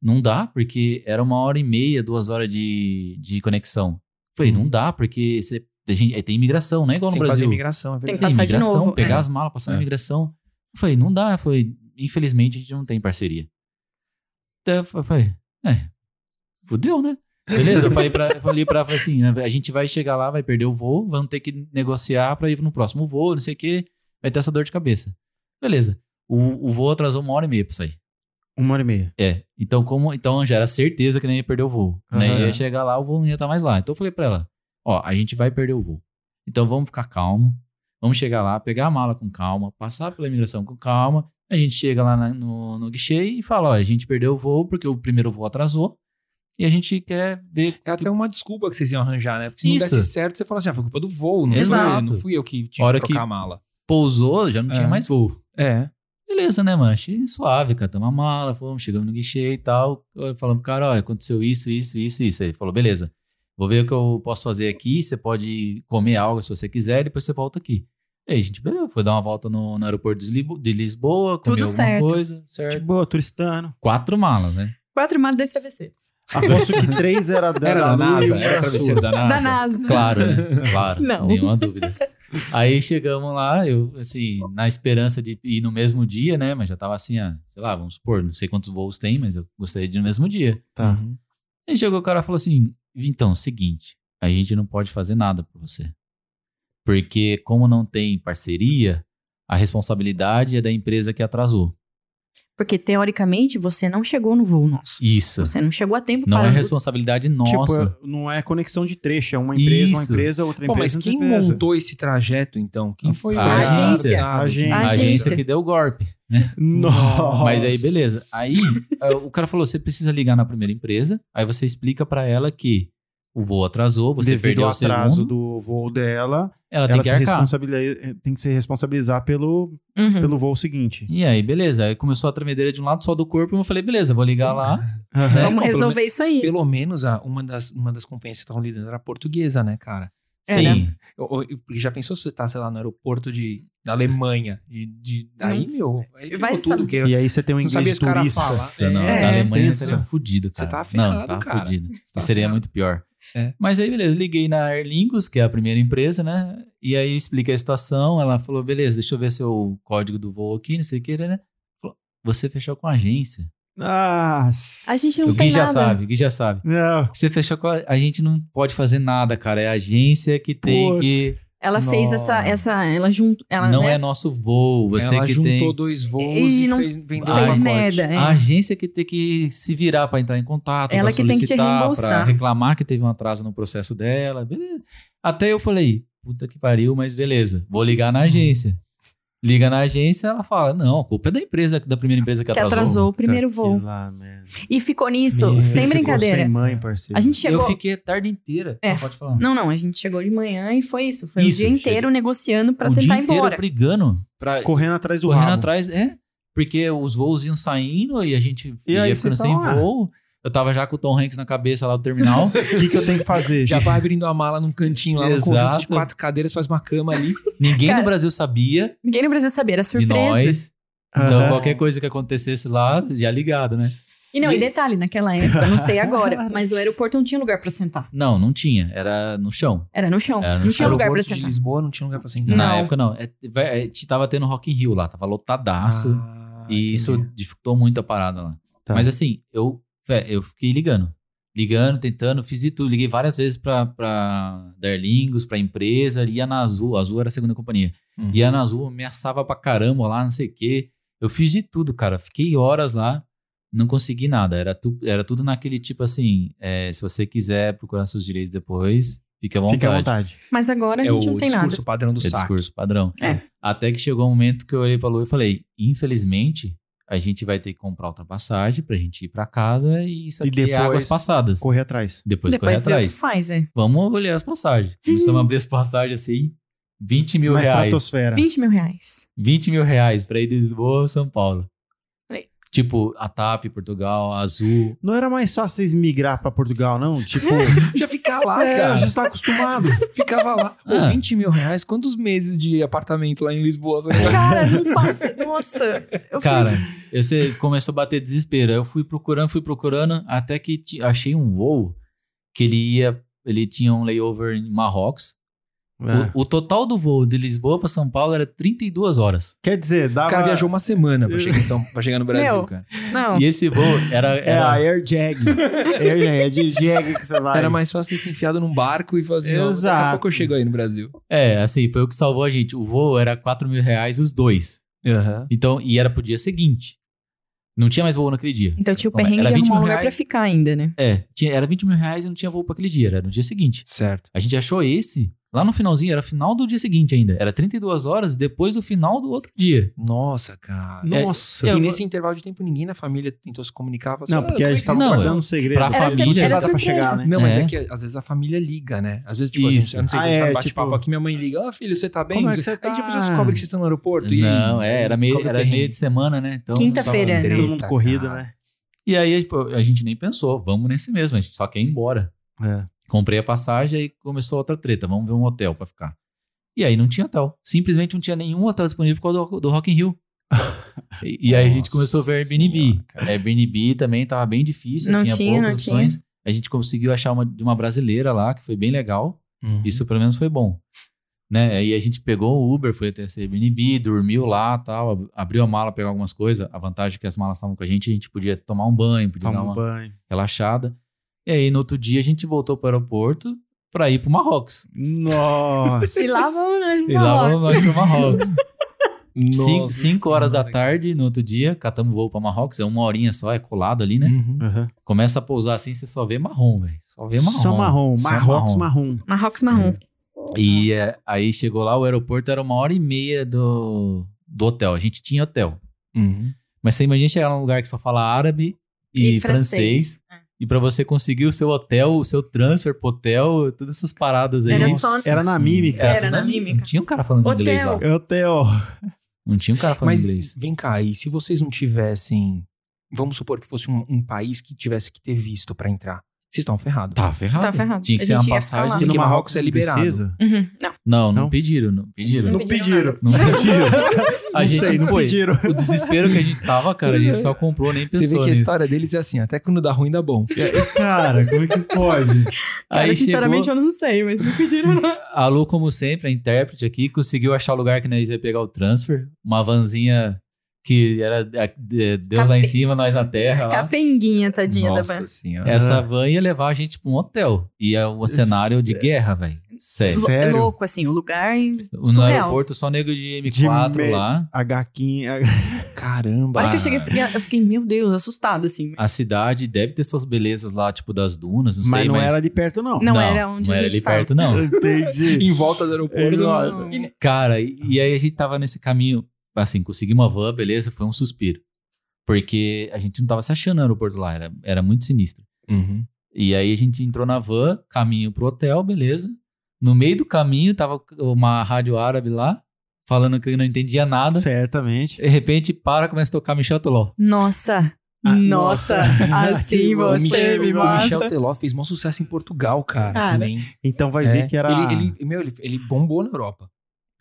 Speaker 3: não dá, porque era uma hora e meia, duas horas de, de conexão. Eu falei: não dá, porque você, a gente, tem imigração, né? Igual
Speaker 1: Uhum. Sem
Speaker 3: no
Speaker 1: fazer
Speaker 3: Brasil
Speaker 1: imigração, é
Speaker 5: Tem que
Speaker 1: verdade.
Speaker 3: tem
Speaker 5: passar de
Speaker 3: imigração,
Speaker 5: novo,
Speaker 3: pegar
Speaker 5: é.
Speaker 3: as malas, passar
Speaker 1: É.
Speaker 3: na imigração. Eu falei, não dá. Eu falei, infelizmente a gente não tem parceria. Daí eu fa- falei, é, fudeu, né? Beleza, eu falei pra, eu falei pra falei assim, a gente vai chegar lá, vai perder o voo, vamos ter que negociar pra ir no próximo voo, não sei o quê, vai ter essa dor de cabeça. Beleza. O, o voo atrasou uma hora e meia pra sair.
Speaker 4: Uma hora e meia.
Speaker 3: É, então como então já era certeza que não ia perder o voo. Né?
Speaker 4: Aham.
Speaker 3: Ia chegar lá, o voo não ia estar mais lá. Então eu falei pra ela, ó, a gente vai perder o voo. Então vamos ficar calmo, vamos chegar lá, pegar a mala com calma, passar pela imigração com calma. A gente chega lá na- no, no guichê e fala, ó, a gente perdeu o voo porque o primeiro voo atrasou e a gente quer ver...
Speaker 1: É até uma desculpa que vocês iam arranjar, né? Porque se
Speaker 3: Isso.
Speaker 1: não desse certo, você fala assim, ah, foi culpa do voo, não, foi,
Speaker 3: Exato.
Speaker 1: não fui eu que tinha
Speaker 3: Hora
Speaker 1: que trocar
Speaker 3: que-
Speaker 1: a mala.
Speaker 3: Pousou, já não tinha
Speaker 1: É.
Speaker 3: mais voo.
Speaker 1: É.
Speaker 3: Beleza, né, mano? Achei suave, catamos a mala, fomos, chegamos no guichê e tal. Falamos, pro cara, olha, aconteceu isso, isso, isso, isso. Ele falou, beleza, vou ver o que eu posso fazer aqui. Você pode comer algo se você quiser, e depois você volta aqui. E aí, gente, beleza, foi dar uma volta no, no aeroporto de Lisbo- de Lisboa, comer
Speaker 5: Tudo
Speaker 3: alguma
Speaker 5: certo.
Speaker 3: coisa,
Speaker 4: De
Speaker 3: certo?
Speaker 4: boa, turistano.
Speaker 3: Tipo, Quatro malas, né?
Speaker 5: Quatro malas, dois travesseiros.
Speaker 4: Aposto que três era da,
Speaker 1: Era da
Speaker 4: da Lua e
Speaker 1: NASA,
Speaker 4: um
Speaker 1: era
Speaker 4: era
Speaker 1: travesseiro
Speaker 4: sua.
Speaker 1: da NASA.
Speaker 5: Da NASA.
Speaker 3: <laughs> Ah, Claro, né? Claro.
Speaker 5: Não.
Speaker 3: Nenhuma dúvida. Aí chegamos lá, eu, assim, na esperança de ir no mesmo dia, né? Mas já tava assim, ah, sei lá, vamos supor, não sei quantos voos tem, mas eu gostaria de ir no mesmo dia.
Speaker 4: Tá.
Speaker 1: Uhum.
Speaker 3: Aí chegou o cara e falou assim: então, seguinte, a gente não pode fazer nada por você. Porque, como não tem parceria, a responsabilidade é da empresa que atrasou.
Speaker 5: Porque, teoricamente, você não chegou no voo nosso.
Speaker 3: Isso.
Speaker 5: Você não chegou a tempo
Speaker 3: Não
Speaker 5: para.
Speaker 3: é responsabilidade nossa.
Speaker 4: Tipo, não é conexão de trecho, é uma empresa, uma
Speaker 3: Isso.
Speaker 4: empresa, outra
Speaker 1: Pô, mas
Speaker 4: empresa, outra
Speaker 1: quem
Speaker 4: empresa.
Speaker 1: montou esse trajeto, então? Quem foi o
Speaker 3: A
Speaker 1: cara
Speaker 5: agência.
Speaker 1: dado?
Speaker 4: A agência.
Speaker 3: a
Speaker 5: Agência.
Speaker 3: agência que deu o golpe.
Speaker 4: Nossa.
Speaker 3: Mas aí, beleza. Aí, eh, o cara falou: você precisa ligar na primeira empresa. Aí você explica pra ela que o voo atrasou, você
Speaker 4: Devido
Speaker 3: perdeu
Speaker 4: ao
Speaker 3: o
Speaker 4: atraso
Speaker 3: segundo.
Speaker 4: do voo dela,
Speaker 3: Ela, tem
Speaker 4: ela
Speaker 3: que
Speaker 4: se
Speaker 3: arcar. Hum.
Speaker 4: responsabiliza, eh, tem que se responsabilizar pelo,
Speaker 5: Uhum.
Speaker 4: pelo voo seguinte.
Speaker 3: E aí, beleza. Aí começou a tremedeira de um lado só do corpo. E eu falei: beleza, vou ligar lá.
Speaker 4: Aham.
Speaker 5: Vamos
Speaker 1: Não, pelo
Speaker 5: resolver isso aí.
Speaker 1: Pelo menos a- uma, das, uma das companhias que estavam lidando era a portuguesa, né, cara?
Speaker 5: É,
Speaker 3: Sim.
Speaker 1: Eu- eu- Porque já pensou se você tá, sei lá, no aeroporto de, da Alemanha? De, de, aí, meu, aí ficou
Speaker 5: Vai
Speaker 1: tudo.
Speaker 5: saber.
Speaker 1: que
Speaker 4: E aí você tem um
Speaker 1: Você não sabia
Speaker 4: inglês
Speaker 1: se o cara
Speaker 4: turista.
Speaker 1: fala.
Speaker 3: Nossa, não.
Speaker 1: É,
Speaker 3: da Alemanha
Speaker 1: pensa.
Speaker 3: seria fudido, cara.
Speaker 1: Você tá ferrado,
Speaker 3: não, tá
Speaker 1: cara.
Speaker 3: fudido.
Speaker 1: tá
Speaker 3: seria
Speaker 1: ferrado.
Speaker 3: muito pior.
Speaker 1: É.
Speaker 3: Mas aí, beleza, eu liguei na Aer Lingus, que é a primeira empresa, né? E aí expliquei a situação. Ela falou: beleza, deixa eu ver seu código do voo aqui, não sei o que, né? Falou, você né?" fechou com a agência.
Speaker 4: Nossa.
Speaker 5: A gente não
Speaker 3: O
Speaker 5: tem
Speaker 3: Gui já
Speaker 5: nada.
Speaker 3: sabe, o Gui já sabe.
Speaker 4: Não.
Speaker 3: Você fechou com a... a gente não pode fazer nada, cara. É a agência que tem
Speaker 4: Putz.
Speaker 3: que.
Speaker 5: Ela fez essa,
Speaker 1: Nossa.
Speaker 5: essa, ela junto, ela
Speaker 3: não
Speaker 5: né,
Speaker 3: é nosso voo. Você
Speaker 1: Ela
Speaker 3: que
Speaker 1: juntou
Speaker 3: tem.
Speaker 1: dois voos e,
Speaker 5: E não
Speaker 1: fez, vendeu o
Speaker 3: fez
Speaker 1: pacote.
Speaker 5: merda, é.
Speaker 3: A agência que tem que se virar pra entrar em contato,
Speaker 5: Ela
Speaker 3: pra
Speaker 5: que tem que te
Speaker 3: solicitar, pra
Speaker 5: reembolsar.
Speaker 3: reclamar que teve um atraso no processo dela, beleza. Até eu falei, puta que pariu, mas beleza, vou ligar na agência. Liga na agência, ela fala, não, a culpa é da empresa, da primeira empresa que
Speaker 5: que
Speaker 3: atrasou.
Speaker 5: atrasou o primeiro voo.
Speaker 4: Lá, merda.
Speaker 3: é
Speaker 5: E ficou nisso,
Speaker 1: Meu,
Speaker 5: sem
Speaker 1: ficou
Speaker 5: brincadeira.
Speaker 4: Sem mãe, parceiro.
Speaker 5: A gente chegou.
Speaker 3: Eu fiquei a tarde inteira,
Speaker 5: É.
Speaker 3: não pode falar.
Speaker 5: Não, não, a gente chegou de manhã e foi isso. Foi
Speaker 3: Isso,
Speaker 5: o dia
Speaker 3: chega.
Speaker 5: inteiro negociando pra
Speaker 3: o
Speaker 5: tentar
Speaker 3: dia
Speaker 5: ir
Speaker 3: inteiro
Speaker 5: embora.
Speaker 3: brigando, pra,
Speaker 4: Correndo atrás do
Speaker 3: correndo
Speaker 4: rabo.
Speaker 3: atrás, é, porque os voos iam saindo e a gente
Speaker 4: E aí
Speaker 3: ia
Speaker 4: vocês "Ah."
Speaker 3: ficando sem
Speaker 4: estavam lá.
Speaker 3: voo. Eu tava já com o Tom Hanks na cabeça lá do
Speaker 4: <laughs>
Speaker 3: terminal.
Speaker 4: O que, que eu tenho que fazer?
Speaker 1: Já vai abrindo a mala num cantinho lá, num conjunto de
Speaker 3: Exato.
Speaker 1: quatro cadeiras, faz uma cama ali.
Speaker 3: Ninguém
Speaker 5: Cara,
Speaker 3: no Brasil sabia.
Speaker 5: Ninguém no Brasil sabia, era
Speaker 3: de
Speaker 5: surpresa.
Speaker 3: nós. Então,
Speaker 4: Aham.
Speaker 3: qualquer coisa que acontecesse lá, já ligado, né?
Speaker 5: E não, e detalhe, naquela época, não
Speaker 3: <laughs>
Speaker 5: sei agora, mas o aeroporto não tinha lugar pra sentar.
Speaker 3: Não, não tinha. Era no chão.
Speaker 5: Era no chão.
Speaker 3: Era no
Speaker 5: não
Speaker 3: chão.
Speaker 5: tinha lugar pra
Speaker 1: Aeroporto de
Speaker 5: sentar.
Speaker 1: Lisboa não tinha lugar pra sentar.
Speaker 3: Na
Speaker 5: Não.
Speaker 3: época, não. É, vai- é, te- tava tendo Rock in Rio lá, tava lotadaço.
Speaker 1: Ah,
Speaker 3: e
Speaker 1: entendi.
Speaker 3: isso dificultou muito a parada lá.
Speaker 4: Tá.
Speaker 3: Mas assim, eu, vé, eu fiquei ligando. Ligando, tentando, fiz de tudo. Liguei várias vezes pra, pra Darlingos, pra empresa, ia na Azul. A Azul era a segunda companhia.
Speaker 1: Uhum.
Speaker 3: Ia na Azul, ameaçava pra caramba lá, não sei o quê. Eu fiz de tudo, cara. Fiquei horas lá, não consegui nada. Era, tu- era tudo naquele tipo assim: é, se você quiser procurar seus direitos depois, fique à vontade.
Speaker 4: Fique à vontade.
Speaker 5: Mas agora a
Speaker 1: É o
Speaker 5: gente não tem
Speaker 1: discurso
Speaker 5: nada.
Speaker 1: padrão do
Speaker 3: É
Speaker 1: saco.
Speaker 3: discurso padrão.
Speaker 5: É.
Speaker 3: Até que chegou um momento que eu olhei pra Lu e falei: infelizmente, a gente vai ter que comprar outra passagem pra gente ir pra casa e isso
Speaker 4: E
Speaker 3: aqui é
Speaker 4: depois-
Speaker 3: águas passadas.
Speaker 4: Correr atrás.
Speaker 3: Depois, correr
Speaker 5: vê o que
Speaker 3: atrás.
Speaker 5: faz, é.
Speaker 3: Vamos olhar as passagens. Começamos a abrir as passagens assim: 20 mil
Speaker 4: Na
Speaker 3: reais.
Speaker 4: estratosfera.
Speaker 5: 20 mil reais.
Speaker 3: 20 mil reais pra ir de Lisboa a São Paulo.
Speaker 5: Falei.
Speaker 3: Tipo, a TAP, Portugal, a Azul.
Speaker 4: Não era mais fácil vocês migrar pra Portugal, não? Tipo,
Speaker 1: Já ficar lá,
Speaker 4: é, a
Speaker 1: Ah, cara.
Speaker 4: gente tá acostumado.
Speaker 1: Ficava
Speaker 3: <laughs>
Speaker 1: lá. Ô,
Speaker 3: Ah.
Speaker 1: 20 mil reais, quantos meses de apartamento lá em Lisboa?
Speaker 3: <laughs>
Speaker 1: Você
Speaker 5: Cara, não faça. Nossa. Eu
Speaker 3: Cara, eu sei, começou a bater desespero. Aí Eu fui procurando, fui procurando, até que ti- achei um voo que ele ia. Ele tinha um layover em Marrocos.
Speaker 4: É.
Speaker 3: O, o total do voo de Lisboa pra São Paulo era 32 horas.
Speaker 4: Quer dizer, dava...
Speaker 1: O cara viajou uma semana pra chegar, em São- pra chegar no Brasil,
Speaker 5: Meu.
Speaker 1: cara.
Speaker 5: falei, não.
Speaker 3: E esse voo
Speaker 5: <laughs>
Speaker 3: era.
Speaker 4: É a
Speaker 3: era
Speaker 4: Air Jag. Air Jag, é de Jag que você vai.
Speaker 1: Era mais fácil ter se enfiado num barco e fazer. ó, Daqui
Speaker 4: Exato.
Speaker 1: a pouco eu chego aí no Brasil.
Speaker 3: é, assim, foi o que salvou a gente. O voo era 4 mil reais os dois. Então, e era pro dia seguinte. Não tinha mais voo naquele dia.
Speaker 5: Então tinha o
Speaker 3: Como é?
Speaker 5: perrengue de
Speaker 3: Era 20
Speaker 5: arrumar um
Speaker 3: mil
Speaker 5: lugar pra
Speaker 3: reais?
Speaker 5: ficar ainda, né?
Speaker 3: É, tinha, era 20 mil reais e não tinha voo pra aquele dia, era no dia seguinte.
Speaker 1: Certo.
Speaker 3: A gente achou esse lá no finalzinho, era final do dia seguinte ainda. Era 32 horas depois do final do outro dia.
Speaker 1: Nossa, cara.
Speaker 4: Nossa.
Speaker 3: É,
Speaker 1: e
Speaker 3: eu vou-
Speaker 1: nesse intervalo de tempo, ninguém na família tentou se comunicar. falou assim,
Speaker 4: Não,
Speaker 1: "Ah,
Speaker 4: porque a
Speaker 1: como é
Speaker 4: gente
Speaker 1: que
Speaker 4: tava
Speaker 3: Não,
Speaker 4: guardando
Speaker 3: eu-
Speaker 4: o segredo.
Speaker 3: pra
Speaker 4: Era
Speaker 5: família-
Speaker 4: sempre
Speaker 5: era
Speaker 4: levada pra
Speaker 5: surpresa.
Speaker 4: chegar, né?
Speaker 1: Não, mas é.
Speaker 3: É.
Speaker 1: que às vezes a família liga, né? Às vezes, tipo,
Speaker 3: Isso.
Speaker 1: assim, eu não sei se a
Speaker 4: Ah,
Speaker 1: gente tá
Speaker 4: é,
Speaker 1: no bate-papo
Speaker 4: tipo-
Speaker 1: aqui, minha mãe liga, ah, filho, você tá bem?
Speaker 4: Como é que você
Speaker 1: Aí depois
Speaker 4: tá?
Speaker 1: você descobre que vocês estão no aeroporto. e aí?
Speaker 3: não, é, era meio,
Speaker 1: Descobre o
Speaker 3: era
Speaker 1: perrengue.
Speaker 3: meio de semana, né? Então,
Speaker 5: Quinta-feira.
Speaker 3: tava-
Speaker 1: Treta,
Speaker 4: Todo mundo corrido,
Speaker 1: cara.
Speaker 4: né?
Speaker 3: E aí tipo, a gente nem pensou, vamos nesse mesmo, a gente só quer ir embora.
Speaker 4: É.
Speaker 3: Comprei a passagem e começou outra treta, vamos ver um hotel pra ficar. E aí não tinha hotel, simplesmente não tinha nenhum hotel disponível por causa do, do Rock in
Speaker 1: <laughs>
Speaker 3: Rio. E, e aí a gente
Speaker 1: Nossa
Speaker 3: começou a ver Airbnb. É,
Speaker 1: Senhora, cara.
Speaker 3: Airbnb também tava bem difícil,
Speaker 5: Não
Speaker 3: tinha,
Speaker 5: tinha,
Speaker 3: poucas
Speaker 5: não
Speaker 3: opções. A gente conseguiu achar uma de uma brasileira lá, que foi bem legal.
Speaker 1: Uhum.
Speaker 3: Isso pelo menos foi bom. Né? Aí a gente pegou o Uber, foi até esse Airbnb, dormiu lá tal, ab- abriu a mala, pegou algumas coisas. A vantagem é que as malas estavam com a gente, a gente podia tomar um banho, podia
Speaker 4: Toma
Speaker 3: dar
Speaker 4: um
Speaker 3: uma
Speaker 4: banho.
Speaker 3: relaxada. E aí no outro dia a gente voltou para o aeroporto para ir para o Marrocos.
Speaker 4: Nossa.
Speaker 5: E
Speaker 3: <laughs>
Speaker 5: lá vamos nós
Speaker 3: E lá
Speaker 5: embora.
Speaker 3: vamos nós para
Speaker 4: <laughs>
Speaker 3: Marrocos.
Speaker 1: Nossa
Speaker 3: Cin- cinco horas da
Speaker 1: Senhora,
Speaker 3: tarde no outro dia, catamos voo para Marrocos, é uma horinha só, é colado ali,
Speaker 4: Hum.
Speaker 1: cara.
Speaker 3: né?
Speaker 1: Uhum.
Speaker 4: Aham.
Speaker 3: Começa a pousar assim, você só vê marrom, velho. Só vê marrom.
Speaker 4: Só marrom.
Speaker 3: Só
Speaker 4: Marrocos marrom.
Speaker 5: Marrocos marrom.
Speaker 3: E é, aí chegou lá, o aeroporto era uma hora e meia do, do hotel. A gente tinha hotel.
Speaker 1: Uhum.
Speaker 3: Mas você imagina chegar num lugar que só fala árabe e, francês. E pra você conseguir o seu hotel, o seu transfer pro hotel, todas essas paradas aí.
Speaker 5: Era só-
Speaker 4: Era na mímica.
Speaker 5: Era
Speaker 3: tudo
Speaker 5: na mímica.
Speaker 3: Não tinha um cara falando
Speaker 5: Hotel.
Speaker 3: inglês lá.
Speaker 4: Eu tenho...
Speaker 3: Não tinha um cara falando
Speaker 1: Mas
Speaker 3: inglês.
Speaker 1: vem cá, e se vocês não tivessem. Vamos supor que fosse um, um país que tivesse que ter visto pra entrar. Vocês estão ferrados.
Speaker 3: Tá ferrado.
Speaker 5: Tá ferrado.
Speaker 3: Tinha que
Speaker 5: A
Speaker 3: ser
Speaker 5: gente
Speaker 3: uma
Speaker 5: ia ficar lá.
Speaker 3: passagem.
Speaker 1: Porque
Speaker 3: que-
Speaker 1: Marrocos é liberado.
Speaker 4: Precisa?
Speaker 5: Uhum. Não,
Speaker 3: Não, não
Speaker 4: Não?
Speaker 3: pediram, não pediram.
Speaker 5: Não
Speaker 4: Não
Speaker 5: pediram
Speaker 4: pediram.
Speaker 3: Não pediram. A
Speaker 4: Não
Speaker 3: gente
Speaker 4: sei, não
Speaker 3: foi.
Speaker 4: pediram.
Speaker 3: O desespero que a gente tava, cara, a gente só comprou, nem
Speaker 1: Você
Speaker 3: pensou
Speaker 1: vê que a
Speaker 3: nisso.
Speaker 1: história deles é assim: até quando dá ruim, dá bom.
Speaker 4: Cara, como é que pode?
Speaker 5: cara,
Speaker 3: Aí
Speaker 5: sinceramente
Speaker 3: chegou,
Speaker 5: eu não sei, mas não
Speaker 3: <laughs>
Speaker 5: pediram não.
Speaker 3: a Lu, como sempre, a intérprete aqui, conseguiu achar o lugar que nós ia pegar o transfer. Uma vanzinha que era a- de- Deus lá em
Speaker 5: Capen-
Speaker 3: cima, nós na terra. Lá.
Speaker 5: Capenguinha, tadinha da
Speaker 1: Nossa
Speaker 5: Bárbara.
Speaker 1: senhora.
Speaker 4: Ah.
Speaker 3: Essa van ia levar a gente pra um hotel. E é um cenário de guerra, velho. Sério.
Speaker 5: Lou-
Speaker 4: Sério?
Speaker 5: Louco, assim, o lugar
Speaker 3: No
Speaker 5: surreal.
Speaker 3: aeroporto, só nego de M4
Speaker 4: De me-
Speaker 3: lá.
Speaker 4: A gaquinha.
Speaker 1: Caramba.
Speaker 5: A hora que eu cheguei, eu fiquei, eu fiquei, meu Deus, assustada, assim.
Speaker 3: A cidade deve ter suas belezas lá, tipo das dunas, não
Speaker 4: mas
Speaker 3: sei,
Speaker 4: não
Speaker 3: mas...
Speaker 4: era de perto,
Speaker 3: <laughs>
Speaker 4: não.
Speaker 5: Não era onde
Speaker 3: não
Speaker 5: a
Speaker 3: era
Speaker 5: gente
Speaker 3: ali
Speaker 5: tava.
Speaker 3: perto,
Speaker 4: <laughs>
Speaker 3: não.
Speaker 4: Entendi.
Speaker 1: Em volta do aeroporto.
Speaker 4: Exato.
Speaker 1: não-
Speaker 3: Cara, e, e aí a gente tava nesse caminho, assim, conseguimos uma van, beleza, foi um suspiro. Porque a gente não tava se achando no aeroporto lá, era, era muito sinistro.
Speaker 1: Uhum.
Speaker 3: E aí a gente entrou na van, caminho pro hotel, beleza. No meio do caminho tava uma rádio árabe lá, falando que não entendia nada.
Speaker 4: Certamente.
Speaker 3: De repente para, começa a tocar Michel Teló.
Speaker 5: Nossa,
Speaker 4: Ah,
Speaker 5: nossa, <laughs> assim
Speaker 4: Que
Speaker 1: O
Speaker 5: você
Speaker 1: Michel,
Speaker 5: me
Speaker 1: o
Speaker 5: mata.
Speaker 1: Michel Teló fez maior sucesso em Portugal, cara.
Speaker 5: Cara.
Speaker 1: também.
Speaker 4: Então vai
Speaker 1: É.
Speaker 4: ver que era.
Speaker 1: Ele, ele- meu, ele, ele bombou na Europa.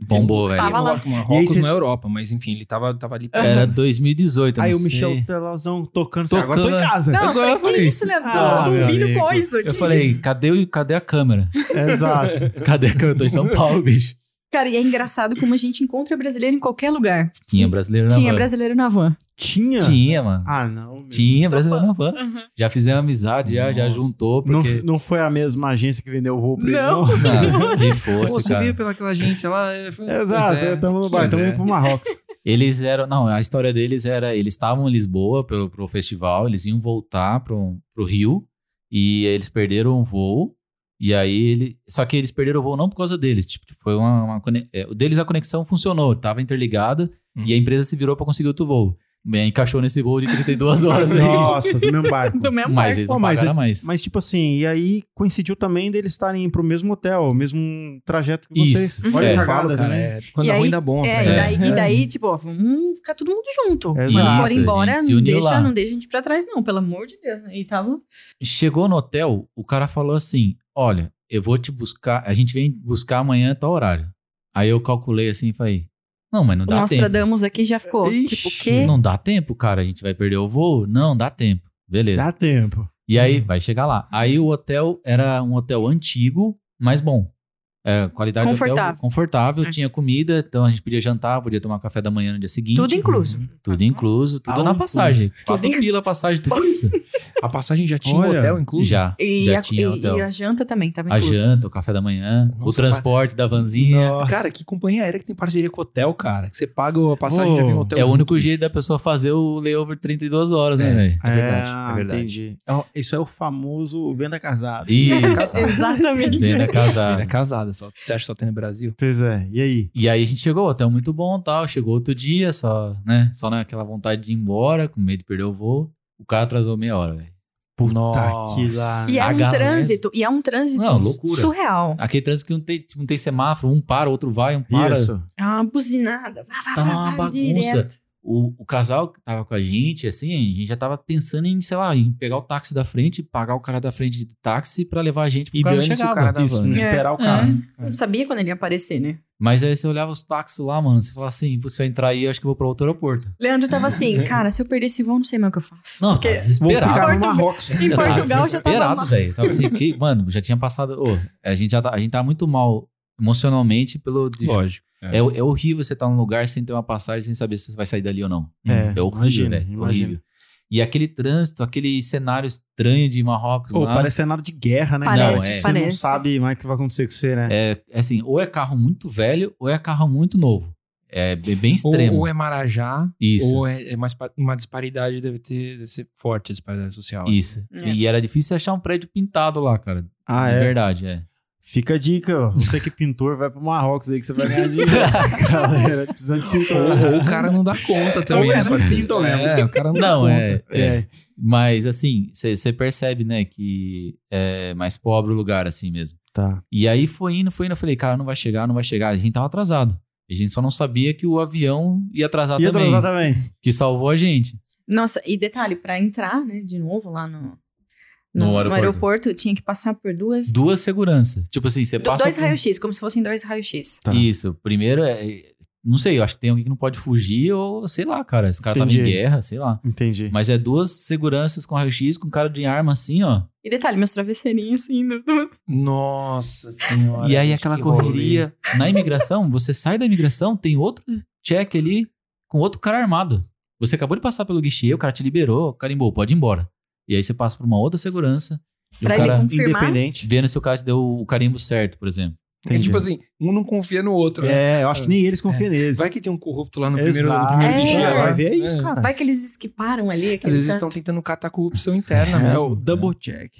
Speaker 3: Bombou, velho.
Speaker 5: Tava lá.
Speaker 1: Lógico, Marrocos
Speaker 4: vocês-
Speaker 1: não é Europa, mas enfim, ele tava, tava ali perto.
Speaker 3: Era 2018, eu
Speaker 4: Aí
Speaker 3: não
Speaker 4: o Michel
Speaker 3: sei.
Speaker 4: Telozão tocando.
Speaker 3: Tocando.
Speaker 4: Agora eu tô em casa.
Speaker 5: Não, eu
Speaker 3: Agora
Speaker 5: falei,
Speaker 3: eu falei
Speaker 5: que isso,
Speaker 3: isso.
Speaker 5: Leandro?
Speaker 4: Ah,
Speaker 5: Tô
Speaker 4: meu
Speaker 5: ouvindo
Speaker 4: amigo.
Speaker 5: coisa.
Speaker 3: Eu
Speaker 5: que
Speaker 3: falei,
Speaker 5: isso?
Speaker 3: cadê, o- cadê a câmera?
Speaker 4: <laughs> Exato.
Speaker 3: Cadê a câmera? Eu tô em São
Speaker 4: <laughs>
Speaker 3: Paulo, bicho.
Speaker 5: Cara, e é engraçado como a gente encontra brasileiro em qualquer lugar.
Speaker 3: Tinha brasileiro na
Speaker 5: Tinha
Speaker 3: van.
Speaker 5: brasileiro na van.
Speaker 4: <laughs> Tinha?
Speaker 3: Tinha, mano.
Speaker 4: Ah, não. meu.
Speaker 3: Tinha brasileiro na van.
Speaker 5: Uhum.
Speaker 3: Já fizemos amizade, já, já
Speaker 1: Nossa.
Speaker 3: juntou,
Speaker 4: Não,
Speaker 3: porque...
Speaker 4: não foi a mesma agência que vendeu o voo pra ele,
Speaker 5: Não.
Speaker 4: não? <laughs>
Speaker 3: Ah, se
Speaker 1: Pô,
Speaker 3: fosse,
Speaker 1: você
Speaker 3: cara.
Speaker 1: veio pelaquela agência lá. é, foi-
Speaker 4: Exato,
Speaker 1: pois é.
Speaker 4: estamos no bar,
Speaker 1: Pois
Speaker 4: estamos
Speaker 1: é.
Speaker 4: indo pro Marrocos.
Speaker 3: Eles eram... Não, a história deles era... Eles estavam em Lisboa pelo, pro festival, eles iam voltar pro, pro Rio e eles perderam o voo. E aí ele... Só que eles perderam o voo não por causa deles. Tipo, foi uma... uma cone- é, o deles a conexão funcionou, tava interligada
Speaker 1: Hum.
Speaker 3: e a empresa se virou pra conseguir outro voo. E aí encaixou nesse voo de 32 horas aí.
Speaker 4: Nossa, do mesmo barco.
Speaker 5: <laughs> Do
Speaker 3: Mas
Speaker 5: mesmo um mas,
Speaker 3: eles não
Speaker 4: Pô, mas
Speaker 3: pagaram mais.
Speaker 4: Mas tipo assim, e aí coincidiu também deles estarem pro mesmo hotel, o mesmo trajeto que vocês.
Speaker 3: Isso.
Speaker 4: Olha
Speaker 3: É.
Speaker 4: a
Speaker 1: Eu
Speaker 4: cagada,
Speaker 1: falo, cara,
Speaker 4: né?
Speaker 1: é, quando
Speaker 5: E
Speaker 1: é
Speaker 5: aí-
Speaker 1: ruim, dá bom. Assim,
Speaker 5: É,
Speaker 1: pra <laughs>
Speaker 5: e
Speaker 1: ele.
Speaker 5: daí,
Speaker 4: É.
Speaker 5: e daí, tipo, ó, vamos ficar todo mundo junto.
Speaker 4: É,
Speaker 5: Quando
Speaker 3: né? Isso,
Speaker 5: for
Speaker 3: a
Speaker 5: embora,
Speaker 3: gente se
Speaker 5: não
Speaker 3: uniu
Speaker 5: deixa,
Speaker 3: lá.
Speaker 5: não deixa a gente pra trás, não, pelo amor de Deus. né? E tava.
Speaker 3: Chegou no hotel, o cara falou assim: Olha, eu vou te buscar, a gente vem buscar amanhã a tal horário. Aí eu calculei assim e falei: Não, mas não
Speaker 5: O
Speaker 3: dá tempo.
Speaker 5: Nostradamus aqui já ficou.
Speaker 4: Ixi,
Speaker 5: tipo, o um quê?
Speaker 3: Não dá tempo, cara, a gente vai perder o voo? Não, dá tempo. Beleza.
Speaker 4: Dá tempo.
Speaker 3: E aí, vai chegar lá. Aí o hotel era um hotel antigo, mas bom. É, qualidade do hotel
Speaker 5: Confortável.
Speaker 3: confortável,
Speaker 5: É.
Speaker 3: tinha comida, então a gente podia jantar, podia tomar café da manhã no dia seguinte.
Speaker 5: Tudo incluso.
Speaker 3: né? Tudo incluso, tudo
Speaker 4: All
Speaker 3: na passagem. Quatro
Speaker 5: Tudo in-
Speaker 3: pila a passagem, tudo isso.
Speaker 1: A passagem já tinha
Speaker 4: Olha.
Speaker 1: um hotel incluso?
Speaker 3: Já.
Speaker 5: é. E,
Speaker 3: já
Speaker 5: a,
Speaker 3: tinha
Speaker 5: e-
Speaker 3: hotel.
Speaker 5: e a janta também tava
Speaker 3: A
Speaker 5: inclusa.
Speaker 3: janta, o café da manhã,
Speaker 1: Nossa,
Speaker 3: o transporte da vanzinha.
Speaker 4: Nossa.
Speaker 1: Cara, que companhia aérea que tem parceria com hotel, cara? Que você paga a passagem
Speaker 4: Pô,
Speaker 1: já vem o hotel.
Speaker 3: É o
Speaker 1: junto.
Speaker 3: único jeito da pessoa fazer o layover 32 horas, né,
Speaker 1: É.
Speaker 3: velho?
Speaker 1: é verdade, é verdade.
Speaker 4: Entendi. Então, Isso é o famoso venda casada.
Speaker 5: <laughs>
Speaker 3: Isso.
Speaker 5: <laughs> Exatamente.
Speaker 3: Venda
Speaker 1: Ele é
Speaker 3: casada.
Speaker 1: casada, só, você acha que só tem no Brasil?
Speaker 4: Pois é. E aí?
Speaker 3: E aí a gente chegou, hotel muito bom tal. Chegou outro dia, só, né? Só naquela vontade de ir embora, com medo de perder o voo. O cara atrasou meia hora, velho.
Speaker 1: Puta
Speaker 4: que Tá lá.
Speaker 5: E é
Speaker 3: A
Speaker 5: um
Speaker 3: galera-
Speaker 5: trânsito, e é um trânsito
Speaker 3: Não, loucura.
Speaker 5: surreal.
Speaker 3: Aquele trânsito que não tem, tipo, não tem semáforo, um para, outro vai, um para.
Speaker 4: Isso.
Speaker 5: É uma buzinada. Vá, vá,
Speaker 3: Tava
Speaker 5: vá,
Speaker 3: Tá uma
Speaker 5: vá,
Speaker 3: bagunça.
Speaker 5: direto.
Speaker 3: O, o casal que tava com a gente, assim, a gente já tava pensando em, sei lá, em pegar o táxi da frente, pagar o cara da frente do táxi pra levar a gente pro
Speaker 1: E
Speaker 3: cara
Speaker 1: dane-se o
Speaker 3: chegar.
Speaker 1: cara
Speaker 3: mano.
Speaker 1: da
Speaker 4: Isso,
Speaker 1: van.
Speaker 4: não
Speaker 5: É.
Speaker 4: esperar o
Speaker 3: É.
Speaker 4: cara.
Speaker 5: Não sabia quando ele ia aparecer, né?
Speaker 3: Mas aí você olhava os táxis lá, mano, você falava assim, "Putz, se eu entrar aí, eu acho que eu vou pra outro aeroporto.
Speaker 5: Leandro <laughs> tava assim, cara, se eu perder esse voo, não sei mais o que eu faço.
Speaker 3: Não,
Speaker 5: Porque
Speaker 3: tá
Speaker 4: Vou
Speaker 3: desesperado.
Speaker 4: ficar no
Speaker 5: Portugal-
Speaker 4: Marrocos.
Speaker 5: Em
Speaker 3: Eu
Speaker 5: Portugal já tava
Speaker 3: tá desesperado,
Speaker 5: mal.
Speaker 3: velho. Eu Tava assim, que, mano, já tinha passado. ô, a gente já tá, a gente tá muito mal emocionalmente pelo. de-
Speaker 1: Lógico.
Speaker 3: É, é horrível você estar num lugar sem ter uma passagem, sem saber se você vai sair dali ou não. Hum,
Speaker 4: É,
Speaker 3: horrível,
Speaker 4: imagino,
Speaker 3: velho.
Speaker 4: imagino.
Speaker 3: Horrível. E aquele trânsito, aquele cenário estranho de Marrocos
Speaker 4: Pô,
Speaker 3: lá.
Speaker 4: parece cenário de guerra, né?
Speaker 5: Parece,
Speaker 3: Não, é.
Speaker 4: Você não
Speaker 5: parece.
Speaker 4: sabe mais o que vai acontecer com você, né?
Speaker 3: É, é assim, ou é carro muito velho, ou é carro muito novo. É bem bem
Speaker 1: Ou,
Speaker 3: extremo.
Speaker 1: ou é Marajá,
Speaker 3: Isso.
Speaker 1: ou é, é mais pa- uma disparidade, deve, ter, deve ser forte a disparidade social.
Speaker 3: Isso.
Speaker 5: É.
Speaker 3: E era difícil achar um prédio pintado lá, cara.
Speaker 4: Ah,
Speaker 3: de
Speaker 4: é.
Speaker 3: verdade,
Speaker 4: <laughs>
Speaker 3: é.
Speaker 4: Fica a dica, ó. você que é pintor, vai pro Marrocos aí que você vai
Speaker 5: <laughs>
Speaker 4: ganhar dinheiro. Galera, precisando de pintor.
Speaker 1: Ou, ou o cara não dá conta também.
Speaker 4: Ou é
Speaker 1: né, parceiro?
Speaker 4: sucinto mesmo.
Speaker 1: É, o cara não,
Speaker 3: Não,
Speaker 1: dá
Speaker 3: é,
Speaker 1: conta.
Speaker 3: é.
Speaker 4: É.
Speaker 3: Mas assim, você percebe, né, que é mais pobre o lugar, assim mesmo.
Speaker 4: Tá.
Speaker 3: E aí foi indo, foi indo. Eu falei, cara, não vai chegar, não vai chegar. A gente tava atrasado. A gente só não sabia que o avião ia
Speaker 5: Tá
Speaker 3: atrasar
Speaker 4: E
Speaker 3: também.
Speaker 4: atrasar também.
Speaker 3: Que salvou a gente.
Speaker 5: Nossa, e detalhe, pra entrar, né, de novo lá no,
Speaker 3: No
Speaker 5: no, no
Speaker 3: aeroporto.
Speaker 5: aeroporto. tinha que passar por duas...
Speaker 3: Duas seguranças. Tipo assim, você
Speaker 5: do-
Speaker 3: passa.
Speaker 5: dois
Speaker 3: por-
Speaker 5: raios-x, como se fossem dois raios-x.
Speaker 4: Tá.
Speaker 3: Isso. Primeiro é. Não sei, eu acho que tem alguém que não pode fugir, ou sei lá, cara. Esse cara tava em
Speaker 4: Entendi.
Speaker 3: guerra, sei lá.
Speaker 4: Entendi.
Speaker 3: Mas é duas seguranças com raio-x, com cara de arma assim, ó.
Speaker 5: E detalhe, meus travesseirinhos, assim, do- do-
Speaker 1: Nossa senhora.
Speaker 3: E aí
Speaker 1: gente,
Speaker 3: aquela
Speaker 1: que rolê.
Speaker 3: correria. Na imigração, você sai da imigração, tem outro check ali com outro cara armado. Você acabou de passar pelo guichê, o cara te liberou, carimbou, pode ir embora. E aí você passa por uma outra segurança. E
Speaker 5: Pra
Speaker 3: o
Speaker 5: ele
Speaker 3: cara
Speaker 5: confirmar.
Speaker 4: Independente.
Speaker 3: vendo se o cara te deu o carimbo certo, por exemplo.
Speaker 1: É tipo
Speaker 4: Entendi.
Speaker 1: assim, um não confia no outro. né?
Speaker 4: É, eu acho que nem eles confiam neles.
Speaker 1: Vai que tem um corrupto lá no primeiro, no primeiro
Speaker 5: É,
Speaker 1: guichê.
Speaker 5: guichê,
Speaker 4: Vai
Speaker 1: né?
Speaker 4: ver é isso,
Speaker 1: É.
Speaker 4: cara.
Speaker 5: Vai que eles esquiparam ali.
Speaker 1: Às
Speaker 5: aquele
Speaker 1: vezes eles
Speaker 5: tanto.
Speaker 1: estão tentando catar a corrupção interna
Speaker 4: É
Speaker 1: mesmo.
Speaker 4: o
Speaker 3: né?
Speaker 4: double check.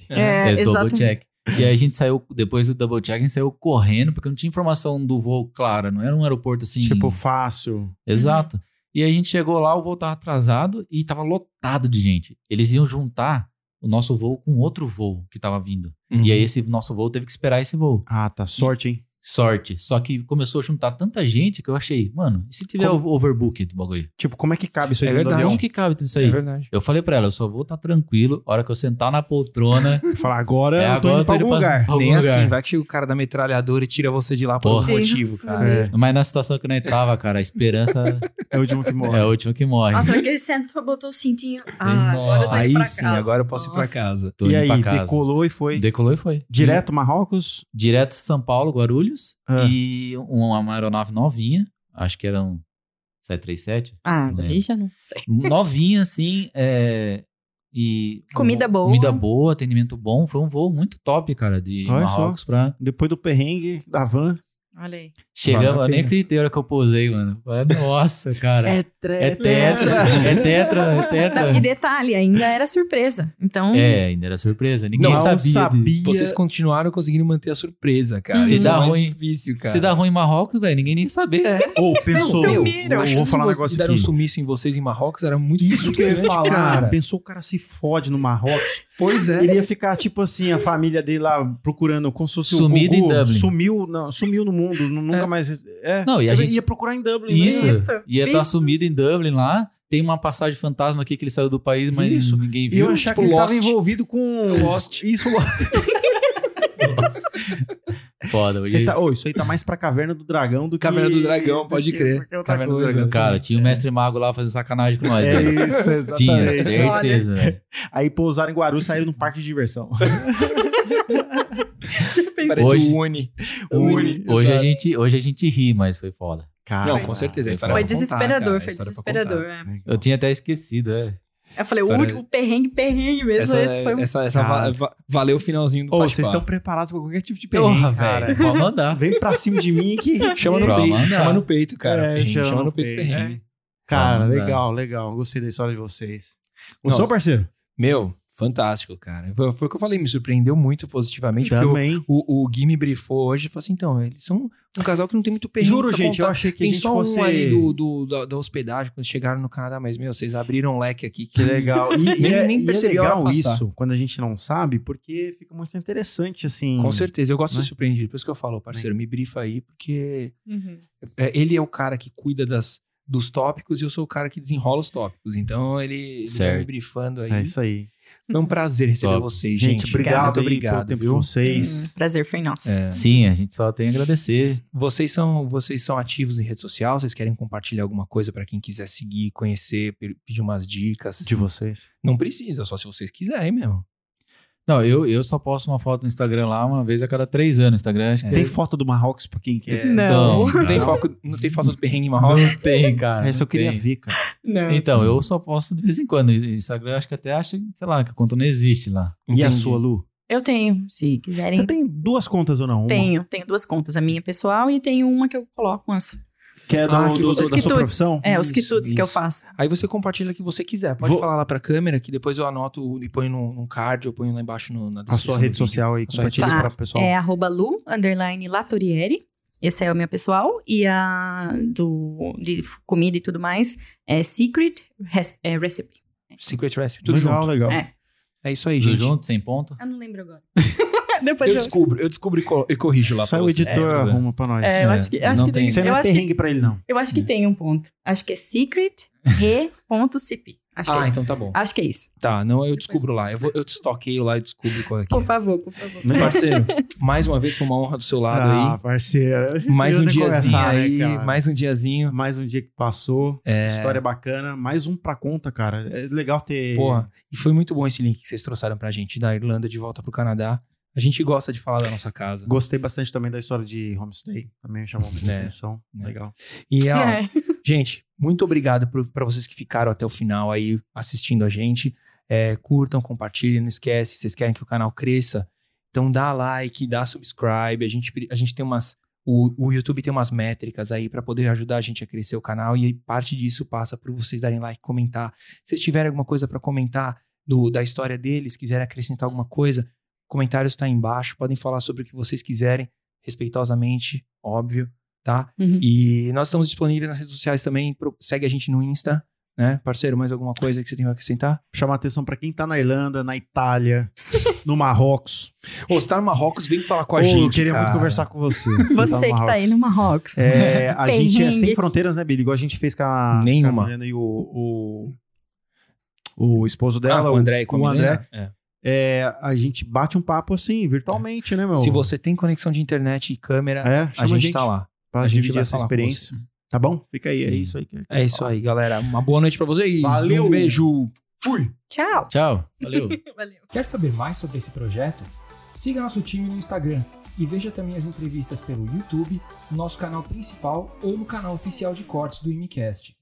Speaker 3: É,
Speaker 5: É,
Speaker 3: double
Speaker 5: exato.
Speaker 3: check. E aí a gente saiu, depois do double check, a gente saiu correndo, porque não tinha informação do voo clara, não era um aeroporto assim.
Speaker 4: Tipo, fácil.
Speaker 3: Exato. E a gente chegou lá, o voo tava atrasado e tava lotado de gente. Eles iam juntar o nosso voo com outro voo que tava vindo.
Speaker 1: Uhum.
Speaker 3: E aí esse nosso voo teve que esperar esse voo.
Speaker 4: Ah, tá. Sorte, hein?
Speaker 3: Sorte. Só que começou a juntar tanta gente que eu achei, mano, e se tiver
Speaker 4: Como-
Speaker 3: o overbook do bagulho?
Speaker 4: Tipo, como é que cabe isso aí
Speaker 1: É
Speaker 4: dentro do
Speaker 1: verdade.
Speaker 4: avião?
Speaker 3: Onde que cabe tudo isso
Speaker 1: É
Speaker 3: aí?
Speaker 1: verdade.
Speaker 3: Eu falei pra ela, eu só vou estar tranquilo, a hora que eu sentar na poltrona. <laughs>
Speaker 4: Falar, agora
Speaker 3: É,
Speaker 4: eu tô
Speaker 3: agora
Speaker 4: indo pra
Speaker 3: eu tô
Speaker 4: algum
Speaker 3: indo pra-
Speaker 4: lugar.
Speaker 3: Algum
Speaker 1: Nem
Speaker 3: lugar.
Speaker 1: assim, vai que chega o cara da metralhadora e tira você de lá por
Speaker 3: Porra.
Speaker 1: algum motivo,
Speaker 5: Deus,
Speaker 1: cara.
Speaker 5: meu
Speaker 4: É,
Speaker 3: Mas na situação que nós tava, cara, a esperança
Speaker 4: é o último que <laughs> morre.
Speaker 3: é a última que morre.
Speaker 5: Nossa, aquele sentou, botou o cintinho. Ah, agora eu tô indo
Speaker 1: Aí
Speaker 5: pra
Speaker 1: sim,
Speaker 5: casa.
Speaker 1: agora eu posso ir pra
Speaker 5: Nossa.
Speaker 1: casa.
Speaker 3: Tô
Speaker 4: e
Speaker 3: indo
Speaker 4: aí,
Speaker 3: pra casa.
Speaker 4: decolou e foi
Speaker 3: Decolou e foi.
Speaker 4: direto Marrocos?
Speaker 3: Direto de São Paulo, Guarulhos.
Speaker 4: Ah.
Speaker 3: E uma, uma aeronave novinha. Acho que era um 737.
Speaker 5: Ah,
Speaker 1: É.
Speaker 3: Lembro.
Speaker 5: daí já não sei.
Speaker 3: Novinha, assim. é, e um
Speaker 5: Comida boa.
Speaker 3: Comida boa, atendimento bom. Foi um voo muito top, cara, de
Speaker 4: Olha só.
Speaker 3: Marrocos pra...
Speaker 4: Depois do perrengue, da van.
Speaker 5: Olha aí.
Speaker 3: Chegamos,
Speaker 1: Vale a
Speaker 3: eu nem
Speaker 1: pena.
Speaker 3: acreditei a hora que eu posei, mano. Falei, Nossa, cara. É,
Speaker 4: treta.
Speaker 3: tetra, é tetra, é tetra.
Speaker 5: Não, e detalhe, ainda era surpresa. Então, <laughs>
Speaker 3: É, ainda era surpresa. Ninguém
Speaker 4: Não é um
Speaker 3: sabia.
Speaker 4: sabia.
Speaker 3: de-
Speaker 1: Vocês continuaram conseguindo manter a surpresa, cara.
Speaker 5: Uhum.
Speaker 3: Se
Speaker 1: Isso
Speaker 3: dá
Speaker 1: é o mais
Speaker 3: ruim.
Speaker 1: difícil, cara.
Speaker 3: Se dá ruim em Marrocos, velho, ninguém nem sabia.
Speaker 5: É.
Speaker 4: Ou pensou.
Speaker 5: Não,
Speaker 4: eu
Speaker 5: sumiram.
Speaker 1: a
Speaker 4: vou
Speaker 1: chance
Speaker 4: falar
Speaker 1: de vocês
Speaker 4: um negócio
Speaker 1: darem
Speaker 4: aqui.
Speaker 1: um sumiço em vocês em Marrocos era muito
Speaker 4: Isso que eu ia
Speaker 1: grande,
Speaker 4: falar.
Speaker 1: cara.
Speaker 4: Pensou o cara se fode no Marrocos.
Speaker 1: Pois é.
Speaker 4: Ele ia ficar, tipo assim, a família dele lá procurando como se fosse o
Speaker 3: Sumido em
Speaker 4: Gugu,
Speaker 3: Dublin.
Speaker 4: Sumiu, não, sumiu no mundo, nu- nunca
Speaker 1: É.
Speaker 4: mais. É.
Speaker 3: Não, e a
Speaker 4: Ele
Speaker 3: gente-
Speaker 4: ia procurar em Dublin. né?
Speaker 3: Isso.
Speaker 5: Isso,
Speaker 3: Ia estar
Speaker 5: isso.
Speaker 3: sumido em Dublin lá. Tem uma passagem fantasma aqui que ele saiu do país, mas
Speaker 4: Isso.
Speaker 3: ninguém
Speaker 4: E eu
Speaker 3: viu.
Speaker 4: achar
Speaker 1: Tipo
Speaker 4: que ele
Speaker 1: Lost.
Speaker 4: tava envolvido com.
Speaker 1: Lost.
Speaker 4: Isso,
Speaker 3: <laughs> Foda.
Speaker 4: Isso aí,
Speaker 3: E-
Speaker 4: tá, ô, isso aí tá mais pra Caverna do Dragão do que.
Speaker 1: Caverna do Dragão,
Speaker 4: do
Speaker 1: pode
Speaker 4: que-
Speaker 1: crer.
Speaker 4: do que outra
Speaker 1: Caverna do
Speaker 4: coisa.
Speaker 1: Dragão.
Speaker 3: Cara, tinha o mestre mago lá fazendo sacanagem com nós.
Speaker 4: É
Speaker 3: velho.
Speaker 4: isso,
Speaker 3: tinha,
Speaker 4: exatamente.
Speaker 3: certeza. velho.
Speaker 4: Aí pousaram em Guarulhos e saíram num parque
Speaker 1: <laughs>
Speaker 4: de diversão.
Speaker 1: Parece
Speaker 3: Hoje-
Speaker 1: o Uni. O
Speaker 4: Uni.
Speaker 1: Uni.
Speaker 3: Hoje a, gente, hoje a gente ri, mas foi foda.
Speaker 4: Cara,
Speaker 1: Não, com certeza. A
Speaker 3: Foi
Speaker 1: história
Speaker 5: foi
Speaker 1: é pra contar,
Speaker 5: desesperador,
Speaker 1: cara. A
Speaker 5: foi
Speaker 1: história é pra
Speaker 5: desesperador. é.
Speaker 3: Eu tinha até esquecido, é.
Speaker 5: Eu falei,
Speaker 1: História-
Speaker 5: o, único- o perrengue, perrengue mesmo,
Speaker 1: Essa, é,
Speaker 5: esse foi um...
Speaker 1: essa, essa
Speaker 4: Cara.
Speaker 1: va- va- valeu o finalzinho do
Speaker 4: Ô,
Speaker 1: Pode
Speaker 4: vocês
Speaker 1: Pá.
Speaker 4: estão preparados pra qualquer tipo de perrengue,
Speaker 3: Porra,
Speaker 4: cara.
Speaker 3: velho. Pode
Speaker 4: <laughs>
Speaker 3: mandar.
Speaker 4: Vem pra cima de mim que...
Speaker 1: <laughs> Chama no
Speaker 3: Pra
Speaker 1: peito,
Speaker 3: mandar.
Speaker 1: chama no peito, cara.
Speaker 4: É,
Speaker 1: Perrengue,
Speaker 4: chama
Speaker 1: chama,
Speaker 4: no
Speaker 1: no peito,
Speaker 4: peito, é.
Speaker 1: perrengue.
Speaker 4: Cara,
Speaker 3: Vamos,
Speaker 4: legal, legal. Gostei da história de vocês. O
Speaker 1: Nossa.
Speaker 4: seu parceiro?
Speaker 1: Meu, fantástico, cara. Foi, foi o que eu falei, me surpreendeu muito positivamente. Porque o, o, o Gui me brifou hoje e falou assim: então, eles são um casal que não tem muito perrengue.
Speaker 4: Juro,
Speaker 1: pra
Speaker 4: gente,
Speaker 1: contar.
Speaker 4: eu achei que a
Speaker 1: Tem
Speaker 4: gente
Speaker 1: só
Speaker 4: fosse...
Speaker 1: um ali do, do- da, da hospedagem quando chegaram no Canadá, mas, meu, vocês abriram um leque aqui
Speaker 4: <laughs>
Speaker 1: que
Speaker 4: Que legal. E,
Speaker 1: Nem-
Speaker 4: e é,
Speaker 1: nem
Speaker 4: e é
Speaker 1: percebi a hora
Speaker 4: legal
Speaker 1: passar.
Speaker 4: isso, quando a gente não sabe, porque fica muito interessante, assim.
Speaker 1: Com certeza, eu gosto de
Speaker 4: Né?
Speaker 1: ser surpreendido. Por isso que eu falo, parceiro, me brifa aí, porque
Speaker 5: Uhum.
Speaker 1: é, ele é o cara que cuida das, dos tópicos e eu sou o cara que desenrola os tópicos. Então ele, ele vai
Speaker 3: Certo.
Speaker 1: me brifando aí.
Speaker 4: É isso aí.
Speaker 1: Foi um prazer receber
Speaker 3: Top.
Speaker 1: vocês, gente.
Speaker 4: Gente, obrigado,
Speaker 1: Muito
Speaker 4: aí pelo
Speaker 1: obrigado,
Speaker 4: tempo de
Speaker 1: viu?
Speaker 4: vocês.
Speaker 5: Uhum. Prazer foi nosso.
Speaker 1: É.
Speaker 3: Sim, a gente só tem a agradecer.
Speaker 1: Vocês são, vocês são ativos em rede social? Vocês querem compartilhar alguma coisa pra quem quiser seguir, conhecer, pe- pedir umas dicas?
Speaker 4: De vocês.
Speaker 1: Não precisa, só se vocês quiserem mesmo.
Speaker 3: Não, eu, eu só posto uma foto no Instagram lá uma vez a cada três anos. Instagram, acho que
Speaker 4: Tem foto do Marrocos pra quem quer?
Speaker 5: Não.
Speaker 3: Então,
Speaker 1: É. Não tem,
Speaker 3: cara.
Speaker 1: foco, não tem foto do perrengue em Marrocos?
Speaker 3: Não tem, cara.
Speaker 4: Essa eu
Speaker 3: não
Speaker 4: queria
Speaker 3: tem.
Speaker 4: ver, cara.
Speaker 5: Não.
Speaker 3: Então, eu só posto de vez em quando. E Instagram, acho que até acha, sei lá, que a conta não existe lá.
Speaker 4: E a
Speaker 1: Entendi.
Speaker 4: sua, Lu?
Speaker 5: Eu tenho, se quiserem.
Speaker 4: Você tem duas contas ou não? Uma
Speaker 5: Tenho, tenho duas contas, a minha pessoal e tenho uma que eu coloco as,
Speaker 4: Que é do,
Speaker 1: Ah, que
Speaker 4: do-
Speaker 1: você-
Speaker 4: da
Speaker 5: quitutes.
Speaker 4: sua profissão?
Speaker 5: é, os
Speaker 1: Isso,
Speaker 5: quitutes que eu
Speaker 1: isso.
Speaker 5: faço.
Speaker 1: Aí você compartilha o que você quiser. Pode
Speaker 4: Vou-
Speaker 1: falar lá pra câmera, que depois eu anoto e ponho num, num card, eu ponho lá embaixo no, na
Speaker 4: A
Speaker 1: descrição.
Speaker 4: sua
Speaker 1: do
Speaker 4: rede
Speaker 1: vídeo.
Speaker 4: social aí,
Speaker 1: A sua rede
Speaker 4: compartilha isso
Speaker 5: social.
Speaker 4: pra pessoal.
Speaker 5: É arroba Lu, underline Latorieri. Essa é a minha pessoal. E a do, de f- comida e tudo mais é Secret Res- é, Recipe.
Speaker 1: Secret Recipe, tudo
Speaker 4: legal,
Speaker 1: junto.
Speaker 4: legal.
Speaker 5: É.
Speaker 1: É isso aí,
Speaker 3: Tudo
Speaker 1: gente.
Speaker 3: junto, sem ponto.
Speaker 5: Eu não lembro agora. <laughs> Depois
Speaker 1: Eu
Speaker 5: eu...
Speaker 1: descubro, eu descubro e, co- e corrijo lá
Speaker 4: Só
Speaker 1: pra
Speaker 4: o
Speaker 1: você.
Speaker 4: editor
Speaker 3: É,
Speaker 4: arruma pra nós.
Speaker 5: É, eu acho que, eu acho
Speaker 1: não
Speaker 5: que tem.
Speaker 1: tem-
Speaker 4: Você
Speaker 5: Eu
Speaker 4: não é
Speaker 5: acho que,
Speaker 4: perrengue pra ele, não.
Speaker 5: eu acho que tem um ponto. Acho que é Secret Re.cp. Acho que é
Speaker 1: Ah,
Speaker 5: isso.
Speaker 1: então tá bom.
Speaker 5: Acho que é isso.
Speaker 1: Tá, não, eu descubro lá. Eu, vou, eu te estoqueio lá e descubro qual é que
Speaker 5: Por
Speaker 1: é.
Speaker 5: favor, por favor.
Speaker 4: <laughs>
Speaker 1: Parceiro, mais uma vez foi uma honra do seu lado
Speaker 4: Ah,
Speaker 1: aí.
Speaker 4: parceira.
Speaker 1: Mais
Speaker 4: Eu
Speaker 1: um
Speaker 4: tenho que
Speaker 1: diazinho
Speaker 4: conversar, né,
Speaker 1: aí,
Speaker 4: cara?
Speaker 1: mais um diazinho.
Speaker 4: Mais um dia que passou.
Speaker 1: É.
Speaker 4: História bacana. Mais um pra conta, cara. É legal ter.
Speaker 1: Porra, e foi muito bom esse link que vocês trouxeram pra gente da Irlanda de volta pro Canadá. A gente gosta de falar da nossa casa.
Speaker 4: Gostei bastante também da história de homestay. Também chamou muita
Speaker 1: É.
Speaker 4: atenção.
Speaker 1: É.
Speaker 4: Legal.
Speaker 1: E ó,
Speaker 5: É.
Speaker 1: Gente, muito obrigado para vocês que ficaram até o final aí assistindo a gente. É, curtam, compartilhem, não esquece. Vocês querem que o canal cresça? Então dá like, dá subscribe. A gente, pre- a gente tem umas. O, o YouTube tem umas métricas aí para poder ajudar a gente a crescer o canal e parte disso passa por vocês darem like, comentar. Se vocês tiverem alguma coisa para comentar do, da história deles, quiserem acrescentar alguma coisa, comentários tá aí embaixo, podem falar sobre o que vocês quiserem, respeitosamente, óbvio, tá?
Speaker 5: Uhum.
Speaker 1: E nós estamos disponíveis nas redes sociais também. pro- Segue a gente no Insta, né? Parceiro, mais alguma coisa que você tem pra acrescentar?
Speaker 4: Chamar atenção pra quem tá na Irlanda, na Itália,
Speaker 1: <laughs>
Speaker 4: no Marrocos.
Speaker 1: Ô, você tá no Marrocos, vem falar com a
Speaker 4: Ô,
Speaker 1: gente.
Speaker 4: Eu queria
Speaker 1: cara.
Speaker 4: muito conversar com você.
Speaker 5: Você que tá aí no Marrocos.
Speaker 4: É,
Speaker 5: <laughs>
Speaker 4: a gente é sem
Speaker 5: Perrengue.
Speaker 4: fronteiras, né, Billy? Igual a gente fez com a,
Speaker 1: Nenhuma.
Speaker 4: com a Milena e o, o, o esposo
Speaker 1: Ah,
Speaker 4: dela.
Speaker 1: com o André e com
Speaker 4: o
Speaker 1: a
Speaker 4: André.
Speaker 1: Milena? É.
Speaker 4: É, a gente bate um papo assim, virtualmente, né, meu?
Speaker 1: Se você tem conexão de internet e câmera,
Speaker 4: É,
Speaker 1: a
Speaker 4: chama
Speaker 1: gente, tá lá.
Speaker 4: Pra
Speaker 1: A gente
Speaker 4: dividir
Speaker 1: vai
Speaker 4: essa
Speaker 1: falar com
Speaker 4: experiência. Tá bom? Fica aí, é
Speaker 3: Sim.
Speaker 4: isso aí. que-
Speaker 1: É isso aí, galera. Uma boa noite pra vocês.
Speaker 4: Valeu.
Speaker 1: Um beijo. Fui.
Speaker 5: Tchau.
Speaker 3: Tchau. Valeu.
Speaker 5: Valeu.
Speaker 2: Quer saber mais sobre esse projeto? Siga nosso time no Instagram e veja também as entrevistas pelo YouTube, no nosso canal principal ou no canal oficial de cortes do Imicast.